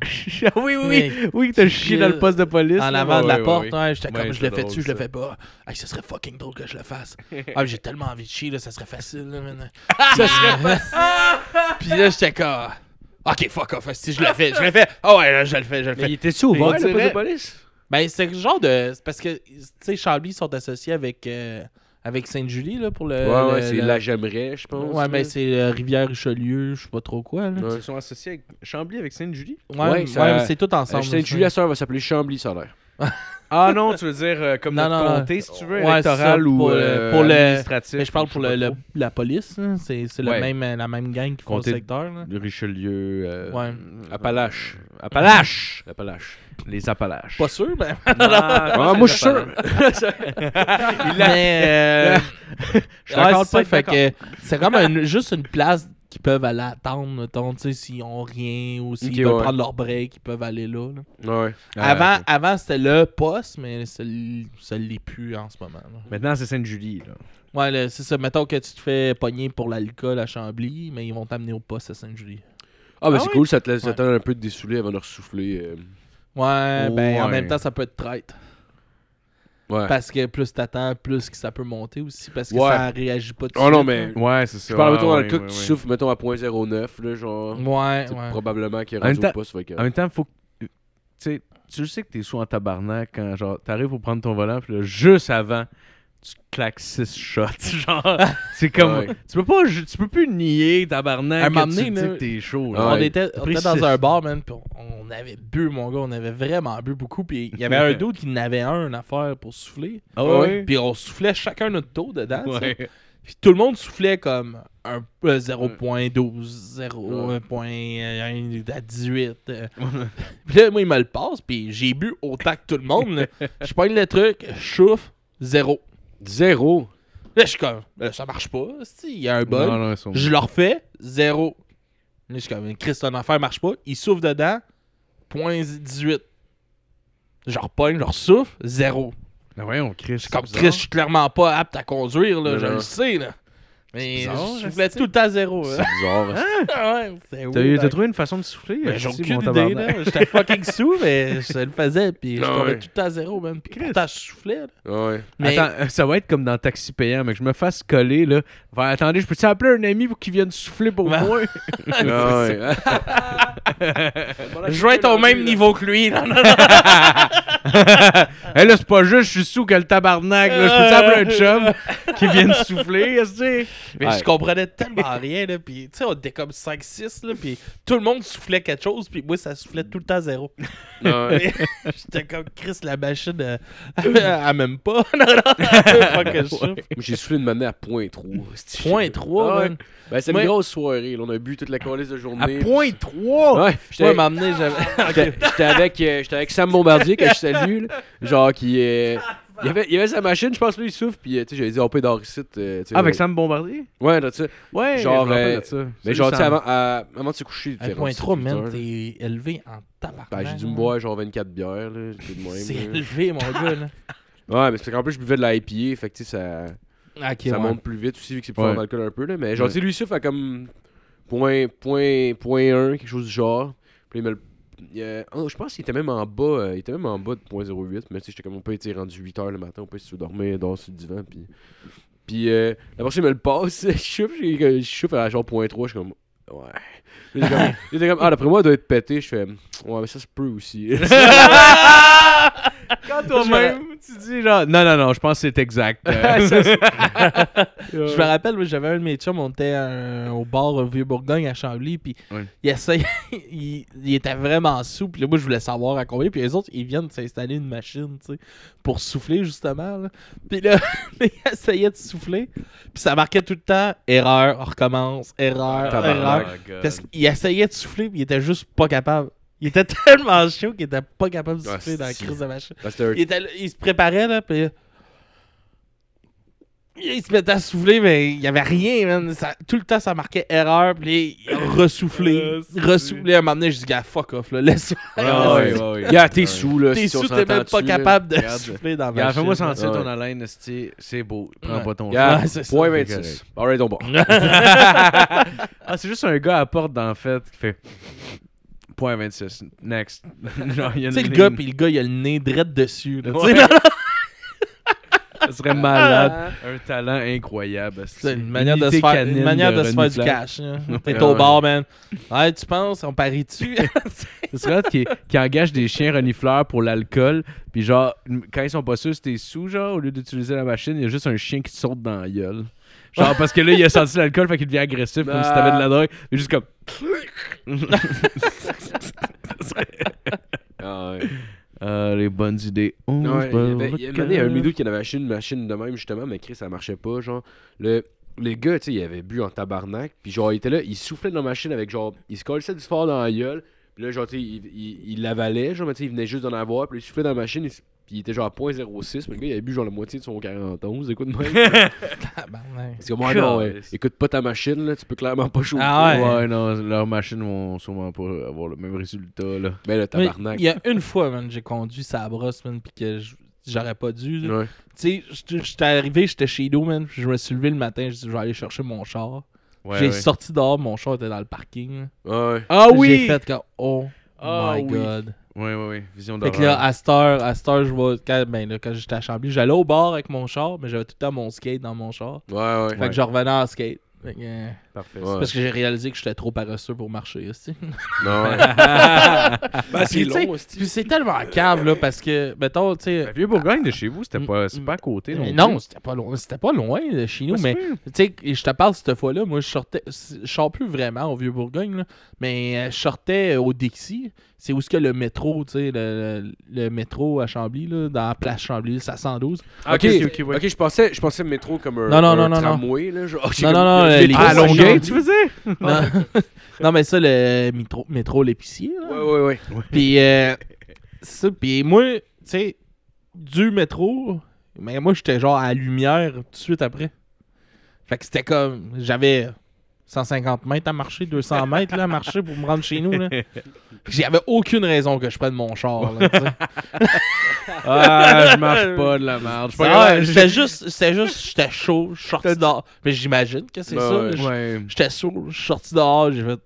Speaker 4: Oui,
Speaker 5: Mais-
Speaker 4: Oui, que t'as
Speaker 5: chié dans le poste
Speaker 4: de police.
Speaker 5: En avant de la porte, hein. ouais, j'étais
Speaker 4: Ouais,
Speaker 5: comme, je
Speaker 4: c'est
Speaker 5: le fais
Speaker 4: drôle,
Speaker 5: dessus, je le
Speaker 4: ça.
Speaker 5: fais pas. Hey, ça serait fucking drôle que je le fasse. Ah, j'ai tellement envie de chier, là, ça serait facile, là, man. ça serait facile. Puis là, j'étais comme, ok, fuck off, si je le fais, je le fais. Ah ouais, là, je le fais, je le fais.
Speaker 4: était-tu
Speaker 5: ouvert, le poste de
Speaker 4: police
Speaker 5: Ben, c'est le genre de. c'est parce que, tu sais, Chambly ils sont associés avec, euh, avec Sainte-Julie, là, pour le.
Speaker 3: ouais, ouais,
Speaker 5: le-
Speaker 3: c'est
Speaker 5: le-
Speaker 3: là, euh, j'aimerais, je pense.
Speaker 5: Ouais,
Speaker 3: là.
Speaker 5: mais c'est euh, Rivière-Richelieu, je sais pas trop quoi, là.
Speaker 3: Ouais.
Speaker 4: Euh, Ils sont associés avec Chambly avec Sainte-Julie
Speaker 5: Ouais,
Speaker 3: Ouais,
Speaker 5: ouais,
Speaker 3: ça-
Speaker 5: mais c'est tout
Speaker 3: Euh,
Speaker 5: ensemble.
Speaker 3: je sais que
Speaker 5: ça.
Speaker 3: Julia Sœur va s'appeler Chambly, ça a l'air.
Speaker 4: Ah non, tu veux dire euh, comme
Speaker 5: Non,
Speaker 4: notre
Speaker 5: non,
Speaker 4: comté, si tu veux,
Speaker 5: Ouais, c'est ça,
Speaker 4: électoral ou
Speaker 5: pour le-
Speaker 4: euh,
Speaker 5: pour le-
Speaker 4: administratif.
Speaker 5: Mais je parle pour
Speaker 4: sais
Speaker 5: le,
Speaker 4: pas
Speaker 5: le- la police, hein, c'est c'est le
Speaker 4: Ouais.
Speaker 5: même, euh, la même gang qui font le
Speaker 4: Comté de-
Speaker 5: secteur. Là.
Speaker 4: trop. Richelieu. euh,
Speaker 5: Ouais.
Speaker 3: Appalache.
Speaker 4: Appalaches.
Speaker 3: Appalache.
Speaker 4: Les Appalaches.
Speaker 5: Pas sûr, ben, mais.
Speaker 3: Ah, moi, je suis sûr.
Speaker 5: mais, euh,
Speaker 4: suis d'accord,
Speaker 5: ouais, c'est ça,
Speaker 4: pas
Speaker 5: fait
Speaker 4: d'accord.
Speaker 5: que c'est comme une- juste une place qu'ils peuvent aller attendre, mettons, tu sais, s'ils ont rien ou s'ils
Speaker 3: Ok,
Speaker 5: veulent
Speaker 3: ouais.
Speaker 5: prendre leur break, ils peuvent aller là. là.
Speaker 3: Ouais.
Speaker 5: avant, avant c'était le poste, mais ça l- ça l'est plus en ce moment. là.
Speaker 4: Maintenant, c'est Sainte-Julie. là.
Speaker 5: Ouais, là, c'est ça. Mettons que tu te fais pogner pour l'alcool à Chambly, mais ils vont t'amener au poste à Sainte-Julie.
Speaker 3: Ah, ben
Speaker 4: Ah
Speaker 3: c'est
Speaker 4: ouais?
Speaker 3: cool, ça te laisse
Speaker 5: Ouais.
Speaker 3: attendre un peu de dessouler avant de ressouffler. euh.
Speaker 5: Ouais, ben en
Speaker 4: Ouais.
Speaker 5: même temps, ça peut être traite.
Speaker 3: Ouais.
Speaker 5: Parce que plus t'attends, plus que ça peut monter aussi. Parce que
Speaker 3: Ouais.
Speaker 5: ça réagit pas tout de
Speaker 3: Oh non,
Speaker 5: suite,
Speaker 3: mais-
Speaker 5: là.
Speaker 4: Ouais, c'est ça.
Speaker 3: Je parle, mettons, dans
Speaker 4: ouais,
Speaker 3: le cas
Speaker 4: ouais,
Speaker 3: que tu
Speaker 4: ouais.
Speaker 3: souffles, mettons, à 0.09, là, genre.
Speaker 5: Ouais,
Speaker 3: c'est
Speaker 5: ouais.
Speaker 3: Probablement qu'il est
Speaker 4: En même
Speaker 3: rendu au
Speaker 4: temps-
Speaker 3: poste, fait que-
Speaker 4: En même temps, faut que. Tu sais, tu le sais que t'es sous en tabarnak quand genre t'arrives pour prendre ton volant, puis là, juste avant, tu claques 6 shots. Genre, c'est comme.
Speaker 3: Ouais.
Speaker 4: Tu peux pas. ju- Tu peux plus nier, tabarnak.
Speaker 5: À un
Speaker 4: que
Speaker 5: moment
Speaker 4: tu
Speaker 5: donné,
Speaker 4: dis
Speaker 5: là,
Speaker 4: que t'es chaud.
Speaker 3: Ah
Speaker 4: là.
Speaker 5: On
Speaker 3: ouais.
Speaker 5: était, on
Speaker 4: Pris
Speaker 5: était dans
Speaker 4: six.
Speaker 5: un bar, man, pis on, on avait bu, mon gars, on avait vraiment bu beaucoup, puis il y avait un dos qui n'avait un à faire pour souffler.
Speaker 4: Ah
Speaker 3: ouais.
Speaker 5: Puis on soufflait chacun notre dos dedans, tu sais.
Speaker 4: Ouais.
Speaker 5: Puis tout le monde soufflait comme un euh, 0.12, euh, 0.18. euh. Puis là, moi, il me le passe, puis j'ai bu autant que tout le monde. là. Je pogne le truc, je chauffe, zéro.
Speaker 3: Zéro.
Speaker 5: Là, je suis comme, euh, ça marche pas, c'ti, il y a un bug.
Speaker 4: Non, non, ils sont.
Speaker 5: Je le refais, zéro. Là, je suis comme, Chris, ton affaire marche pas. Il souffle dedans, point 18. Je repogne, je ressouffle, zéro.
Speaker 4: Ah ouais, on crie. C'est
Speaker 5: Comme Chris, je suis clairement pas apte à conduire, là,
Speaker 3: Non,
Speaker 5: je
Speaker 3: non.
Speaker 5: le sais, là. Mais
Speaker 4: C'est bizarre,
Speaker 5: je voulais tout le temps à zéro.
Speaker 3: C'est
Speaker 5: hein.
Speaker 3: bizarre. hein.
Speaker 5: Ah ouais, c'est
Speaker 4: T'as
Speaker 5: weird,
Speaker 4: eu-
Speaker 5: hein.
Speaker 4: t'as trouvé une façon de souffler?
Speaker 5: Ben, J'ai
Speaker 4: esti,
Speaker 5: aucune
Speaker 4: mon
Speaker 5: idée,
Speaker 4: tabarnak.
Speaker 5: là. J'étais fucking sous, mais je le faisais, puis je
Speaker 3: Ah
Speaker 5: tombais
Speaker 3: ouais.
Speaker 5: tout le temps à zéro, même. Puis pourtant, je soufflais, là.
Speaker 3: Ah Ouais.
Speaker 5: Mais
Speaker 4: Attends, euh, ça va être comme dans Taxi Payant, mais que je me fasse coller, là. Faire, attendez, je peux-tu appeler un ami pour qu'il vienne souffler pour
Speaker 5: Ben,
Speaker 4: moi? Ah
Speaker 3: Ah Ouais.
Speaker 5: je vais être au même niveau que lui, là. Non, non,
Speaker 4: Hé, là, c'est pas juste, je suis sous que le tabarnak, là. Je peux-tu appeler un chum qui vienne souffler, est-ce
Speaker 5: Mais
Speaker 4: Ouais.
Speaker 5: je comprenais tellement rien, là. Puis, tu sais, on était comme 5-6, là. Puis, tout le monde soufflait quelque chose. Puis, moi, ça soufflait tout le temps zéro.
Speaker 3: Ah Ouais.
Speaker 5: J'étais comme Chris, la machine, euh, elle m'aime pas. Non, non, elle veut pas que je souffle.
Speaker 3: Moi, J'ai soufflé de manière à point 3.
Speaker 5: Point 3,
Speaker 3: Ouais.
Speaker 5: man.
Speaker 3: Ben, c'est
Speaker 5: Ah Ouais.
Speaker 3: une grosse soirée. là. On a bu toute la coalice de
Speaker 4: À
Speaker 3: journée.
Speaker 4: point 3!
Speaker 3: Ouais, j'étais
Speaker 5: Ouais, m'amener, j'avais.
Speaker 3: j'étais- j'étais avec, euh, j'étais avec Sam Bombardier que je salue. là. genre, qui. euh, il, avait, il avait sa machine, je pense, lui, il souffle. Puis, euh, tu sais, j'avais dit, on peut d'oricite.
Speaker 4: Ah, avec Sam Bombardier?
Speaker 3: euh, Ouais, là, tu sais.
Speaker 4: Ouais,
Speaker 3: Genre,
Speaker 4: je me rappelle
Speaker 3: euh,
Speaker 4: de ça.
Speaker 3: Mais
Speaker 4: C'est
Speaker 3: genre, tu sais,
Speaker 4: Sam.
Speaker 3: avant, à- avant de se coucher, il était
Speaker 5: À point
Speaker 3: rendu
Speaker 5: 3,
Speaker 3: 18
Speaker 5: man,
Speaker 3: heures.
Speaker 5: t'es élevé en tabarnak.
Speaker 3: Ben, j'ai dû me
Speaker 5: là.
Speaker 3: boire genre 24 bières, là. j'étais de même,
Speaker 5: C'est
Speaker 3: là.
Speaker 5: élevé, mon gars, là.
Speaker 3: Ouais, mais c'est qu'en plus, je buvais de la IPA, fait que, tu sais, ça,
Speaker 5: Ok,
Speaker 3: ça
Speaker 5: ouais.
Speaker 3: monte plus vite aussi, vu que c'est plus
Speaker 4: Ouais.
Speaker 3: fort en alcool un peu, là. Mais genre,
Speaker 4: Ouais.
Speaker 3: tu sais, lui, ça fait comme. Point, point, point 1, quelque chose du genre. Puis il me le. il, euh, oh, je pense qu'il était même en bas, euh, il était même en bas de point 08, mais tu sais, j'étais comme on peut être rendu 8h le matin, on peut si tu veux dormir, dors sur le divan, puis. Puis euh, la personne il me le passe, je chauffe, j'ai- je chauffe à genre point 3, je suis comme. Ouais. Puis j'étais comme, j'étais comme, ah, d'après moi, elle doit être pétée. Je fais, ouais, mais ça se peut aussi.
Speaker 4: Quand Ah, toi-même, tu dis genre, non, non, non, je pense que c'est exact.
Speaker 5: Je me rappelle, moi, j'avais un de mes chums, on était euh, au bar euh, Vieux-Bourgogne à Chambly, puis
Speaker 4: Ouais.
Speaker 5: il essayait, il, il était vraiment souple, puis là, moi, je voulais savoir à combien, puis les autres, ils viennent de s'installer une machine, tu sais, pour souffler, justement, là. Puis là, il essayait de souffler, puis ça marquait tout le temps, erreur, on recommence, erreur, erreur.
Speaker 3: Euh,
Speaker 5: Parce qu'il essayait de souffler, puis il était juste pas capable. Il était tellement chaud qu'il était pas capable de
Speaker 3: Ah,
Speaker 5: souffler dans la
Speaker 3: c'est-
Speaker 5: crise de machine.
Speaker 3: Parce que
Speaker 5: Il, était là- il se préparait, là, puis... Il se mettait à souffler, mais il y avait rien, man. Ça- tout le temps, ça marquait erreur, puis il ressoufflait. ressoufflait. À un moment donné, je dis, gars, fuck off, là, laisse
Speaker 4: Ah, ouais, ouais, ouais.
Speaker 3: Gars, t'es sous, là.
Speaker 5: T'es
Speaker 3: si on
Speaker 5: sous, t'es même
Speaker 3: s'entend
Speaker 5: pas
Speaker 3: dessus, là.
Speaker 5: capable de
Speaker 4: Regarde.
Speaker 5: souffler dans ma
Speaker 4: Gars, fais-moi
Speaker 5: machine,
Speaker 4: sentir
Speaker 3: Ouais.
Speaker 4: ton haleine, esti. c'est beau. Prends
Speaker 5: Ouais.
Speaker 4: pas ton
Speaker 3: Gars,
Speaker 5: Ouais, c'est ça.
Speaker 3: point
Speaker 4: C'est
Speaker 3: 26. Alright, on part.
Speaker 4: Ah, c'est juste un gars à la porte, en fait, qui fait. Point 26. Next. Genre, il y a
Speaker 5: Tu
Speaker 4: une
Speaker 5: sais, le
Speaker 4: ligne.
Speaker 5: gars, puis le gars, il a le nez drette dessus, là. Tu sais,
Speaker 4: Ouais.
Speaker 5: là,
Speaker 4: Ça serait
Speaker 3: Ah
Speaker 4: malade. Un talent incroyable. esti.
Speaker 5: C'est une manière de
Speaker 4: Unité
Speaker 5: se faire,
Speaker 4: canine
Speaker 5: une manière de se faire du
Speaker 4: reniflage.
Speaker 5: cash. là. T'es
Speaker 3: Ouais,
Speaker 5: au
Speaker 3: ouais.
Speaker 5: bar, man. Ouais, tu penses, on parie dessus.
Speaker 4: Ce serait hot qui, qui engage des chiens renifleurs pour l'alcool. Puis genre, quand ils sont pas sûrs, c'était sous, genre, au lieu d'utiliser la machine, il y a juste un chien qui te saute dans la gueule. Genre, parce que là, il a senti l'alcool, fait qu'il devient agressif, comme si t'avais de la drogue. Mais juste comme.
Speaker 3: Ah, ouais.
Speaker 4: Ah, les bonnes idées. On
Speaker 3: Ah Ouais,
Speaker 4: se
Speaker 3: il y avait-
Speaker 4: barre
Speaker 3: il y avait un
Speaker 4: au
Speaker 3: moment donné, il y a un
Speaker 4: cœur.
Speaker 3: midou qui en avait acheté une machine de même, justement, mais Chris, ça marchait pas. Genre, le, les gars, tu sais, ils avaient bu en tabarnak. Puis, genre, ils étaient là, ils soufflaient dans la machine avec, genre, ils se collaient du fort dans la gueule. Puis là, genre, tu sais, ils il, l'avalaient, genre, mais tu sais, ils venaient juste d'en avoir. Puis, ils soufflaient dans la machine. ils s- Puis, il était genre à 0.06. Mais le gars, il avait bu, genre, la moitié de son 41. Écoute, même.
Speaker 5: Tabarnak.
Speaker 3: Parce que moi, non,
Speaker 4: Calisse.
Speaker 3: ouais, écoute pas ta machine, là, tu peux clairement pas chauffer.
Speaker 5: Ah ouais.
Speaker 4: Ouais, non, leurs machines vont sûrement pas avoir le même résultat, là.
Speaker 3: Mais le
Speaker 5: Mais
Speaker 3: tabarnak.
Speaker 5: Il y a une fois, man, j'ai conduit sa brosse, man, pis que j- j'aurais pas dû.
Speaker 4: Mm.
Speaker 5: là.
Speaker 3: Ouais.
Speaker 5: Tu sais, j'étais- j'étais arrivé, j'étais chez nous, man, pis je me suis levé le matin, j'ai dit, je vais aller chercher mon char.
Speaker 4: Ouais,
Speaker 5: j'ai
Speaker 4: ouais.
Speaker 5: sorti dehors, mon char était dans le parking. là.
Speaker 3: Ouais.
Speaker 4: Ah
Speaker 5: J'ai
Speaker 4: oui!
Speaker 5: fait comme, oh.
Speaker 4: Ah
Speaker 5: my
Speaker 4: oui.
Speaker 5: god.
Speaker 4: Ouais, ouais, ouais. Vision
Speaker 5: Fait
Speaker 4: d'horreur.
Speaker 5: que là, à cette heure, à cette heure, je vois, quand, ben, là, quand j'étais à Chambly, j'allais au bar avec mon char, mais j'avais tout le temps mon skate dans mon char.
Speaker 3: Ouais, Ben ouais.
Speaker 5: Fait que je revenais en skate. Fait que, euh,
Speaker 4: Parfait.
Speaker 3: Ouais.
Speaker 5: Parce que j'ai réalisé que j'étais trop paresseux pour marcher aussi.
Speaker 3: Non, ouais. Ben, c'est
Speaker 5: Puis, tu sais,
Speaker 3: long, hostie.
Speaker 5: Puis c'est tellement cave, là, parce que, mettons, tu sais.
Speaker 4: La vieux Bourgogne de chez vous, c'était pas, c'est pas à
Speaker 3: Ben,
Speaker 4: côté.
Speaker 5: Mm, Mais
Speaker 4: plus.
Speaker 5: non, c'était pas loin, c'était pas loin de chez nous,
Speaker 4: Pas si
Speaker 5: mais
Speaker 4: pire.
Speaker 5: tu sais, je te parle cette fois-là, moi je sortais, je sors plus vraiment au Vieux-Bourgogne, là, mais euh, je sortais au Dixie, c'est où ce que le métro, tu sais, le, le- le métro à Chambly, là, dans la place Chambly, ça 112.
Speaker 3: Ok,
Speaker 4: Ah, Ok, ok, ouais.
Speaker 3: ok, je pensais, je pensais métro comme un,
Speaker 5: Non, non, non,
Speaker 3: un
Speaker 5: non, non.
Speaker 3: tramway, là. Genre,
Speaker 5: Non, non, non, les-
Speaker 4: Ah,
Speaker 5: Ah,
Speaker 4: Longueuil,
Speaker 5: non.
Speaker 4: tu veux dire?
Speaker 5: Non, Non, mais ça, le métro, métro l'épicier, là.
Speaker 3: Ouais, ouais, ouais.
Speaker 5: Puis, euh, ça, puis moi, tu sais, du métro, mais moi, j'étais genre à la lumière tout de suite après. Fait que c'était comme, j'avais 150 mètres à marcher, 200 mètres là, à marcher pour me rendre chez nous. là. J'avais aucune raison que je prenne mon char. Là, tu sais.
Speaker 4: Ah, je marche pas de la merde. Je suis pas
Speaker 5: Ah,
Speaker 4: capable-
Speaker 5: J'étais juste, c'était juste, j'étais chaud, je suis sorti dehors. Mais j'imagine que c'est
Speaker 3: Ben
Speaker 5: ça.
Speaker 3: ouais.
Speaker 5: là.
Speaker 4: Ouais.
Speaker 5: J'étais sourd, je suis sorti dehors, j'ai fait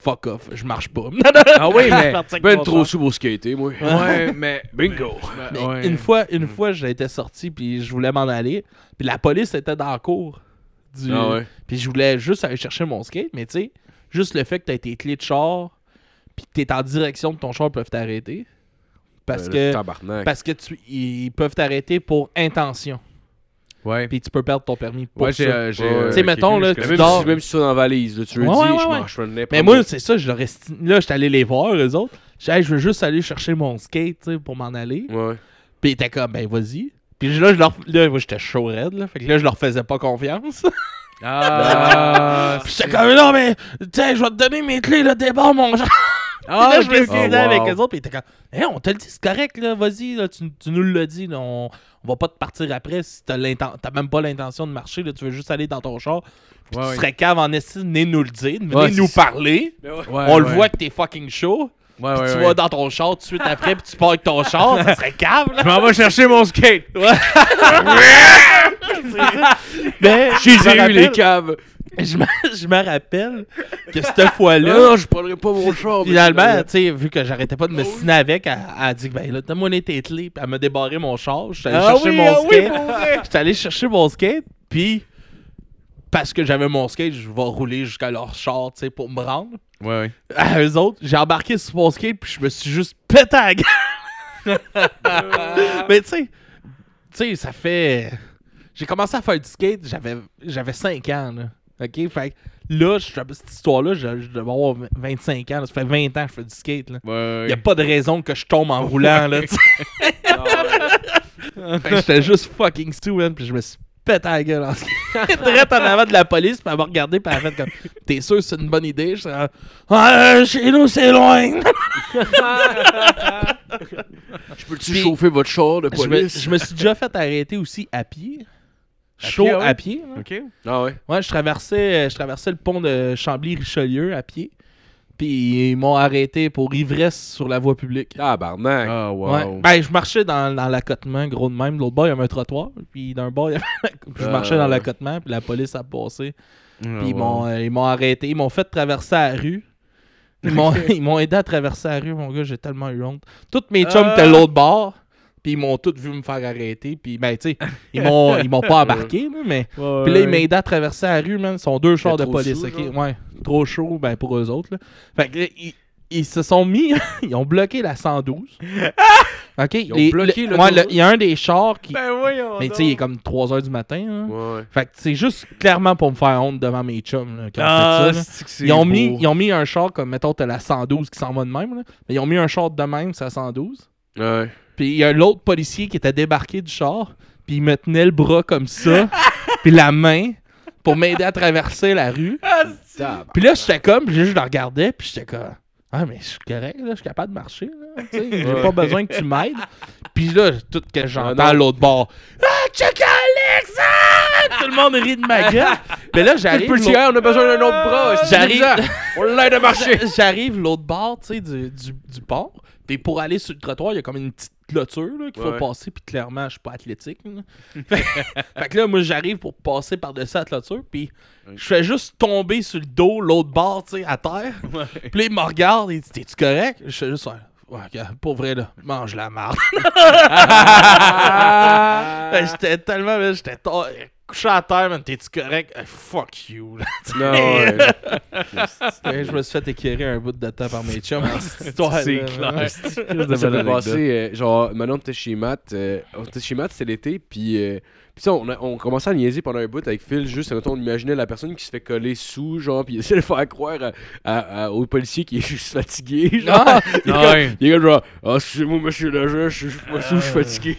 Speaker 5: fuck off, je marche pas.
Speaker 4: Ah oui, mais.
Speaker 5: Parti avec
Speaker 3: Ben
Speaker 5: mon
Speaker 3: trop
Speaker 5: char.
Speaker 3: sous pour skater, moi.
Speaker 4: Ouais, mais.
Speaker 3: Bingo!
Speaker 5: Mais
Speaker 4: Ouais. Mm.
Speaker 5: Une fois, une fois, j'étais sorti puis je voulais m'en aller, puis la police était dans la cour. Du...
Speaker 3: Ah ouais.
Speaker 5: Puis je voulais juste aller chercher mon skate, mais tu sais, juste le fait que t'as tes clés de char, puis que t'es en direction de ton char, ils peuvent t'arrêter. Parce
Speaker 4: Euh,
Speaker 3: Ben, le
Speaker 5: que,
Speaker 3: Tabarnak.
Speaker 5: parce que tu, ils peuvent t'arrêter pour intention.
Speaker 4: Ouais.
Speaker 5: Puis tu peux perdre ton permis pour
Speaker 4: Ouais,
Speaker 5: ça.
Speaker 4: j'ai. euh, j'ai,
Speaker 3: Ouais.
Speaker 4: euh,
Speaker 3: Tu sais,
Speaker 5: mettons,
Speaker 4: quelqu'un
Speaker 5: là,
Speaker 4: que je
Speaker 3: Même
Speaker 5: tu
Speaker 4: connais.
Speaker 5: dors.
Speaker 3: si, même si tu es dans la valise, là, tu veux
Speaker 5: Ouais,
Speaker 3: dire,
Speaker 5: ouais,
Speaker 3: je
Speaker 5: ouais.
Speaker 3: m'en je fais n'importe
Speaker 5: Mais moi, c'est ça, je leur esti- Là, j'étais allé les voir, eux autres. J'ai dit, Hey, je veux juste aller chercher mon skate, tu sais, pour m'en aller.
Speaker 4: Mm.
Speaker 3: Ouais, ouais.
Speaker 5: Puis ils étaient comme, ben, vas-y. Puis là, je leur... là, moi, j'étais chaud raide, là. Fait que là, je leur faisais pas confiance.
Speaker 4: Ah.
Speaker 5: Puis j'étais comme, non, mais, tiens, je vais te donner mes clés, là, débarre mon genre.
Speaker 4: Ah,
Speaker 5: là, je me suis
Speaker 4: sais.
Speaker 5: mis
Speaker 4: Ah, wow.
Speaker 5: avec eux autres, puis ils étaient comme, Hey, on te le dit, c'est correct, là, vas-y, là, tu, tu nous l'as dit, là, on... on va pas te partir après si t'as l'inten- t'as même pas l'intention de marcher, là, tu veux juste aller dans ton char. Puis
Speaker 4: Ouais,
Speaker 5: tu
Speaker 4: ouais.
Speaker 5: serais cave en esti, de venir nous le dire, de venir
Speaker 4: Ouais,
Speaker 5: nous
Speaker 4: c'est ça.
Speaker 5: parler.
Speaker 4: Ouais,
Speaker 5: on le
Speaker 4: ouais.
Speaker 5: voit que t'es fucking chaud.
Speaker 4: Ouais,
Speaker 5: Puis
Speaker 4: ouais,
Speaker 5: tu
Speaker 4: ouais.
Speaker 5: vas dans ton char tout de suite après, puis tu pars avec ton char, ça serait câble.
Speaker 4: Je m'en vais chercher mon skate.
Speaker 5: Mais
Speaker 3: J'ai
Speaker 5: je me
Speaker 3: eu les
Speaker 5: rappelle-
Speaker 3: caves!
Speaker 5: je me je me rappelle que cette fois-là,
Speaker 3: Non, non, je prendrai pas mon char. mais-
Speaker 5: finalement, tu sais, vu que j'arrêtais pas de me signer avec, elle, elle a dit que, ben là, donne-moi tes clés, puis elle m'a débarré mon char, j'étais allé
Speaker 4: Ah
Speaker 5: chercher
Speaker 4: oui,
Speaker 5: mon
Speaker 4: ah oui,
Speaker 5: skate.
Speaker 4: pour vrai.
Speaker 5: j'étais allé chercher mon skate, puis parce que j'avais mon skate, je vais rouler jusqu'à leur char, tu sais, pour me rendre.
Speaker 4: Ouais, ouais.
Speaker 5: À eux autres, j'ai embarqué sur mon skate, puis je me suis juste pété à la gueule. Mais tu sais, tu sais, ça fait. J'ai commencé à faire du skate, j'avais j'avais 5 ans, là. OK? Fait que là, je- cette histoire-là, je, je devais avoir 25 ans. là. Ça fait 20 ans que je fais du skate, là.
Speaker 4: Ouais,
Speaker 5: Il a pas de raison que je tombe en roulant, là. tu
Speaker 3: Ah,
Speaker 5: sais. Fait que J'étais juste fucking stupid, puis je me suis pété à la gueule en skate. Direct en avant de la police, puis elle m'a regardé, puis elle a fait comme « T'es sûr que c'est une bonne idée? » Je suis comme, Ah, euh, Chez nous, c'est loin! »
Speaker 3: Je peux-tu
Speaker 5: Puis-
Speaker 3: chauffer votre char de
Speaker 5: je me,
Speaker 3: police?
Speaker 5: je me suis déjà fait arrêter aussi à pied. Chaud
Speaker 4: ah ouais?
Speaker 5: à pied. là.
Speaker 4: Ok.
Speaker 3: Ah ouais?
Speaker 5: Ouais, je traversais, euh, je traversais le pont de Chambly-Richelieu à pied. Puis ils m'ont arrêté pour ivresse sur la voie publique.
Speaker 3: Tabarnak!
Speaker 4: Ah,
Speaker 5: Ouais.
Speaker 4: wow.
Speaker 5: Ben, je marchais dans, dans l'accotement, gros de même. De L'autre bord, il y avait un trottoir. Puis d'un bord, il y avait la- puis je marchais dans
Speaker 3: Euh.
Speaker 5: l'accotement. Puis la police a passé.
Speaker 4: Ah,
Speaker 5: Puis ils
Speaker 4: wow.
Speaker 5: m'ont euh, ils m'ont arrêté. Ils m'ont fait traverser la rue. Ils m'ont ils m'ont aidé à traverser la rue, mon gars. J'ai tellement eu honte. Toutes mes chums
Speaker 4: Ah.
Speaker 5: étaient l'autre bord. Puis ils m'ont tous vu me faire arrêter. Puis, ben, tu sais, ils m'ont ils m'ont pas embarqué, là, mais.
Speaker 4: Ouais,
Speaker 5: Puis là, ils
Speaker 4: ouais.
Speaker 5: m'aidaient à traverser la rue, man. Ils sont deux chars de
Speaker 3: trop
Speaker 5: police,
Speaker 3: chaud,
Speaker 5: ok?
Speaker 3: genre.
Speaker 5: Ouais. Trop chaud, ben, pour eux autres, là. Fait que là, ils, ils se sont mis. ils ont bloqué la 112. ok?
Speaker 3: Ils ont
Speaker 5: les-
Speaker 3: bloqué
Speaker 5: le-
Speaker 3: le
Speaker 5: ouais,
Speaker 3: tour-
Speaker 5: le- Il y a un des chars qui.
Speaker 4: Ben voyons
Speaker 5: mais tu sais,
Speaker 4: donc.
Speaker 5: il est comme 3 h du matin, hein.
Speaker 3: Ouais, ouais.
Speaker 5: Fait que c'est juste clairement pour me faire honte devant mes chums, là, qui ont
Speaker 4: Ah,
Speaker 5: fait ça, là.
Speaker 4: c'est que c'est
Speaker 5: Ils ont, mis,
Speaker 4: beau.
Speaker 5: ils ont mis un char comme, mettons, t'as la 112 qui s'en va de même, là. Mais ils ont mis un char de même, c'est la 112.
Speaker 3: Ouais.
Speaker 5: Puis il y a l'autre policier qui était débarqué du char, puis il me tenait le bras comme ça, puis la main pour m'aider à traverser la rue.
Speaker 3: Tabarnak.
Speaker 5: Puis là, j'étais comme, puis là, je le regardais, puis j'étais comme ah mais je suis correct là, je suis capable de marcher là, Tu sais, j'ai
Speaker 3: Ouais.
Speaker 5: pas besoin que tu m'aides. Puis là, tout que j'entends
Speaker 3: Ah
Speaker 5: à
Speaker 3: non.
Speaker 5: l'autre bord. Ah, check Alex! Ah! Tout le monde rit de ma gueule. Mais là,
Speaker 3: Le
Speaker 5: j'arrive
Speaker 3: policier, on a besoin d'un autre bras! Oh, c'est
Speaker 5: Ah, J'arrive-
Speaker 3: bizarre. On l'aide à marcher!
Speaker 5: J'a- J'arrive l'autre bord, tu sais, du, du, du port. Puis pour aller sur le trottoir, il y a comme une petite clôture là, qu'il faut
Speaker 3: Ouais.
Speaker 5: passer. Puis clairement, je suis pas athlétique. là. fait, fait que là, moi, j'arrive pour passer par-dessus la clôture. Puis je fais juste tomber sur le dos, l'autre bord, tu sais, à terre. Puis là, il me regarde et il dit T'es-tu correct Je fais juste. Ouais, Ouais, regarde, pour vrai, là, mange la marde.
Speaker 3: Ah. Ben,
Speaker 5: Fait que j'étais tellement. là, J'étais ta- couché à terre, man. T'es-tu correct Eh, Fuck you, là.
Speaker 3: Non, ouais.
Speaker 5: Ouais, je me suis fait éclairer un bout de temps par mes chums dans cette histoire.
Speaker 4: Ah, C'est clair. C'est une
Speaker 3: Ça
Speaker 4: bonne
Speaker 3: s'est
Speaker 4: anecdote.
Speaker 3: passé, euh, genre, Manon était chez Matt. euh, on était chez Matt, c'était l'été, puis euh, puis ça, on, a- on commençait à niaiser pendant un bout avec Phil, juste, mettons, on imaginait la personne qui se fait coller sous, genre, puis il essaie de faire croire à- à- à- au policier qui est juste fatigué, genre.
Speaker 5: Ah!
Speaker 3: Il est
Speaker 4: Ah
Speaker 3: comme-
Speaker 4: ouais.
Speaker 3: il est comme genre, ah, c'est moi monsieur l'agent, je je suis pas sous, je suis fatigué.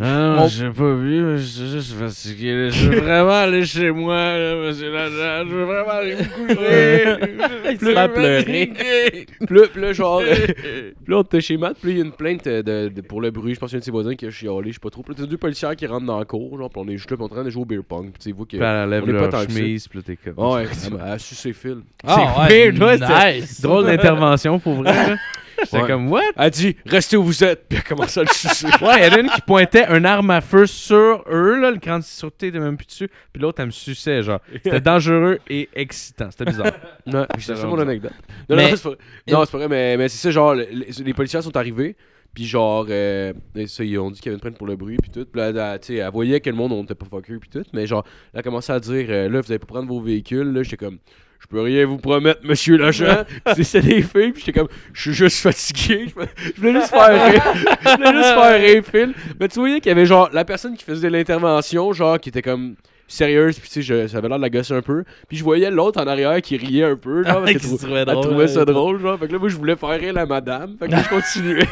Speaker 4: Ah,
Speaker 5: Mon-
Speaker 4: j'ai pas vu, mais je suis juste fatigué. là. Je veux vraiment aller chez moi, là, monsieur Lagarde. Je veux vraiment aller me coucher.
Speaker 5: Il se met à pleurer.
Speaker 3: Puis là, puis là, genre, euh, puis là, on était chez Matt, puis là, il y a une plainte euh, de, de- pour le bruit. Je pense qu'il y a un de ses voisins qui a chialé, je sais pas trop. Puis là, t'as deux policiers qui rentrent dans la cour, genre, puis on est juste là, puis on est en train de jouer au beer pong. Puis tu sais, ils voient que.
Speaker 4: Puis elle lève
Speaker 3: On est pas
Speaker 4: leur
Speaker 3: tant que ça.
Speaker 4: chemise, puis là, t'es comme...
Speaker 3: Ouais, elle a su ses fils.
Speaker 5: Ah,
Speaker 4: C'est
Speaker 5: ouais,
Speaker 4: weird, ouais, c'était
Speaker 5: nice.
Speaker 4: Drôle d'intervention, pour vrai, là. J'étais
Speaker 3: Ouais.
Speaker 4: comme, what?
Speaker 3: Elle dit, restez où vous êtes, puis elle commence à le sucer.
Speaker 4: Ouais, il y en a une qui pointait une arme à feu sur eux, là, le cran de sûreté était même plus dessus, puis l'autre, elle me suçait, genre. C'était dangereux et excitant, c'était bizarre.
Speaker 3: Non, c'est ça mon
Speaker 4: rendu.
Speaker 3: anecdote. Non,
Speaker 5: Mais-
Speaker 3: non, c'est pas... non, c'est pas vrai, mais, mais c'est ça, genre, le- les, les policiers sont arrivés, puis genre, euh, et ça, ils ont dit qu'il y avait une plainte pour le bruit, puis tout. Puis là, là, tu sais, elle voyait que le monde, on était pas fucké, puis tout, mais genre, elle a commencé à dire, euh, là, vous allez pas prendre vos véhicules, là, j'étais comme. Je peux rien vous promettre, monsieur l'agent. C'est- c'est des filles, puis j'étais comme, je suis juste fatigué. Je me- je voulais juste faire rire. Je voulais juste faire rire, Phil. Mais tu voyais qu'il y avait genre la personne qui faisait l'intervention, genre, qui était comme sérieuse, puis tu sais, je- ça avait l'air de la gosser un peu. Puis je voyais l'autre en arrière qui riait un peu, genre, parce
Speaker 5: Il
Speaker 3: qu'elle
Speaker 5: Ah, se
Speaker 3: trou-
Speaker 5: trouvait
Speaker 3: elle
Speaker 5: drôle,
Speaker 3: trouvait ça
Speaker 5: ouais.
Speaker 3: drôle, genre. Fait que là, moi, je voulais faire rire la madame. Fait que là, je continuais.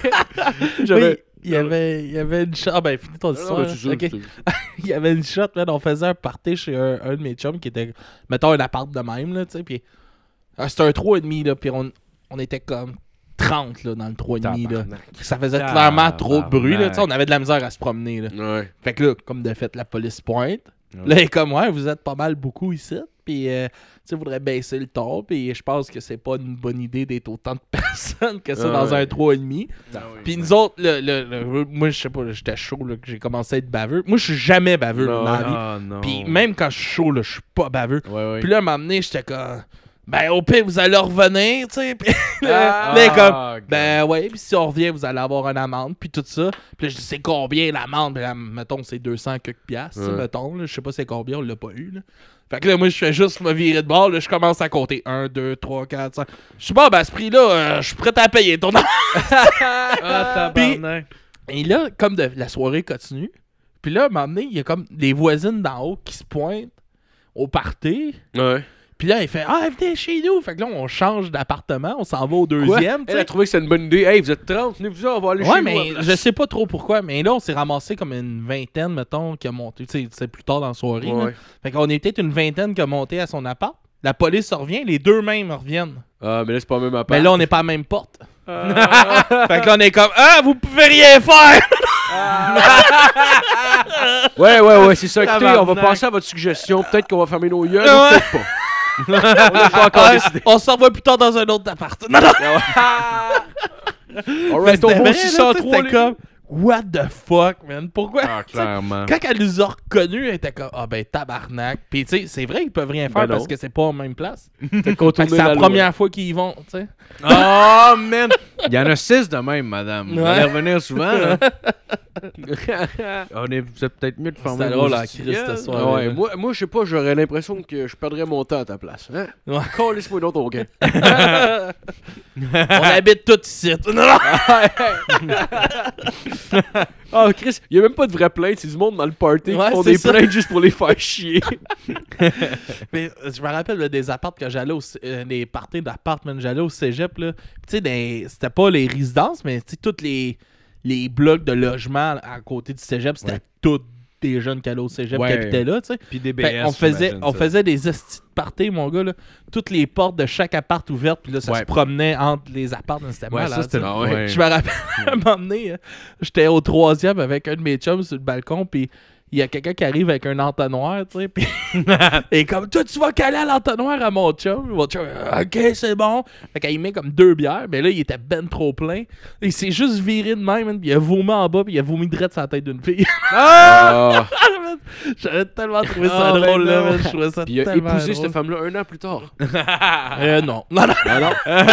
Speaker 3: J'avais.
Speaker 5: Oui, il y avait, il y avait une shot. Ah, ben, finis ton
Speaker 3: Non, non,
Speaker 5: histoire.
Speaker 3: mais c'est sûr,
Speaker 5: Ok.
Speaker 3: c'est-
Speaker 5: il y avait une shot, man. On faisait un party chez un, un de mes chums qui était, mettons, un appart de même, là, tu sais. Puis ah, c'était un 3,5, là. Puis on, on était comme 30, là, dans le 3,5, là.
Speaker 4: Tabarnak.
Speaker 5: Ça faisait
Speaker 4: Tabarnak.
Speaker 5: clairement trop de bruit, là. Tu sais, on avait de la misère à se promener, là.
Speaker 3: Ouais.
Speaker 5: Fait que là, comme de fait, la police pointe.
Speaker 4: Ouais.
Speaker 5: Là, elle est comme, ouais, vous êtes pas mal beaucoup ici. Puis, euh, tu sais, voudrais baisser le ton. Puis, je pense que c'est pas une bonne idée d'être autant de personnes que ça
Speaker 3: Ah
Speaker 5: dans un
Speaker 3: ouais. Ah
Speaker 5: 3,5. Puis nous autres, le, le- le- moi, je sais pas, là, j'étais chaud, là, que j'ai commencé à être baveux. Moi, je suis jamais baveux
Speaker 3: Non,
Speaker 5: dans la vie.
Speaker 4: Ah, non.
Speaker 5: Puis même quand je suis chaud, là, je suis pas baveux.
Speaker 4: Ouais, ouais.
Speaker 5: Puis là, m'a amené, j'étais comme, ben au pire, vous allez revenir, tu sais. Puis là,
Speaker 4: Ah,
Speaker 5: là, il est comme,
Speaker 4: God.
Speaker 5: ben ouais, puis si on revient, vous allez avoir une amende, puis tout ça. Puis là, je dis, c'est combien l'amende? Puis là, mettons, c'est 200 quelques piastres, tu sais,
Speaker 3: Ouais.
Speaker 5: mettons, là, je sais pas c'est combien, on l'a pas eu, là. Fait que là, moi, je fais juste me virer de bord, là, je commence à compter 1, 2, 3, 4, 5. Je suis bon, ben à ce prix-là, euh, je suis prêt à payer ton
Speaker 4: Ah, tabarnak.
Speaker 5: Et là, comme de, la soirée continue, puis là, à un moment donné, il y a comme des voisines d'en haut qui se pointent au party.
Speaker 3: Ouais.
Speaker 5: Puis là, il fait Ah, venez chez nous. Fait que là, on change d'appartement, on s'en va au deuxième. tu
Speaker 3: Elle a
Speaker 5: sais.
Speaker 3: trouvé que c'était une bonne idée. Hey, vous êtes 30, venez vous on va aller chez
Speaker 5: Ouais,
Speaker 3: moi.
Speaker 5: mais je sais pas trop pourquoi. Mais là, on s'est ramassé comme une vingtaine, mettons, qui a monté. Tu sais, c'est plus tard dans la soirée. là.
Speaker 3: Ouais.
Speaker 5: Fait qu'on est peut-être une vingtaine qui a monté à son appart. La police revient, les deux mêmes reviennent.
Speaker 3: Ah, mais là, c'est pas même à
Speaker 5: Mais
Speaker 3: part.
Speaker 5: là, on n'est pas à la même porte. fait que là, on est comme Ah, vous pouvez rien faire!
Speaker 3: Ouais, ouais, ouais, c'est ça. Écoutez, on va
Speaker 4: Tabarnak.
Speaker 3: passer à votre suggestion. Peut-être qu'on va fermer nos yeux,
Speaker 5: Ouais.
Speaker 3: peut-être pas. on n'a pas encore décidé.
Speaker 5: Ah, on s'en va plus tard dans un autre appartement. Non, non!
Speaker 3: Alright, on
Speaker 5: C'était
Speaker 3: va
Speaker 5: vrai,
Speaker 3: au
Speaker 5: là,
Speaker 3: 603.
Speaker 5: C'était comme, what the fuck, man? Pourquoi?
Speaker 4: Ah,
Speaker 5: Tu sais,
Speaker 4: clairement.
Speaker 5: Quand elle nous a reconnus, elle était comme, ah ben tabarnak. Puis tu sais, c'est vrai, ils peuvent rien
Speaker 3: Ben
Speaker 5: faire
Speaker 3: non.
Speaker 5: parce que c'est pas en même place.
Speaker 3: T'as
Speaker 5: Fait que
Speaker 3: contourné
Speaker 5: c'est la
Speaker 3: loi.
Speaker 5: première fois qu'ils y vont, tu sais.
Speaker 4: Oh, man! Il y en a six de même, madame. Vous allez revenir souvent, là. On est, vous êtes peut-être mieux de former
Speaker 5: C'était
Speaker 4: vos
Speaker 5: drôle hein, en
Speaker 4: outils.
Speaker 5: Christ, ce soir.
Speaker 3: Ouais, moi, moi je sais pas, j'aurais l'impression que je perdrais mon temps à ta place. Hein?
Speaker 5: Ouais.
Speaker 3: Calisse-moi dans ton gain.
Speaker 5: On habite tout ici. Non, non.
Speaker 3: Ah, Chris, y a même pas de vraie plainte, c'est du monde dans le party
Speaker 5: Ouais,
Speaker 3: qui font
Speaker 5: c'est
Speaker 3: des
Speaker 5: ça.
Speaker 3: plaintes juste pour les faire chier.
Speaker 5: Mais euh, je me rappelle là, des appartes que j'allais au cé- euh, des parties d'appart, man, j'allais au cégep là. Puis, Tu sais des- c'était pas les résidences mais tu sais toutes les les blocs de logement à côté du cégep, c'était
Speaker 4: Ouais.
Speaker 5: toutes des jeunes qui allaient au cégep
Speaker 4: Ouais.
Speaker 5: qui habitaient là, tu sais.
Speaker 4: Puis des BS,
Speaker 5: Fait qu'on faisait,
Speaker 4: j'imagine,
Speaker 5: on
Speaker 4: ça.
Speaker 5: faisait des hosties de parties, mon gars. Là. Toutes les portes de chaque appart ouvertes, puis là, ça
Speaker 4: Ouais.
Speaker 5: se promenait entre les apparts. C'était
Speaker 4: Ouais,
Speaker 5: malade,
Speaker 4: ça, c'était
Speaker 5: ça.
Speaker 4: le-
Speaker 3: ouais.
Speaker 4: ouais.
Speaker 5: Je me rappelle, à un moment donné, hein, j'étais au troisième avec un de mes chums sur le balcon, puis il y a quelqu'un qui arrive avec un entonnoir, tu sais, puis et comme, toi, tu vas caler à l'entonnoir à mon chum. Mon chum, euh, ok, c'est bon. Fait qu'il met comme deux bières, mais là, il était ben trop plein. Il s'est juste viré de même, man, puis il a vomi en bas, puis il a vomi direct sur la tête d'une fille.
Speaker 3: Ah!
Speaker 5: J'avais tellement trouvé ça
Speaker 4: Ah, ben
Speaker 5: drôle, là,
Speaker 4: non.
Speaker 5: man. Je trouvais ça
Speaker 3: Puis il a
Speaker 5: tellement
Speaker 3: épousé
Speaker 5: drôle.
Speaker 3: cette femme-là un an plus tard.
Speaker 5: Euh, non. Non, non.
Speaker 3: Ah non?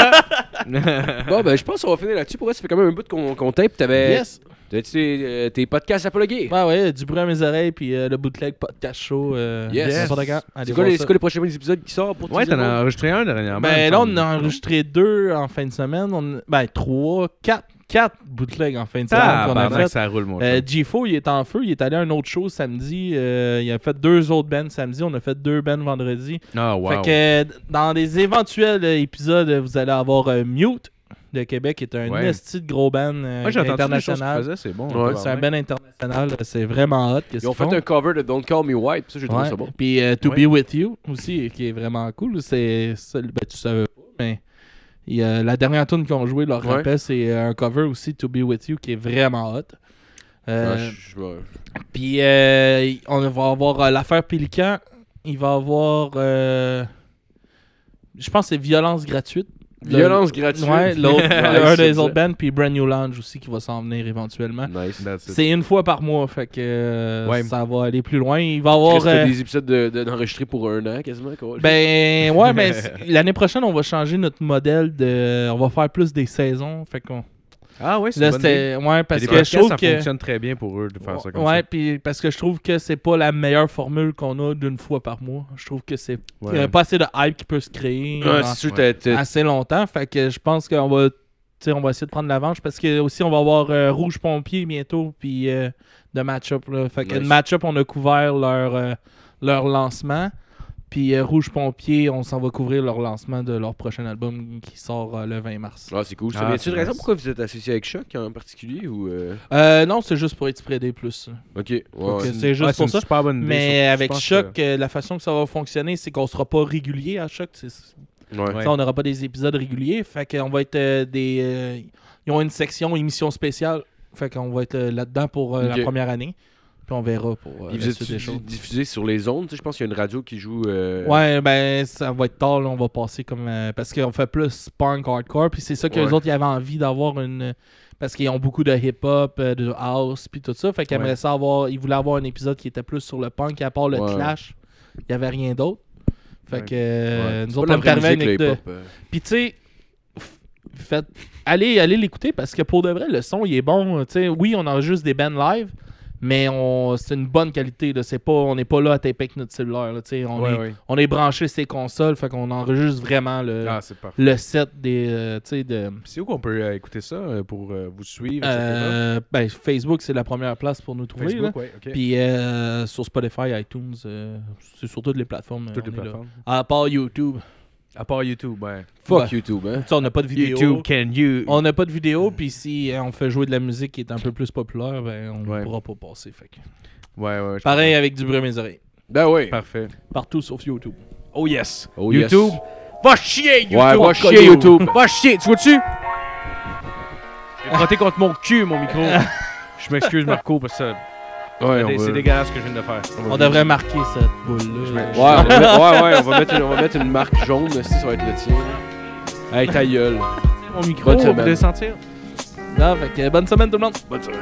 Speaker 3: bon, ben, je pense qu'on va finir là-dessus. Pour vrai, ça fait quand même un bout qu'on qu'on tape. T'avais.
Speaker 5: Yes.
Speaker 3: T'as-tu euh, tes podcasts à plugger?
Speaker 5: Ouais, ouais, du bruit à mes oreilles, puis euh, le bootleg podcast show. Euh,
Speaker 3: Yes.
Speaker 5: n'importe quand.
Speaker 3: C'est
Speaker 5: Allez
Speaker 3: quoi,
Speaker 5: voir
Speaker 3: les-
Speaker 5: ça.
Speaker 3: c'est quoi les prochains épisodes qui sortent pour tous
Speaker 4: Ouais,
Speaker 3: les
Speaker 4: t'en
Speaker 3: autres?
Speaker 4: as enregistré un dernièrement.
Speaker 5: Ben
Speaker 4: il
Speaker 5: là,
Speaker 4: me
Speaker 5: on a
Speaker 4: semble.
Speaker 5: enregistré deux en fin de semaine. On... Ben, trois, quatre, quatre bootlegs en fin de semaine qu'on a
Speaker 4: Tabarnak,
Speaker 5: fait.
Speaker 4: ça roule, mon
Speaker 5: Euh,
Speaker 4: chum.
Speaker 5: G4, il est en feu. Il est allé à un autre show samedi. euh, il a fait deux autres bands samedi. On a fait deux bands vendredi.
Speaker 4: Ah, wow.
Speaker 5: Fait que euh, dans les éventuels euh, épisodes, euh, vous allez avoir euh, Mute, de Québec est un
Speaker 4: Ouais.
Speaker 5: esti de gros band euh,
Speaker 4: Moi, j'ai entendu les choses qu'ils
Speaker 5: international.
Speaker 4: faisaient, c'est bon. hein,
Speaker 3: Ouais.
Speaker 5: C'est un band international, euh, c'est vraiment hot.
Speaker 3: Ils ont fait un cover de Don't Call Me White, puis ça, j'ai trouvé ça bon.
Speaker 5: Puis euh, To
Speaker 4: Ouais.
Speaker 5: Be With You aussi, qui est vraiment cool. C'est, c'est- ben, tu savais pas, mais il y a- la dernière tune qu'ils ont joué, leur
Speaker 3: Ouais.
Speaker 5: rappel, c'est euh, un cover aussi, To Be With You, qui est vraiment hot. Euh,
Speaker 3: Ah, je- je- ouais.
Speaker 5: Puis euh, on va avoir euh, l'affaire Pélican. Il va avoir. euh, je pense que c'est Violence gratuite. Le-
Speaker 3: Violence gratuite.
Speaker 5: Ouais, l'autre,
Speaker 3: Nice,
Speaker 5: un des
Speaker 3: ça.
Speaker 5: autres bands, hein. puis Brand New Lounge aussi qui va s'en venir éventuellement.
Speaker 3: Nice.
Speaker 4: C'est
Speaker 5: C'est une fois par mois, fait que euh,
Speaker 4: Ouais.
Speaker 5: ça va aller plus loin. Il va y avoir.
Speaker 3: Reste
Speaker 5: euh,
Speaker 3: des épisodes de- de- d'enregistrés pour un an quasiment. quoi.
Speaker 5: ben ouais, mais c- l'année prochaine, on va changer notre modèle de. On va faire plus des saisons. Fait qu'on.
Speaker 4: Ah ouais, c'est
Speaker 5: Là,
Speaker 4: une bonne idée.
Speaker 5: c'était. Ouais, parce
Speaker 4: Les
Speaker 5: que je
Speaker 4: podcasts,
Speaker 5: trouve
Speaker 4: ça
Speaker 5: que.
Speaker 4: fonctionne très bien pour eux de faire ça comme
Speaker 5: ouais,
Speaker 4: ça.
Speaker 5: puis parce que je trouve que c'est pas la meilleure formule qu'on a d'une fois par mois. Je trouve que c'est
Speaker 4: Ouais.
Speaker 5: il y a pas assez de hype qui peut se créer
Speaker 3: Ah,
Speaker 5: en-
Speaker 3: c'est sûr, t'as- t'as-
Speaker 5: assez longtemps. Fait que je pense qu'on va, tu sais, on va essayer de prendre l'avance parce que aussi on va avoir euh, Rouge Pompier bientôt puis euh, de match-up là. Fait que
Speaker 3: Nice.
Speaker 5: le match-up on a couvert leur euh, leur lancement. Puis euh, Rouge Pompier, on s'en va couvrir leur lancement de leur prochain album qui sort euh, le 20 mars.
Speaker 3: Ah, c'est cool.
Speaker 4: Ah,
Speaker 3: Ça tu
Speaker 4: c'est
Speaker 3: de raison
Speaker 4: nice.
Speaker 3: pourquoi vous êtes associé avec Choc en particulier ou. euh,
Speaker 5: Euh, non, c'est juste pour être spreadé plus.
Speaker 3: Ok, ouais,
Speaker 5: Ok.
Speaker 3: ouais.
Speaker 5: c'est juste
Speaker 4: Ouais,
Speaker 5: pour
Speaker 4: une
Speaker 5: ça.
Speaker 4: super bonne idée, surtout,
Speaker 5: Mais
Speaker 4: je
Speaker 5: avec
Speaker 4: pense
Speaker 5: Choc,
Speaker 4: que-
Speaker 5: euh, la façon que ça va fonctionner, c'est qu'on sera pas régulier à Choc. C'est-
Speaker 3: Ouais.
Speaker 4: Ouais.
Speaker 5: ça, on n'aura pas des épisodes réguliers. Fait qu'on va être euh, des. euh, ils ont une section émission spéciale. Fait qu'on va être euh, là-dedans pour euh,
Speaker 3: Ok.
Speaker 5: la première année. Puis on verra pour euh,
Speaker 3: Puis
Speaker 5: la
Speaker 3: vous
Speaker 5: suite des choses.
Speaker 3: êtes diffusé sur les ondes, tu sais, je pense qu'il y a une radio qui joue. euh,
Speaker 5: Ouais, ben ça va être tard, là, on va passer comme. euh, parce qu'on fait plus punk hardcore, puis c'est ça que
Speaker 3: Ouais.
Speaker 5: les autres ils avaient envie d'avoir une. Parce qu'ils ont beaucoup de hip-hop, euh, de house, puis tout ça. Fait qu'ils
Speaker 4: Ouais.
Speaker 5: aimeraient ça avoir. Ils voulaient avoir un épisode qui était plus sur le punk, et à part le
Speaker 3: Ouais.
Speaker 5: clash, il n'y avait rien d'autre. Fait
Speaker 4: Ouais.
Speaker 5: que euh,
Speaker 3: ouais. C'est
Speaker 5: nous
Speaker 3: pas
Speaker 5: autres,
Speaker 3: la
Speaker 5: on
Speaker 3: vraie
Speaker 5: permet
Speaker 3: musique,
Speaker 5: de.
Speaker 3: le hip-hop. euh.
Speaker 5: Puis tu sais, f- faites, allez, allez l'écouter parce que pour de vrai, le son il est bon. Tu sais, oui, on enregistre des bands live, mais on, c'est une bonne qualité. Là. C'est pas, on n'est pas là à taper avec notre cellulaire. là, tu sais. on,
Speaker 4: Ouais,
Speaker 5: est,
Speaker 4: ouais.
Speaker 5: on est branché sur ses consoles, fait qu'on enregistre vraiment le,
Speaker 4: Ah, c'est parfait.
Speaker 5: le set des, euh, tu sais, de.
Speaker 4: Puis C'est où qu'on peut euh, écouter ça euh, pour euh, vous suivre, etc.?
Speaker 5: Euh, ben, Facebook, c'est la première place pour nous trouver. là.
Speaker 4: Facebook, ouais, ok.
Speaker 5: Puis euh, sur Spotify, iTunes, euh, c'est sur toutes les plateformes.
Speaker 4: Toutes les
Speaker 5: on est là.
Speaker 4: plateformes.
Speaker 5: À part YouTube.
Speaker 4: À part YouTube, ouais.
Speaker 3: Fuck
Speaker 5: Ouais.
Speaker 3: YouTube, hein.
Speaker 5: Tu sais, on n'a pas de vidéo.
Speaker 4: can you...
Speaker 5: On n'a pas de vidéo, puis si euh, on fait jouer de la musique qui est un peu plus populaire, ben on
Speaker 4: Ouais.
Speaker 5: pourra pas passer. Fait que-
Speaker 4: Ouais, ouais. je
Speaker 5: Pareil avec du bruit à mes oreilles.
Speaker 3: Ben oui.
Speaker 4: comprends. Parfait.
Speaker 5: Partout sauf YouTube.
Speaker 4: Oh yes!
Speaker 3: Oh, yes.
Speaker 4: YouTube! Va chier, YouTube!
Speaker 3: Ouais, va chier, YouTube.
Speaker 4: Va chier, tu vois-tu? J'ai frotté contre mon cul, mon micro. Je m'excuse, Marco, parce que ça-
Speaker 3: Ouais,
Speaker 4: c'est
Speaker 3: on va-
Speaker 4: dégueulasse ce que je viens de faire.
Speaker 5: On devrait marquer cette boule-là.
Speaker 3: Ouais, on va mettre- ouais, ouais, on va mettre une, on va mettre une marque jaune, si ça va être le tien. là. Hey, ta gueule.
Speaker 4: mon micro,
Speaker 3: Bonne
Speaker 4: on
Speaker 3: semaine.
Speaker 4: peut le sentir.
Speaker 5: ben, Non, fait que, euh, bonne semaine tout le monde!
Speaker 3: Bonne soirée.